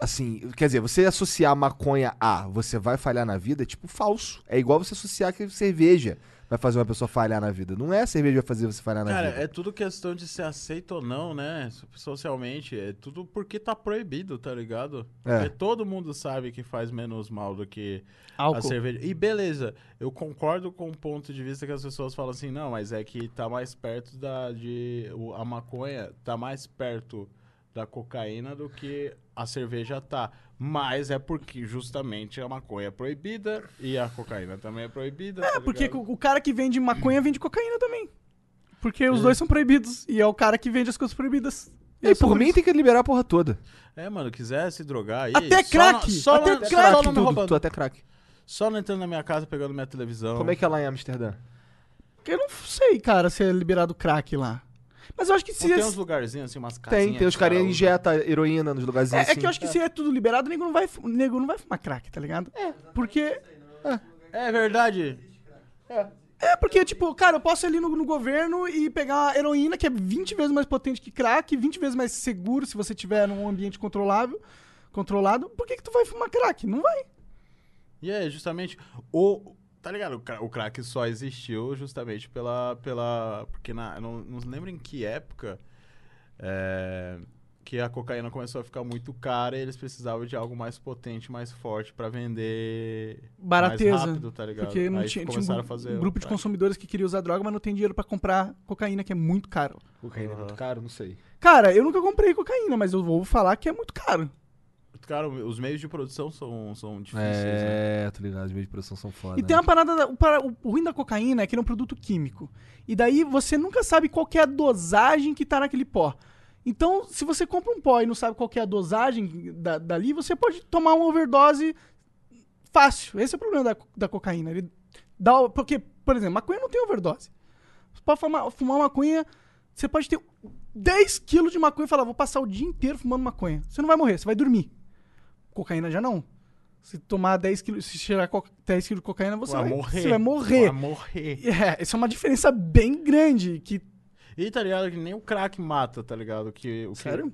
A: Assim, quer dizer, você associar maconha a você vai falhar na vida é tipo falso. É igual você associar que cerveja vai fazer uma pessoa falhar na vida. Não é a cerveja que vai fazer você falhar na
B: Cara,
A: vida.
B: é tudo questão de ser aceito ou não, né? Socialmente, é tudo porque tá proibido, tá ligado?
A: É.
B: Porque todo mundo sabe que faz menos mal do que a
C: Álcool.
B: cerveja. E beleza, eu concordo com o ponto de vista que as pessoas falam assim, não, mas é que tá mais perto da de o- a maconha tá mais perto da cocaína do que a cerveja tá. Mas é porque justamente a maconha é proibida e a cocaína também é proibida. tá
C: É, porque
B: ligado?
C: o o cara que vende maconha vende cocaína também. Porque os dois são proibidos. E é o cara que vende as coisas proibidas.
A: E
C: são
A: por mim tem que liberar a porra toda.
B: É, mano, quiser se drogar aí.
C: Até
B: só
C: crack,
B: não- Só,
C: até
B: não- só
C: crack,
B: não me
A: Crack, tudo,
B: roubando.
A: tu até crack.
B: Só não entrando na minha casa pegando minha televisão.
A: Como é que é lá em Amsterdã?
C: Eu não sei, cara, se é liberado crack lá. Mas eu acho que se.
B: Não tem
C: esse-
B: uns lugarzinhos assim, umas casinhas.
A: Tem, tem os
B: que o cara
A: carinhas que
B: usa.
A: injetam heroína nos
C: É,
A: lugarzinhos
C: é
A: assim.
C: que eu acho que se é tudo liberado, o nego não vai, fu- o nego não vai fumar crack, tá ligado? É. Porque.
B: É verdade.
C: É, porque, tipo, cara, eu posso ir ali no, no governo e pegar uma heroína que é 20 vezes mais potente que crack, 20 vezes mais seguro se você tiver num ambiente controlável, controlado. Por que, que tu vai fumar crack? Não vai.
B: E é justamente o. Tá ligado? O cra- O crack só existiu justamente pela. pela porque na, não, não lembro em que época é, que a cocaína começou a ficar muito cara e eles precisavam de algo mais potente, mais forte pra vender.
C: Barateza.
B: Mais rápido, tá ligado?
C: Porque não
B: Aí
C: tinha, tinha um,
B: começaram
C: gru-
B: a fazer
C: um
B: o
C: grupo de
B: crack.
C: consumidores que queria usar droga, mas não tem dinheiro pra comprar cocaína, que é muito caro.
A: Cocaína é muito caro, não sei.
C: Cara, eu nunca comprei cocaína, mas eu vou falar que é muito caro.
B: Cara, os meios de produção são, são difíceis, né?
A: É, tô ligado, os meios de produção são foda. né?
C: E tem uma parada. da- o, para- o ruim da cocaína é que ele é um produto químico. E daí você nunca sabe qual que é a dosagem que tá naquele pó. Então, se você compra um pó e não sabe qual que é a dosagem da- dali, você pode tomar uma overdose fácil. Esse é o problema da, co- da cocaína. Ele dá, o- porque, por exemplo, maconha não tem overdose. Você pode fumar, fumar maconha, você pode ter 10 quilos de maconha e falar, vou passar o dia inteiro fumando maconha. Você não vai morrer, você vai dormir. Cocaína já não. Se tomar 10 quilos, se cheirar co- 10 quilos de cocaína, você vai, Você vai morrer.
B: Vai morrer.
C: É, isso é uma diferença bem grande. Que,
B: E tá ligado que nem o crack mata, tá ligado? Que, o que-
C: Sério?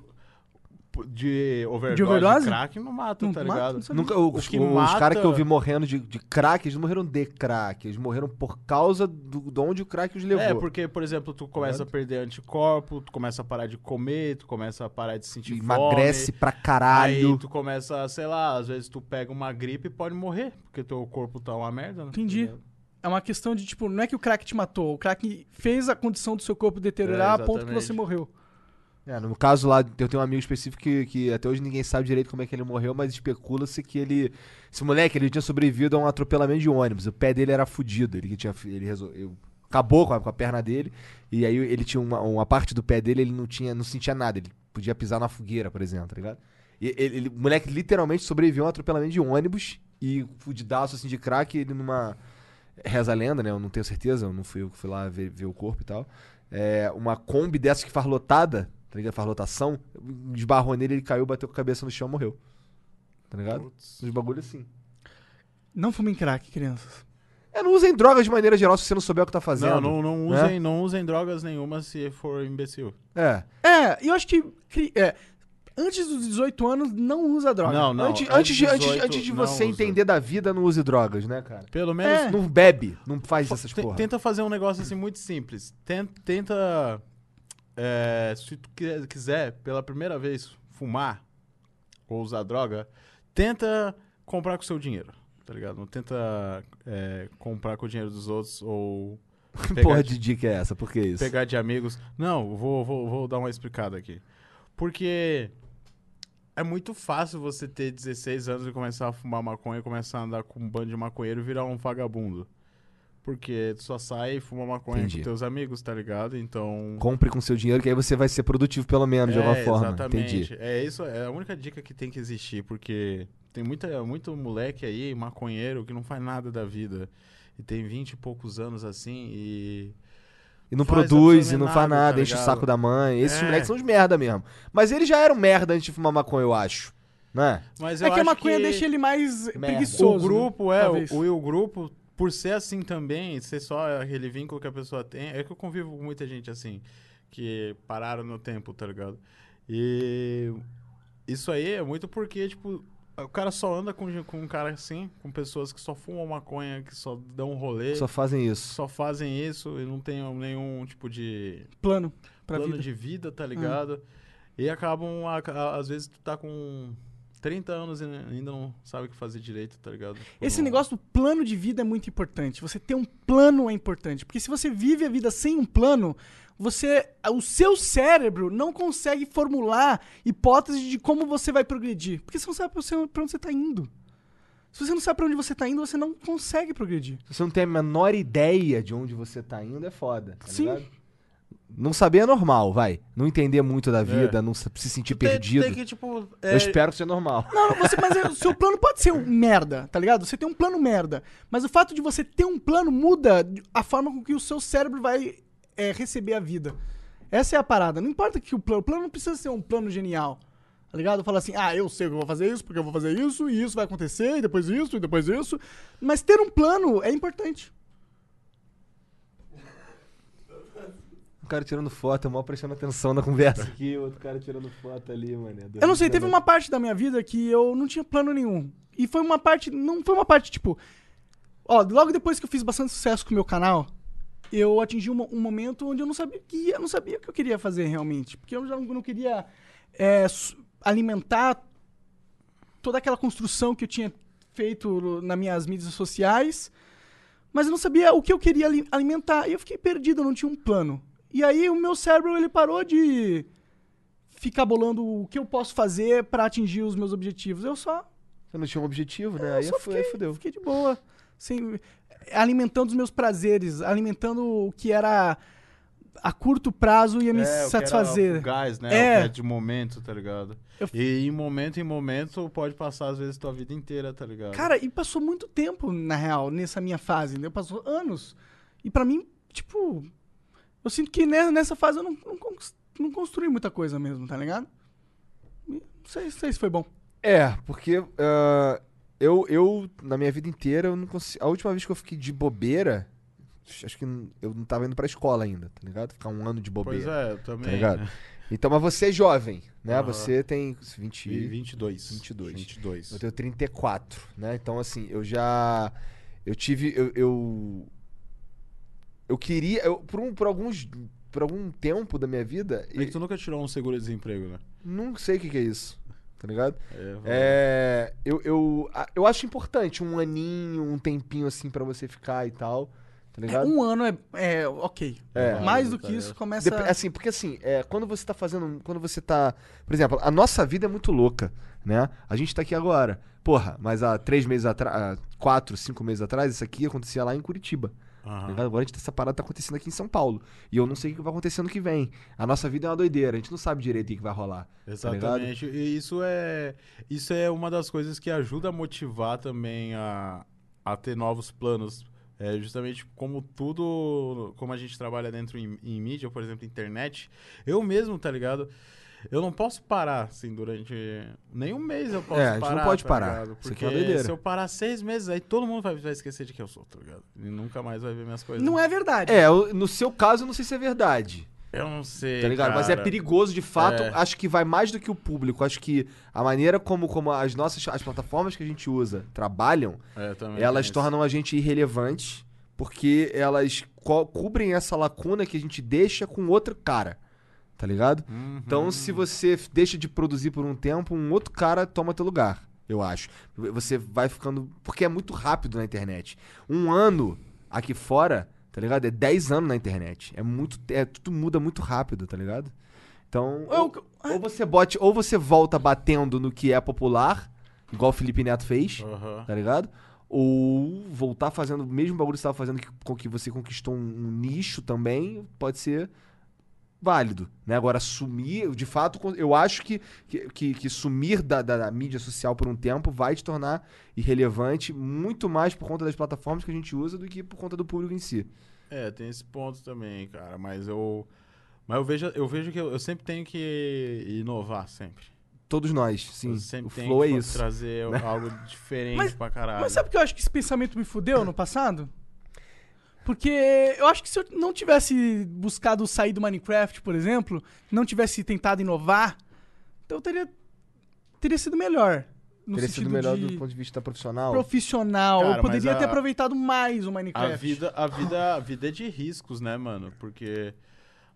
B: Pô, de overdose,
C: De overdose?
B: crack não mata,
C: Não
B: tá
C: mata?
B: ligado?
C: Não sabia.
A: Nunca, os
B: O que
A: os
B: mata-
A: caras que eu vi morrendo de, de crack, eles não morreram de crack, eles morreram por causa do, de onde o crack os levou.
B: É, porque, por exemplo, tu começa a perder anticorpo, tu começa a parar de comer, tu começa a parar de sentir
A: Emagrece
B: fome.
A: pra
B: Aí
A: caralho.
B: tu começa, sei lá, às vezes tu pega uma gripe e pode morrer, porque teu corpo tá uma merda, né?
C: entendi. É uma questão de, tipo, não é que o crack te matou. O crack fez a condição do seu corpo deteriorar
B: É,
C: a ponto que
B: exatamente.
C: você morreu.
A: É, no caso lá, eu tenho um amigo específico que, que até hoje ninguém sabe direito como é que ele morreu, mas especula-se que ele. Esse moleque, ele tinha sobrevivido a um atropelamento de ônibus. O pé dele era fudido. Ele que tinha. Ele resolveu. Acabou com a, com a perna dele. E aí ele tinha uma, uma parte do pé dele, ele não tinha, não sentia nada. Ele podia pisar na fogueira, por exemplo, tá ligado? E ele, ele- o moleque literalmente sobreviveu a um atropelamento de ônibus e fudidaço assim de crack, ele numa. Reza a lenda, né? Eu não tenho certeza, eu não fui eu que fui lá ver, ver o corpo e tal. É, uma Kombi dessas que faz lotada, tá ligado? Faz lotação, esbarrou nele, ele caiu, bateu com a cabeça no chão morreu. Tá ligado? Uns bagulho assim.
C: Não fumem crack, crianças.
A: É, não usem drogas de maneira geral se você não souber o que tá fazendo.
B: Não, não, não,
A: né?
B: usem, não usem drogas nenhuma se for imbecil.
A: É.
C: É, eu acho que. cri- é, antes dos 18 anos, não usa droga.
B: Não, não.
A: antes, antes, de- antes,
B: 18
A: antes de
B: não
A: você
B: usa.
A: entender da vida, não use drogas, né, cara?
B: Pelo menos
C: É.
A: Não bebe, não faz
B: Fa-
A: essas
B: É. te-
A: porra.
B: Tenta fazer um negócio assim muito simples. Ten- Tenta, é, se tu qui- quiser, pela primeira vez, fumar ou usar droga, tenta comprar com o seu dinheiro, tá ligado? Não tenta é, comprar com o dinheiro dos outros ou
A: Que
B: pegar
A: porra
B: de-
A: de dica é essa? Por que isso?
B: pegar de amigos. Não, vou, vou, vou dar uma explicada aqui. Porque é muito fácil você ter 16 anos e começar a fumar maconha, começar a andar com um bando de maconheiro e virar um vagabundo. Porque tu só sai e fuma maconha
A: Entendi.
B: com teus amigos, tá ligado? Então.
A: Compre com seu dinheiro, que aí você vai ser produtivo pelo menos, de alguma
B: É,
A: forma.
B: Exatamente.
A: Entendi.
B: É isso, é a única dica que tem que existir, porque tem muita, muito moleque aí, maconheiro, que não faz nada da vida. E tem 20 e poucos anos assim e.
A: E não
B: Faz
A: produz, e não
B: absolutamente
A: faz
B: nada,
A: nada,
B: tá
A: enche o
B: ligado?
A: saco da mãe. Esses
B: É.
A: moleques são de merda mesmo. Mas eles já eram merda antes de fumar maconha, eu acho. Né?
B: Mas eu
C: É que a
B: acho
C: maconha
B: que-
C: deixa ele mais
A: Merda.
C: preguiçoso.
B: O
C: né?
B: grupo, é,
C: Talvez.
B: o, o, e o grupo, por ser assim também, ser só aquele vínculo que a pessoa tem, é que eu convivo com muita gente assim, que pararam no tempo, tá ligado? E isso aí é muito porque, tipo, o cara só anda com, gen- com um cara assim, com pessoas que só fumam maconha, que só dão um rolê,
A: Só
B: só,
A: fazem isso.
B: fazem isso e não tem nenhum tipo de
C: Plano pra
B: plano
C: vida. Hum.
B: de vida, tá ligado? E acabam, a- a- às vezes, tu tá com 30 anos e ainda não sabe o que fazer direito, tá ligado? Tipo,
C: Esse
B: não-
C: negócio do plano de vida é muito importante. Você ter um plano é importante. Porque se você vive a vida sem um plano, você. O seu cérebro não consegue formular hipótese de como você vai progredir. Porque você não sabe pra você- pra onde você tá indo. Se você não sabe pra onde você tá indo, você não consegue progredir.
A: Se você não tem a menor ideia de onde você tá indo, é foda. tá
C: Sim.
A: ligado? Não saber é normal, vai. Não entender muito da vida, não sa- se sentir
B: Tu tem- tu
A: perdido.
B: Tem que, tipo,
A: Eu
B: é,
A: espero que seja normal.
C: Não, não, você, mas é- o seu plano pode ser um merda, tá ligado? Você tem um plano merda. Mas o fato de você ter um plano muda a forma com que o seu cérebro vai é, receber a vida. Essa é a parada. Não importa que o plano. O plano não precisa ser um plano genial. Tá ligado? Fala assim, ah, eu sei que eu vou fazer isso, porque eu vou fazer isso, e isso vai acontecer, e depois isso, e depois isso. Mas ter um plano é importante.
A: Um cara tirando foto, eu mal prestando atenção na conversa aqui, outro cara tirando foto ali, mano. é
C: Eu não sei, teve uma parte da minha vida que eu não tinha plano nenhum. E foi uma parte. Não foi uma parte, tipo. Ó, logo depois que eu fiz bastante sucesso com o meu canal, eu atingi um, mo- um momento onde eu não sabia o que ia, eu não sabia o que eu queria fazer realmente. Porque eu já não, não queria é, su- alimentar toda aquela construção que eu tinha feito nas minhas mídias sociais. Mas eu não sabia o que eu queria ali- alimentar. E eu fiquei perdido, eu não tinha um plano. E aí o meu cérebro ele parou de ficar bolando o que eu posso fazer pra atingir os meus objetivos. Eu só,
A: Você não tinha um objetivo, né? Aí
C: só
A: fu- aí fudeu.
C: fiquei de boa, sem, alimentando os meus prazeres, alimentando o que era a curto prazo ia
A: É,
C: me
B: o que era
C: satisfazer.
B: o Gás, né?
C: É.
B: O que é de momento, tá ligado?
C: Eu-
B: E em momento em momento pode passar, às vezes, tua vida inteira, tá ligado?
C: Cara, e passou muito tempo, na real, nessa minha fase, entendeu? Passou anos. E pra mim, tipo, eu sinto que ne- nessa fase eu não, não, cons- não construí muita coisa mesmo, tá ligado? E Não sei, não sei se foi bom.
A: É, porque ah, eu, eu, na minha vida inteira, eu não consigo. A última vez que eu fiquei de bobeira, acho que n- eu não tava indo pra escola ainda, tá ligado? Ficar um ano de
B: pois
A: bobeira.
B: é, eu também.
A: Tá ligado? Então, mas você é jovem, né?
B: Aham.
A: Você tem 20.
B: E 22.
A: 22.
B: 22.
A: Eu tenho 34, né? Então, assim, eu já. Eu tive. Eu. Eu, eu queria. Eu, por, um, por alguns. Por algum tempo da minha vida.
B: É que
A: eu
B: tu nunca tirou um seguro-desemprego, né?
A: Não sei o que, que é isso. Tá ligado?
B: É,
A: É. Eu, eu, a- eu acho importante um aninho, um tempinho assim pra você ficar e tal. Tá ligado?
C: Um ano é, é ok.
A: É.
C: Mais do
B: Tá
C: que isso,
B: ligado?
C: começa...
A: Dep- Assim, porque assim, é, quando você tá fazendo. Quando você tá. Por exemplo, a nossa vida é muito louca, né? A gente tá aqui agora. Porra, mas há três meses atrás. Quatro, cinco meses atrás, isso aqui acontecia lá em Curitiba. tá
B: Aham.
A: ligado? Agora a gente tá, essa parada tá acontecendo aqui em São Paulo. E eu não sei o que vai acontecer ano que vem. A nossa vida é uma doideira, a gente não sabe direito o que que vai rolar. tá
B: Exatamente. Tá e isso é, isso é uma das coisas que ajuda a motivar também a, a ter novos planos. É justamente como tudo, como a gente trabalha dentro em, em mídia, por exemplo, internet, eu mesmo, tá ligado? Eu não posso parar, assim, durante nem um mês eu posso
A: É, a
B: parar.
A: gente não pode
B: tá
A: parar.
B: ligado?
A: Isso
B: Porque
A: aqui é uma doideira.
B: se eu parar seis meses, aí todo mundo vai, vai esquecer de que eu sou, tá ligado? E nunca mais vai ver minhas coisas.
C: Não é verdade.
A: É, eu- no seu caso, eu não sei se é verdade.
B: Eu não sei.
A: Tá ligado? Mas é
B: cara.
A: perigoso de fato.
B: É.
A: Acho que vai mais do que o público. Acho que a maneira como, como as nossas as plataformas que a gente usa trabalham,
B: É, também tem
A: elas
B: isso.
A: tornam a gente irrelevante porque elas co- cobrem essa lacuna que a gente deixa com outro cara. Tá ligado?
B: Uhum.
A: Então, se você f- deixa de produzir por um tempo, um outro cara toma teu lugar, eu acho. V- Você vai ficando. Porque é muito rápido na internet. Um ano aqui fora, tá ligado? É 10 anos na internet. É muito. te- É, tudo muda muito rápido, tá ligado? Então. Ou, ou você bote, ou você volta batendo no que é popular, igual o Felipe Neto fez
B: Aham.
A: tá ligado? Ou voltar fazendo o mesmo bagulho que você tava fazendo que, com que você conquistou um, um nicho também, pode ser válido, né? Agora, sumir, de fato, con- eu acho que, que, que- que sumir da, da- da mídia social por um tempo vai te tornar irrelevante muito mais por conta das plataformas que a gente usa do que por conta do público em si.
B: É, tem esse ponto também, cara, mas eu mas eu vejo, eu vejo que eu, eu sempre tenho que inovar sempre.
A: Todos nós, sim.
B: eu sempre
A: O
B: tenho
A: flow é
B: que fa-
A: isso.
B: trazer algo diferente
C: Mas-
B: pra caralho.
C: Mas sabe que eu acho que esse pensamento me fudeu no passado? Porque eu acho que se eu não tivesse buscado sair do Minecraft, por exemplo, não tivesse tentado inovar, então eu teria, teria sido melhor. No
A: Teria
C: sentido
A: sido melhor
C: de
A: do ponto de vista profissional.
C: profissional.
B: Cara,
C: eu
B: mas
C: poderia
B: a-
C: ter aproveitado mais o
B: A
C: Minecraft.
B: vida, a vida, a vida é de riscos, né, mano? Porque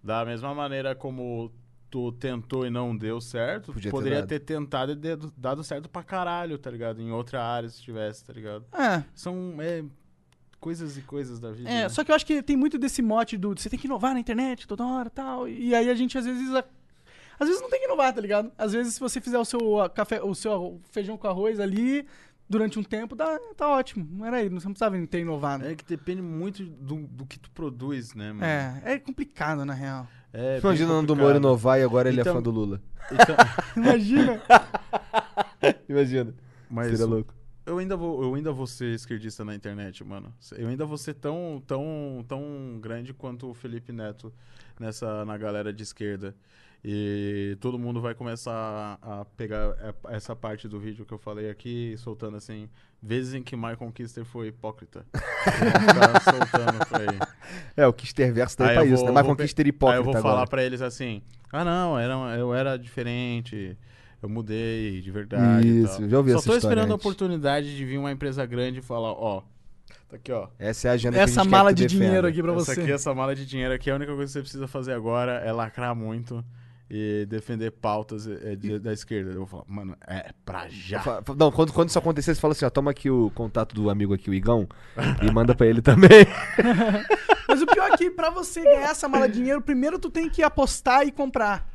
B: da mesma maneira como tu tentou e não deu certo, tu
A: Podia ter
B: poderia
A: dado.
B: ter, tentado e dedo- dado certo pra caralho, tá ligado? Em outra área se tivesse, tá ligado?
C: É.
B: São é, coisas e coisas da vida.
C: É,
B: né?
C: só que eu acho que tem muito desse mote do você tem que inovar na internet toda hora e tal. E aí a gente às vezes. a- Às vezes não tem que inovar, tá ligado? Às vezes, se você fizer o seu, ah, café, o seu feijão com arroz ali durante um tempo, dá, tá ótimo. Não era aí, não- você não precisava ter inovado.
B: É que depende muito do, do que tu produz, né, mano?
C: É, é complicado, na real.
B: É, bem
A: Imagina o Nando
B: complicado.
A: Moura inovar e agora ele
B: Então-
A: é fã do Lula.
B: Então-
C: Imagina.
A: Imagina.
B: mas
A: Seria louco.
B: eu ainda vou, eu ainda vou ser esquerdista na internet, mano. Eu ainda vou ser tão, tão, tão grande quanto o Felipe Neto nessa na galera de esquerda. E todo mundo vai começar a a pegar é- essa parte do vídeo que eu falei aqui, soltando assim, vezes em que Michael Kister foi hipócrita. Vão ficar soltando por aí.
A: É, o Kister verso daí
B: Aí
A: pra
B: eu
A: isso,
B: vou-
A: né? Mas
B: vou
A: com
B: pe-
A: Kister
B: Aí eu
A: hipócrita
B: vou
A: agora.
B: falar pra eles assim: ah, não, era, eu era diferente, eu mudei de verdade. e
A: Isso,
B: tal."
A: já ouvi
B: Só
A: essa
B: tô
A: história
B: esperando a
A: antes.
B: oportunidade de vir uma empresa grande e falar: ó, tá aqui, ó.
A: Essa é a agenda que a
C: Essa
A: gente
C: mala
A: quer né? que
C: de
A: tu defenda.
C: dinheiro aqui pra
B: essa
C: você.
A: é
B: aqui, essa mala de dinheiro aqui, a única coisa que você precisa fazer agora é lacrar muito e defender pautas é, de- da esquerda. Eu vou falar, mano, é pra já.
A: Fa- fa- Não, quando, quando isso acontecer, você fala assim, ó, toma aqui o contato do amigo aqui, o Igão, e manda pra ele também.
C: Mas o pior é que pra você ganhar essa mala de dinheiro, primeiro tu tem que apostar e comprar.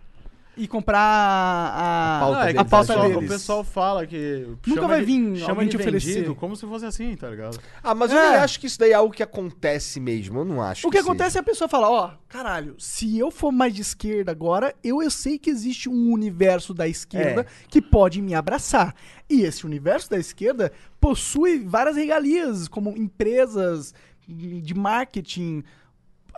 C: E comprar a,
A: A pauta
B: Não, é que
A: deles, né?
B: o, pessoal,
A: acho
B: o
A: deles.
B: pessoal fala que.
C: Nunca
B: chama
C: vai
B: de-
C: vir
B: chama
C: alguém
B: de
C: te oferecer.
B: vendido, como se fosse assim, tá ligado?
A: Ah, mas eu
C: É.
A: nem acho que isso daí é algo que acontece mesmo, eu não acho
C: O que
A: seja.
C: acontece é a pessoa falar, ó, caralho, se eu for mais de esquerda agora, eu, eu sei que existe um universo da
B: É.
C: esquerda que pode me abraçar. E esse universo da esquerda possui várias regalias, como empresas de marketing.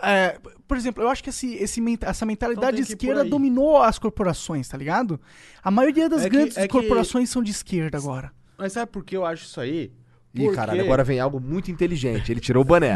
C: É, por exemplo, eu acho que esse, esse men- essa mentalidade
B: Então tem que ir por
C: esquerda
B: aí.
C: dominou as corporações, tá ligado? A maioria das
B: É que-
C: grandes
B: é que-
C: corporações são de esquerda agora.
B: Mas sabe por que eu acho isso aí?
A: Ih, caralho, agora vem algo muito inteligente, ele tirou o
B: É.
A: boné.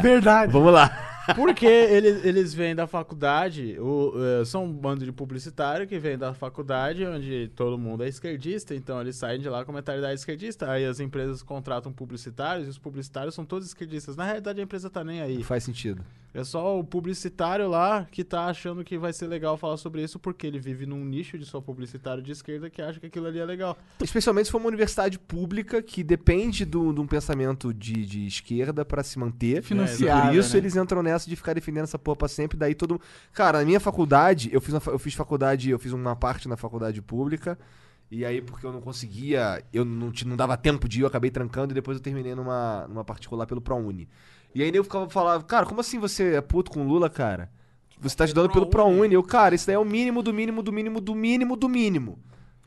C: Verdade.
A: Vamos lá.
B: Porque eles, eles vêm da faculdade, o- eh, são um bando de publicitário que vem da faculdade, onde todo mundo é esquerdista, então eles saem de lá com a mentalidade esquerdista. Aí as empresas contratam publicitários e os publicitários são todos esquerdistas. Na realidade, a empresa tá nem aí.
A: Faz sentido.
B: É só o publicitário lá que tá achando que vai ser legal falar sobre isso, porque ele vive num nicho de só publicitário de esquerda que acha que aquilo ali é legal.
A: Especialmente se for uma universidade pública que depende do- de um pensamento de, de esquerda pra se manter.
C: Financiada,
B: É,
A: E por isso
C: né?
A: eles entram nessa de ficar defendendo essa porra pra sempre. Daí todo mundo. Cara, na minha faculdade, eu fiz, uma fa- eu fiz faculdade, eu fiz uma parte na faculdade pública. E aí, porque eu não conseguia, eu não, ti- não dava tempo de ir, eu acabei trancando e depois eu terminei numa, numa particular pelo ProUni. E aí eu ficava falava, cara, como assim você é puto com o Lula, cara? Você tá ajudando pelo ProUni. Eu, cara, isso daí é o mínimo do mínimo do mínimo do mínimo do mínimo.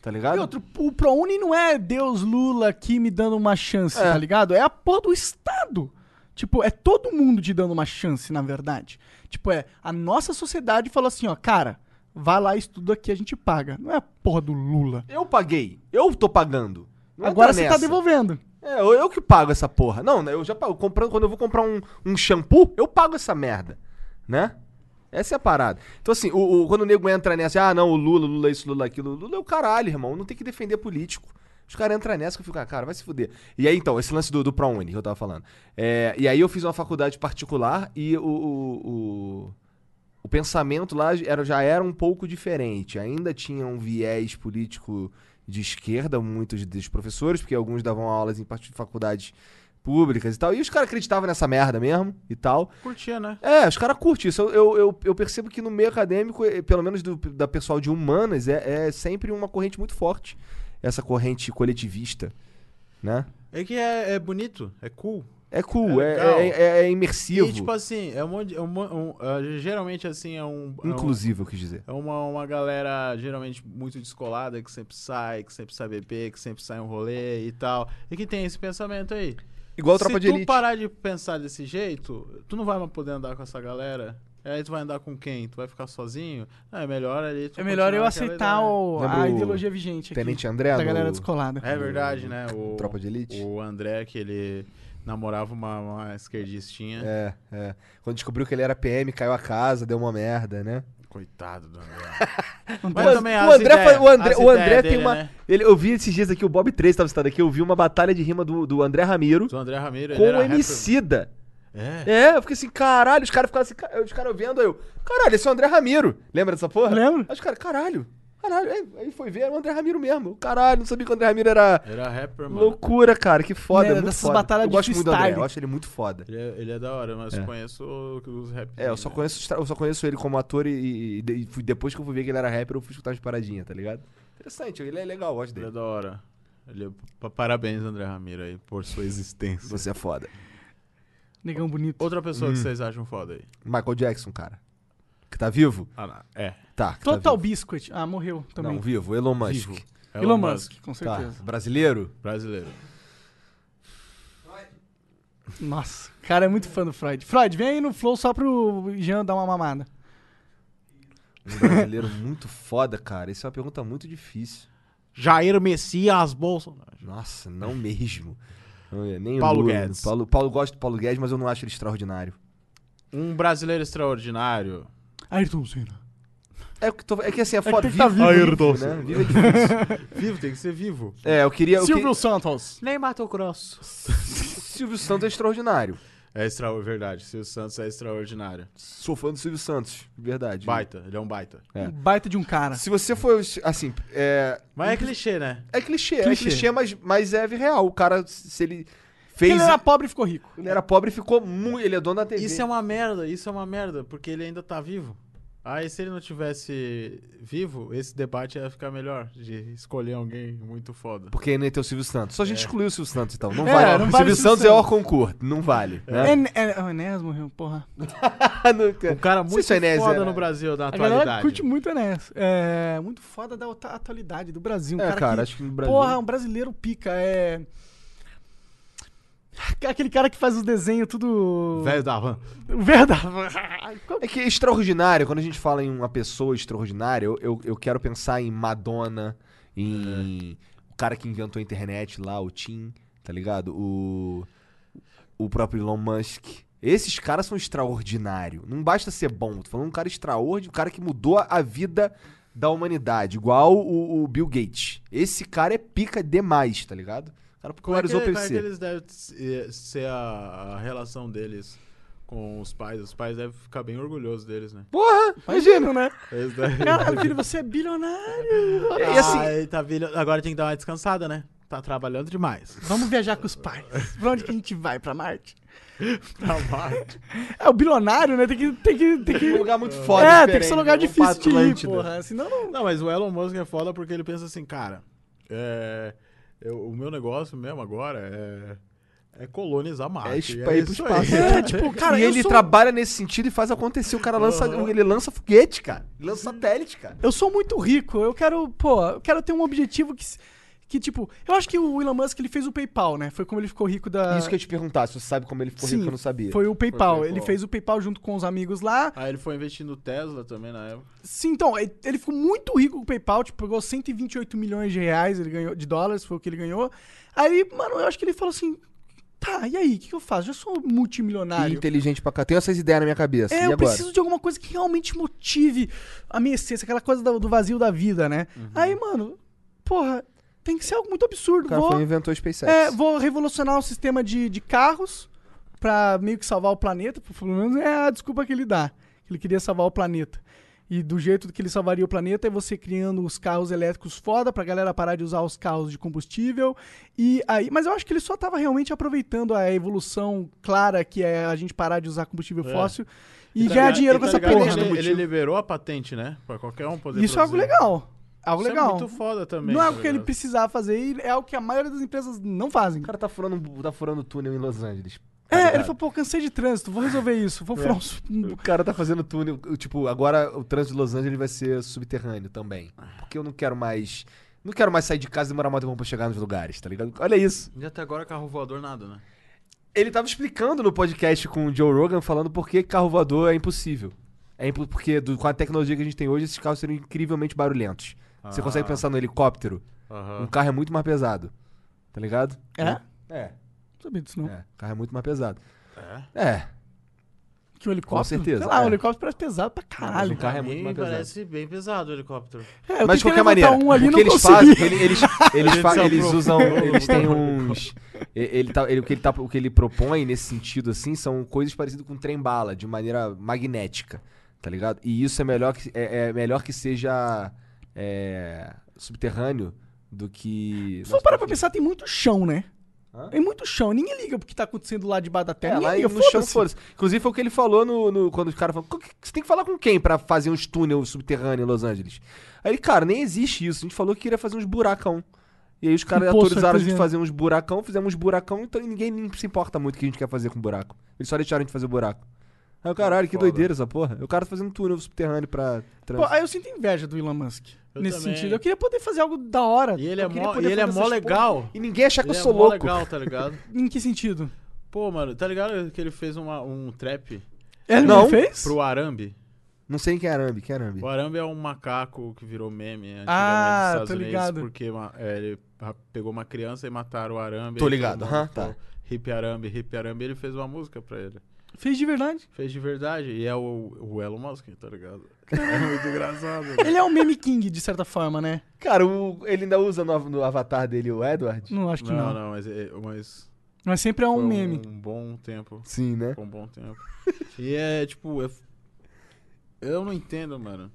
A: Tá ligado?
C: E outro, o ProUni não é Deus Lula aqui me dando uma chance,
A: É.
C: tá ligado? É a porra do Estado. Tipo, é todo mundo te dando uma chance, na verdade. Tipo, é a nossa sociedade falou assim, ó, cara, vai lá, estuda aqui, a gente paga. Não é a porra do Lula.
A: Eu paguei. Eu tô pagando. Não é
C: Agora
A: entra
C: você tá
A: nessa.
C: devolvendo.
A: É, eu, eu que pago essa porra. Não, né, eu já pago. Comprando, quando eu vou comprar um, um shampoo, eu pago essa merda. Né? Essa é a parada. Então, assim, o, o- quando o nego entra nessa, ah, não, o Lula, Lula isso, Lula aquilo, Lula é o caralho, irmão. Não tem que defender político. Os caras entram nessa que eu fico, ah, cara, vai se fuder. E aí, então, esse lance do, do ProUni que eu tava falando. É, e aí eu fiz uma faculdade particular e o- o- o o pensamento lá era, já era um pouco diferente. Ainda tinha um viés político de esquerda, muitos dos professores, porque alguns davam aulas em parti- faculdades públicas e tal. E os caras acreditavam nessa merda mesmo e tal.
B: Curtia, né?
A: É, os caras curtem isso. Eu, eu, eu, eu percebo que no meio acadêmico, eh, pelo menos do, da pessoal de humanas, é, é sempre uma corrente muito forte. Essa corrente coletivista, né?
B: É que é, é bonito, é cool.
A: É cool,
B: É
A: é,
B: legal.
A: é, é- é
B: E,
A: imersivo.
B: tipo assim, é um monte. É um, mon- um, ah, geralmente, assim, é um. é um-
A: inclusivo, eu quis dizer.
B: É uma, uma galera geralmente muito descolada, que sempre sai, que sempre sai beber, que sempre sai um rolê e tal. E que tem esse pensamento aí.
A: Igual a
B: Se
A: tropa de
B: tu
A: elite.
B: parar de pensar desse jeito, tu não vai mais poder andar com essa galera. Aí tu vai andar com quem? Tu vai ficar sozinho? Ah, é melhor ali. tu
C: É melhor eu
B: continuar naquela
C: aceitar
B: ideia.
C: o- a
A: Lembra o
C: ideologia vigente aqui.
A: Tenente André,
C: Da galera
A: no-
C: descolada.
B: É verdade, né? O,
A: Tropa de Elite.
B: O André, que ele namorava uma, uma esquerdistinha.
A: É, é. Quando descobriu que ele era PM, caiu a casa, deu uma merda, né?
B: Coitado do André.
A: O,
B: Mas também
A: o
B: as
A: André,
B: ideias-
A: fa- o André,
B: as
A: o André
B: ideias
A: tem
B: dele,
A: uma.
B: né?
A: ele- eu vi esses dias aqui, o Bob 3 estava citado aqui, eu vi uma batalha de rima do, do André Ramiro
B: Do André Ramiro, ele
A: com
B: era
A: o
B: rapper.
A: Emicida.
B: É.
A: É, eu fiquei assim, caralho, os caras ficavam assim, ca- os caras vendo, aí eu, caralho, esse é o André Ramiro. Lembra dessa porra?
C: Lembro.
A: Aí os caras, caralho, caralho. Aí, aí foi ver, era o André Ramiro mesmo. Caralho, não sabia que o André Ramiro era.
B: Era é rapper, mano.
A: Loucura, cara, que foda,
C: Né,
A: é muito
C: dessas
A: foda.
C: batalhas
A: eu
C: de
A: gosto muito do André,
C: freestyle.
A: eu acho ele muito foda.
B: Ele é, ele é da hora, mas eu conheço os rap. né?
A: É, eu só, conheço, os tra- eu só conheço ele como ator e, e- e fui- depois que eu fui ver que ele era rapper, eu fui escutar de paradinha, tá ligado? Interessante, ele é legal, eu gosto
B: Ele é
A: dele.
B: da hora. Ele é- pa- Parabéns, André Ramiro, aí, por sua existência.
A: Você Hum. é foda.
C: Negão bonito.
B: Outra pessoa que vocês acham foda aí.
A: Michael Jackson, cara. Que tá vivo?
B: Ah, não. É.
A: Tá. que tá
C: Total
A: vivo.
C: Biscuit. Ah, morreu também.
A: Não, vivo. Elon Musk.
B: Vivo.
C: Elon, Musk, com
A: Tá.
C: certeza.
A: Brasileiro?
B: É Brasileiro.
C: Nossa, o cara é muito fã do Freud. Freud, vem aí no Flow só pro Jean dar uma mamada.
A: Um brasileiro muito foda, cara. Isso é uma pergunta muito difícil.
B: Jair Messias Bolsonaro.
A: Nossa, não mesmo. Não é, Nem o
B: Paulo
A: Lula.
B: Guedes.
A: Paulo, Paulo gosta do Paulo Guedes, mas eu não acho ele extraordinário.
B: Um brasileiro extraordinário.
C: Ayrton Senna.
A: É que, tô- é que assim, é foda.
C: que tá
A: Vivo,
C: vivo,
A: vivo, né? Vivo é difícil.
B: Vivo, tem que ser vivo.
A: É, eu queria... eu que-
C: Silvio Santos.
D: Nem Mato Grosso.
A: Silvio Santos é extraordinário.
B: É extra... verdade. Silvio Santos é extraordinário.
A: Sou fã do Silvio Santos, verdade.
B: Baita, ele é um baita.
A: É.
C: Um baita de um cara.
A: Se você for, assim, é,
B: Mas é clichê, né?
A: é clichê,
C: Clichê.
A: é clichê, mas, mas é real. O cara, se ele fez...
C: Ele era pobre e ficou rico.
A: ele era pobre e ficou muito... Ele é dono da TV.
C: um
B: Isso é uma merda, isso é uma merda, porque ele ainda tá vivo. Aí se ele não tivesse vivo, esse debate ia ficar melhor de escolher alguém muito foda.
A: Porque não ia ter o Silvio Santos. É. Só a gente excluiu o Silvio Santos, então. Não
C: É,
A: vale.
C: não
A: o
C: vale
A: Silvio
C: o Silvio
A: Santos é o
C: Santos.
A: concurso. Não vale. Né?
C: En- en- É, o Enéas morreu, porra.
A: Nunca.
B: Um cara
A: Se
B: muito
A: isso é Enéas
B: foda
A: era-
B: no Brasil na
C: A galera
B: atualidade.
C: curte muito o Enéas. É muito foda da ota- atualidade do Brasil. Um
A: É,
C: cara,
A: cara,
C: que,
A: acho que no Brasil-
C: Porra, um brasileiro pica. É. Aquele cara que faz os desenhos tudo.
B: Velho da van.
C: Verdade.
A: É que é extraordinário, quando a gente fala em uma pessoa extraordinária, eu, eu, eu quero pensar em Madonna, em o cara que inventou a internet lá, o Tim, tá ligado? O, o próprio Elon Musk. Esses caras são extraordinários. Não basta ser bom. Tô falando um cara extraordinário, um cara que mudou a vida da humanidade, igual o, o Bill Gates. Esse cara é pica demais, tá ligado? O cara
B: Como é, que,
A: popularizou o
B: como é que
A: PC.
B: eles devem se- ser a, a relação deles com os pais? Os pais devem ficar bem orgulhosos deles, né?
A: Porra!
C: Imagina, né?
B: Eles devem...
C: Caralho, filho, você é bilionário.
A: E assim,
B: Ah, ele tá vilho- Agora tem que dar uma descansada, né? Tá trabalhando demais.
C: Vamos viajar com os pais. Pra onde que a gente vai? Pra Marte?
B: Trabalho.
C: É, o bilionário, né? Tem que. Tem que, tem que...
A: um lugar muito foda.
C: é,
A: diferente,
C: tem que ser um lugar
A: né? Vamos pra
C: difícil de ir,
A: Atlântida.
C: porra. Senão não.
B: Não, mas o Elon Musk é foda porque ele pensa assim, cara, é, eu- o meu negócio mesmo agora é, é colonizar Marte.
A: É espa-
B: e
C: tipo,
A: ir pro
B: isso
A: espaço.
B: aí.
C: É, tipo, cara,
A: e
C: eu
A: ele
C: sou-
A: trabalha nesse sentido e faz acontecer. O cara lança, ele lança
C: Uhum.
A: foguete, cara. Ele lança satélite, cara.
C: Eu sou muito rico, eu quero, pô, eu quero ter um objetivo que, s- que, tipo, eu acho que o Elon Musk ele fez o PayPal, né? Foi como ele ficou rico da.
E: Isso que eu ia te perguntar, se você sabe como ele ficou rico, eu não sabia.
C: Foi o PayPal. Ele
B: PayPal.
C: fez o PayPal junto com os amigos lá.
B: Aí ele foi investir no Tesla também na época.
C: Sim, então, ele ele ficou muito rico com o PayPal, tipo, pegou 128 milhões de reais, ele ganhou de dólares, foi o que ele ganhou. Aí, mano, eu acho que ele falou assim: "Tá, e aí, o que, que eu faço? Já sou multimilionário.
E: Inteligente pra cá. Tenho essas ideias na minha cabeça.
C: É,
E: e
C: eu
E: agora?
C: preciso de alguma coisa que realmente motive a minha essência, aquela coisa do, do vazio da vida, né? Aí, mano, porra, tem que ser algo muito absurdo.
E: Uhum. O cara
C: Vou-
E: foi e inventou o SpaceX.
C: é, vou revolucionar o sistema de, de carros pra meio que salvar o planeta. Pelo menos é a desculpa que ele dá. Ele queria salvar o planeta. E do jeito que ele salvaria o planeta é você criando os carros elétricos foda pra galera parar de usar os carros de combustível. E aí, mas eu acho que ele só tava realmente aproveitando a evolução clara que é a gente parar de usar combustível fóssil e
B: É. Tá
C: ganhar
B: ligado?
C: dinheiro
B: E
C: com
B: tá
C: essa
B: ligado?
C: porra.
B: Ele,
C: né?
B: ele liberou a patente, né? Pra qualquer um poder
C: Isso é algo
B: produzir.
C: legal. Algo
B: Isso é
C: legal.
B: muito foda também.
C: não é
B: tá
C: algo que ele
B: ligado?
C: precisava fazer e é algo que a maioria das empresas não fazem.
A: O cara tá furando, tá furando túnel em Los Angeles. tá
C: É, ele
A: ligado?
C: falou, pô, cansei de trânsito, vou resolver isso.
A: É.
C: Vou furar uns... um
A: O cara tá fazendo túnel. Tipo, agora o trânsito de Los Angeles vai ser subterrâneo também.
C: Ah.
A: Porque eu não quero mais. Não quero mais sair de casa e demorar mais tempo pra chegar nos lugares, tá ligado? Olha isso.
B: E até agora é carro voador nada, né?
A: Ele tava explicando no podcast com o Joe Rogan falando por que carro voador é impossível. É impo- porque do- com a tecnologia que a gente tem hoje, esses carros seriam incrivelmente barulhentos. Você
B: Ah.
A: consegue pensar no helicóptero? Um carro é muito mais pesado. Tá ligado?
C: É? Não
A: É.
C: sabia disso, não.
A: É. O carro é muito mais pesado. É. É.
C: Que o helicóptero...
A: Com certeza,
C: Sei lá,
A: é.
C: o helicóptero parece pesado pra
A: Mas
C: caralho.
A: o carro é muito
F: Ih,
A: mais pesado.
F: parece bem pesado o helicóptero.
C: É, eu
A: Mas de
C: tentei
A: qualquer maneira,
C: levantar um ali,
A: o
C: não
A: que eles
C: consegui.
A: fazem, ele- eles, eles, fa-
B: Ele
A: eles
B: desabou.
A: usam, eles têm uns, e- ele tá- ele- o, que ele tá- o que ele propõe nesse sentido assim são coisas parecidas com trem-bala, de maneira magnética, tá ligado? E isso é melhor que, é, é melhor que seja é, subterrâneo do que...
C: Se for parar pra pensar, tem muito chão, né?
A: Hã?
C: Tem muito chão. Ninguém liga pro que tá acontecendo lá debaixo da terra.
A: É, lá
C: Ninguém liga,
A: no chão,
C: foda-se.
A: foda-se. Inclusive foi o que ele falou no, no- quando os caras falaram, "Co- que- você tem que falar com quem pra fazer uns túnel subterrâneo em Los Angeles? Aí ele, cara, nem existe isso. A gente falou que queria fazer uns buracão. E aí os caras
C: poço
A: autorizaram a gente
C: artesiano.
A: fazer uns buracão, fizemos uns buracão, então ninguém nem se importa muito o que a gente quer fazer com buraco. Eles só deixaram a gente fazer buraco. Aí, eu, caralho, que doideira essa porra. O cara tá fazendo túnel subterrâneo pra
C: Pô,
A: trans...
C: aí eu sinto inveja do Elon Musk.
B: Eu
C: nesse
B: também.
C: sentido. Eu queria poder fazer algo da hora.
B: E ele
C: Eu
B: é
C: queria
B: mó,
C: poder
B: e ele é
C: fazer
B: mó
C: essas
B: legal.
A: E ninguém acha que
B: Ele
A: eu
B: é
A: sou
B: mó
A: louco.
B: legal, tá ligado?
C: porra. Em que sentido?
B: Pô, mano, tá ligado que ele fez uma- um trap
C: Ele
A: Não.
C: não fez?
B: pro Arambi?
A: Não sei quem é Arambi, quem é Arambi.
B: O Arambi é um macaco que virou meme antigamente
C: Ah,
B: nos Estados
C: tô
B: Unidos,
C: ligado.
B: porque ma- é, ele ra- pegou uma criança e mataram o Arambi.
A: Tô
B: aí todo
A: ligado,
B: mundo
A: aham,
B: ficou
A: tá.
B: Hip Arambi, Hip Arambi, ele fez uma música pra ele.
C: Fez de verdade.
B: Fez de verdade, e é o, o Elon Musk, tá ligado? É muito engraçado. né?
C: Ele é um meme king, de certa forma, né?
A: Cara, o- ele ainda usa no, no avatar dele o Edward?
C: Não, acho que não.
B: Não, não, mas, é- mas
C: Mas sempre um é um
B: foi
C: meme.
B: um bom tempo.
A: Sim, né?
B: Ficou um bom tempo. E é, tipo, é f- eu não entendo, mano.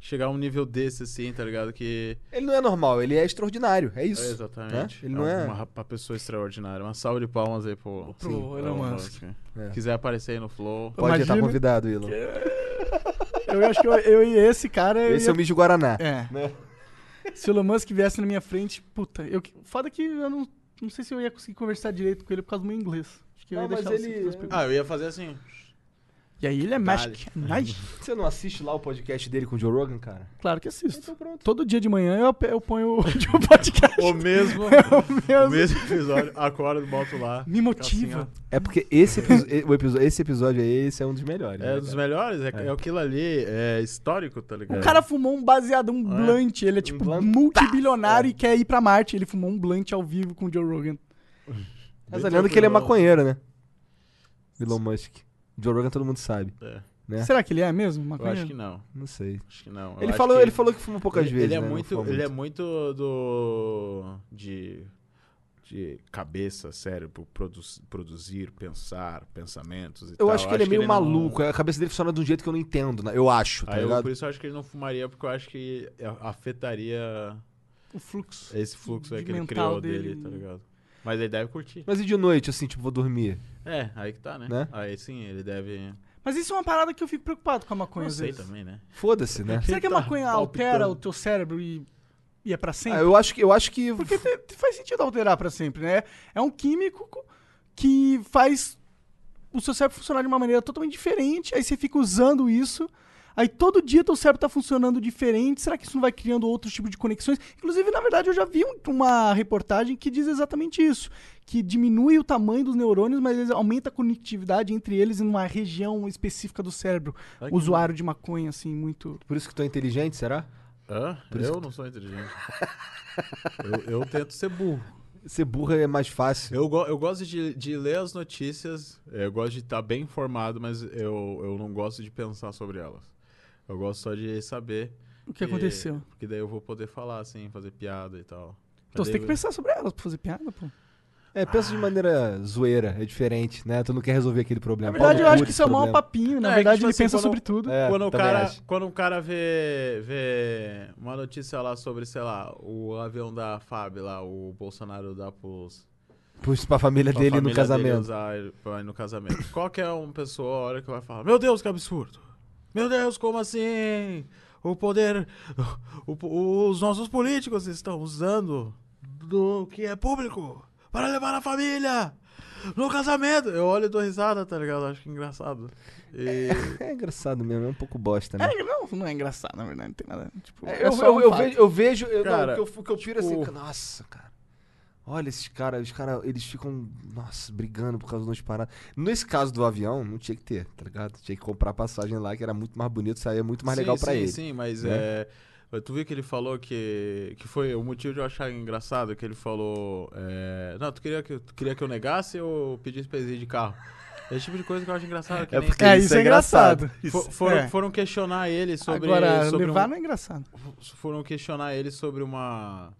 B: Chegar a um nível desse, assim, tá ligado? Que.
A: Ele não é normal, ele é extraordinário, é
B: É,
A: isso. Né?
B: exatamente.
A: Ele não é-
B: Uma, uma pessoa extraordinária. Uma salva de palmas aí pro.
C: Pro Elon Musk.
A: É.
B: Quiser aparecer aí no Flow.
A: Pode estar
C: Imagina.
A: convidado, Elon.
C: Eu acho que eu, eu e esse cara. eu
A: Esse
C: ia-
A: é o Mijo Guaraná.
C: É.
B: Né?
C: Se o Elon Musk viesse na minha frente, puta, eu, foda que eu não, não sei se eu ia conseguir conversar direito com ele por causa do meu inglês. Acho que eu
A: Ah,
C: ia
A: mas
C: deixar você
A: ele-
C: fazer as perguntas.
B: Ah, eu ia fazer assim.
C: E aí ele é Magic. Nice.
A: Você não assiste lá o podcast dele com o Joe Rogan, cara?
C: Claro que
B: Então,
C: assisto. Todo dia de manhã eu, eu ponho o meu podcast.
B: O mesmo,
A: É
B: o
C: Meu Deus.
B: mesmo episódio. Acordo, boto lá.
C: Me
B: assim,
C: motiva.
A: É porque esse, episo- e- o episódio, esse episódio aí, esse é um dos melhores.
B: É
A: né,
B: um dos
A: cara?
B: melhores. É, é aquilo ali, é histórico, tá ligado?
C: O cara fumou um baseado, um
B: É.
C: blunt. Ele é tipo
A: blunt.
C: multibilionário e quer ir pra Marte. Ele fumou um blunt ao vivo com o Joe Rogan.
A: Mas olhando que ele é maconheiro, né? Elon Musk. Joe Rogan todo mundo sabe.
B: É.
A: É.
C: Será que ele é mesmo? Uma
B: Eu acho que não.
A: Não sei.
B: Acho que não. Eu
A: Ele
B: acho
A: falou,
B: que-
A: ele falou que fuma poucas
B: ele,
A: vezes.
B: Ele é,
A: né? Não
B: muito,
A: fuma
B: ele é muito do. de. de cabeça, cérebro, produz, produzir, pensar, pensamentos e
A: Eu
B: tal.
A: acho que ele é meio
B: não-
A: maluco. A cabeça dele funciona de um jeito que eu não entendo, né? eu acho, tá
B: Aí eu,
A: ligado?
B: por isso eu acho que ele não fumaria, porque eu acho que a- afetaria
C: O fluxo.
B: esse fluxo aí
C: De
B: que ele criou
C: mental
B: dele,
C: dele.
B: tá ligado? Mas ele deve curtir.
A: Mas e de noite, assim, tipo, vou dormir?
B: É, aí que tá, né?
A: Né?
B: Aí sim, ele deve.
C: Mas isso é uma parada que eu fico preocupado com a maconha.
B: Não
C: às
B: sei
C: vezes.
B: também, né?
A: Foda-se, né?
C: Será que a
B: Tá
C: maconha altera o teu cérebro e, e é pra
A: Ah,
C: sempre?
A: eu acho que. Eu acho que
C: Porque te- te faz sentido alterar pra sempre, né? É um químico co- que faz o seu cérebro funcionar de uma maneira totalmente diferente, aí você fica usando isso. Aí todo dia teu cérebro tá funcionando diferente. Será que isso não vai criando outro tipo de conexões? Inclusive, na verdade, eu já vi um- uma reportagem que diz exatamente isso. Que diminui o tamanho dos neurônios, mas eles- aumenta a conectividade entre eles em uma região específica do cérebro.
B: Ai, que
C: Usuário de maconha, assim, muito.
A: Por isso que tu é inteligente, será?
B: Hã? Eu não sou inteligente. eu, eu tento ser burro.
A: Ser burra é mais fácil.
B: Eu, go- eu gosto de, de ler as notícias, eu gosto de estar bem informado, mas eu, eu não gosto de pensar sobre elas. Eu gosto só de saber.
C: O que aconteceu?
B: Porque daí eu vou poder falar, assim, fazer piada e tal.
C: Então você
B: Daí
C: tem que
B: eu-
C: pensar sobre elas pra fazer piada, pô.
A: É, pensa de maneira zoeira, é diferente, né? Tu não quer resolver aquele
C: Na
A: problema.
C: verdade,
A: Pau
C: eu
A: no
C: acho
A: cu
C: que
A: esse
C: isso é o maior
A: problema.
C: papinho. Na
B: É, que,
C: verdade,
B: tipo
C: ele
B: assim,
C: pensa
B: quando-
C: sobre tudo.
A: É,
B: quando, o
A: também
B: cara,
A: acho.
B: quando o cara vê, vê uma notícia lá sobre, sei lá, o avião da FAB lá, o Bolsonaro dá pros.
A: Puxa pra família
B: pra
A: É dele no
B: família
A: casamento.
B: usar ele pra ir no casamento. Qualquer um pessoa, a hora que vai falar: Meu Deus, que absurdo! Meu Deus, como assim? O poder. o- o- os nossos políticos estão usando do que é público para levar a família no casamento. Eu olho e dou risada, tá ligado? Acho que é engraçado. E-
A: É engraçado mesmo, é um pouco bosta, né?
C: É, não, não é engraçado, na verdade, não tem nada. Tipo,
A: É,
C: é
A: eu,
C: só
A: eu-
C: um
A: eu
C: fato.
A: vejo, eu vejo, eu, não,
B: Cara,
A: o que eu, o que eu tiro
B: tipo-
A: assim, nossa, cara. Olha esses caras, os caras, eles ficam, nossa, brigando por causa de umas paradas. Nesse caso do avião, não tinha que ter, tá ligado? Tinha que comprar a passagem lá, que era muito mais bonito, saía muito mais
B: Sim,
A: legal pra
B: sim,
A: ele.
B: Sim, mas
A: né?
B: é, tu viu que ele falou que que foi o motivo de eu achar engraçado que ele falou, é, não, tu queria que eu- tu queria que eu negasse ou pedisse pra eles ir de carro. Esse tipo de coisa que eu acho engraçado. que
A: É
B: nem-
A: porque
C: É,
A: isso, é engraçado.
B: fo-
C: Isso.
B: foram,
C: É.
B: foram questionar ele sobre
C: Agora,
B: sobre um-
C: levar não é engraçado.
B: foram questionar ele sobre uma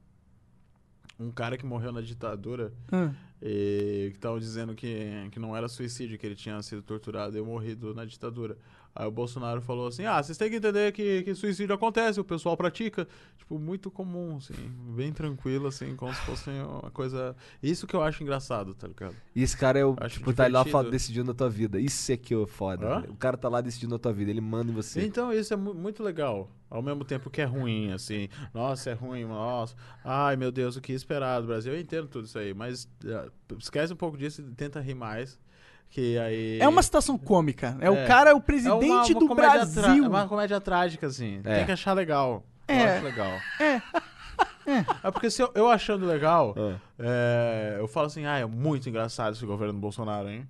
B: um cara que morreu na ditadura
C: Ah.
B: e que estavam dizendo que, que não era suicídio, que ele tinha sido torturado e morrido na ditadura. Aí o Bolsonaro falou assim: Ah, vocês têm que entender que, que suicídio acontece, o pessoal pratica. Tipo, muito comum, assim, bem tranquilo, assim, como se fosse uma coisa. Isso que eu acho engraçado, tá ligado?
A: E esse cara é o,
B: Acho
A: tipo, tá lá
B: divertido.
A: fa- decidindo a tua vida. Isso é que é foda.
B: Hã?
A: velho. O cara tá lá decidindo a tua vida, ele manda em você.
B: Então, isso é mu- muito legal. Ao mesmo tempo que é ruim, assim. Nossa, é ruim, nossa. Ai, meu Deus, o que esperar do Brasil? Eu entendo tudo isso aí, mas eh, esquece um pouco disso e tenta rir mais. Que aí.
C: É uma situação cômica. É,
B: É.
C: o cara, é
B: É
C: o
B: uma-
C: presidente
B: uma
C: do
B: comédia tra-
C: Brasil.
B: É uma comédia trágica, assim.
A: É.
B: Tem que achar legal.
C: É.
B: Eu acho legal. É. porque se eu, eu achando legal, é, eu falo assim, ah, é muito engraçado esse governo Bolsonaro, hein?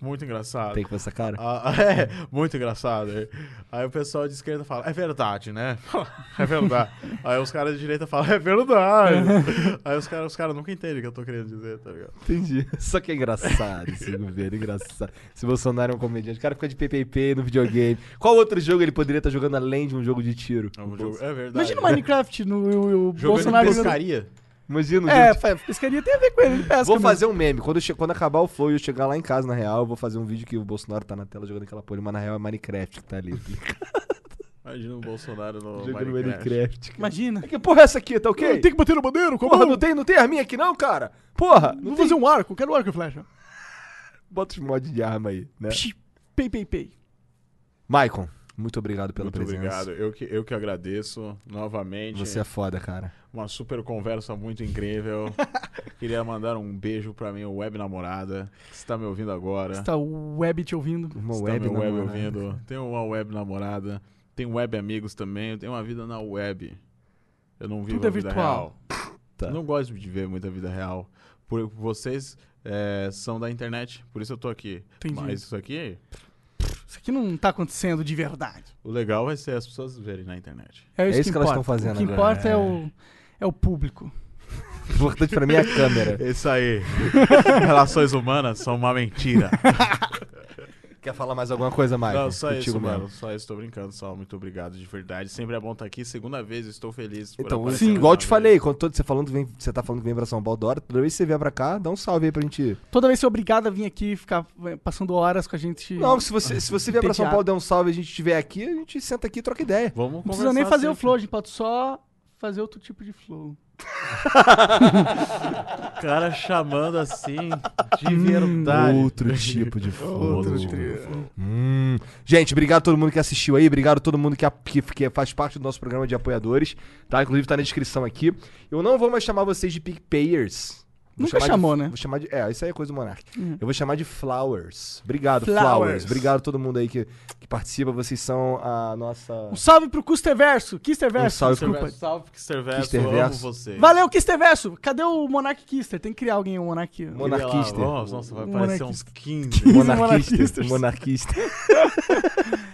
B: Muito engraçado.
A: Tem que ver essa cara.
B: Ah, é, muito engraçado. hein? Aí o pessoal de esquerda fala, é verdade, né? É verdade. Aí os caras de direita falam, é verdade. Aí os caras os cara nunca entendem o que eu tô querendo dizer, tá ligado?
A: Entendi. Só que é engraçado esse governo, engraçado. Se Bolsonaro é um comediante, o cara fica de PPP no videogame. Qual outro jogo ele poderia estar jogando além de um jogo de tiro?
B: É, um jogo- é verdade.
C: Imagina o Minecraft no o- o
B: Jogando
C: Bolsonaro.
B: em pescaria.
A: Imagina um
C: É,
A: jogo de-
C: fa- pescaria tem a ver com ele, ele pesca. né?
A: Vou
C: mesmo.
A: fazer um meme. Quando, eu che- quando acabar o flow e eu chegar lá em casa, na real, eu vou fazer um vídeo que o Bolsonaro tá na tela jogando aquela porra, mas na real é Minecraft que tá ali.
B: Imagina o Bolsonaro no
A: jogando
B: Minecraft.
A: Minecraft. cara.
C: Imagina.
A: Que porra é essa aqui, tá ok?
C: Tem que bater no bandeiro, como?
A: Porra, não tem, não tem arminha aqui não, cara? Porra! Não
C: Vou
A: tem...
C: fazer um arco, quero arco e flecha.
A: Bota os mods de arma aí, né?
C: Psh, Pei, pei, pei.
A: Maicon, muito obrigado pela
B: Muito
A: presença.
B: obrigado. Eu que, eu que agradeço novamente.
A: Você é foda, cara.
B: Uma super conversa muito incrível. Queria mandar um beijo pra minha web namorada, que está me ouvindo agora.
C: Está Tá o web te ouvindo.
A: Uma
B: está
A: web, né?
B: meu tá web
A: namorada.
B: ouvindo. Tem uma web namorada. Tem web amigos também. Eu tenho uma vida na web. Eu não vivo
C: Tudo é
B: a vida
C: virtual.
B: real.
A: Tá.
B: Eu Não gosto de ver muita vida real. Por, vocês eh, são da internet, por isso eu tô aqui.
C: Entendi.
B: Mas isso aqui,
C: Isso aqui não tá acontecendo de verdade.
B: o legal vai ser as pessoas verem na internet.
C: É
A: isso que elas
C: importa.
A: estão fazendo
C: O que
A: agora.
C: importa é o, é o público.
A: O importante pra mim é a câmera.
B: Isso aí. Relações humanas são uma mentira.
A: Quer falar mais alguma coisa, Maicon?
B: Não, só
A: Contigo
B: isso,
A: mesmo.
B: mano. Só isso, tô brincando, só. Muito obrigado, de verdade. Sempre é bom estar aqui. Segunda vez, eu estou feliz. por
A: Então,
B: aparecer
A: sim,
B: mais
A: igual eu
B: uma
A: te
B: vez.
A: falei, quando todo- você, falando que vem, você tá falando que vem pra São Paulo da hora, toda vez que você vier pra cá, dá um salve aí pra gente ir.
C: Toda vez que você é obrigado a vir aqui e ficar eh, passando horas com a gente.
A: Não, se você, se você vier pra São
C: Entediado.
A: Paulo, der um salve e a gente estiver aqui, a gente senta aqui e troca ideia.
B: Vamos assim.
C: Não precisa nem fazer o flow, a gente pode só fazer outro tipo de flow.
B: O cara chamando assim, de
A: Hum,
B: verdade.
A: Outro tipo de fogo.
B: tipo.
A: Hum. Gente, obrigado a todo mundo que assistiu aí, obrigado a todo mundo que, a- que- que faz parte do nosso programa de apoiadores, tá? Inclusive tá na descrição aqui. Eu não vou mais chamar vocês de PicPayers. Vou
C: Nunca
A: chamar de-
C: chamou, né? Hum.
A: Vou chamar de. É, isso aí é coisa do Monark. Eu vou chamar de Flowers. Obrigado,
C: Flowers.
A: Flowers. Obrigado a todo mundo aí que, que participa. Vocês são a nossa.
C: Um salve pro Custerverso.
A: Um
C: Kisterverso.
A: salve pro-
B: Kisterverso, Salve, Kisterverso.
A: Kisterverso.
B: Eu amo você.
C: Valeu, Kisterverso. Cadê o Monark Kister? Tem que criar alguém, um Monark.
A: Mon- monarquista.
B: Nossa, nossa, vai
C: Um
B: aparecer uns
C: monarquista.
B: 15.
A: Monarquista.
C: monarquistas.
A: Monarquista.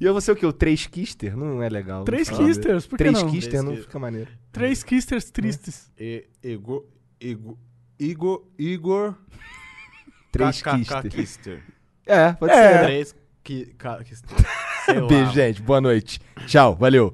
A: e eu vou ser o quê? O 3 Kister? Não é legal.
C: Três
A: não sei.
C: Kisters, por que
A: Três
C: não?
A: Kister não
B: Três-
A: fica maneiro.
C: Três Kisters tristes.
B: E- Igor. Igor. Igor. Igor.
A: Três
B: KKK
A: Kister.
B: Kister.
A: É, pode
C: É.
A: ser.
B: Três. Ki, Ka- Kister. Sei lá,
A: Beijo, gente. Boa noite. Tchau. Valeu.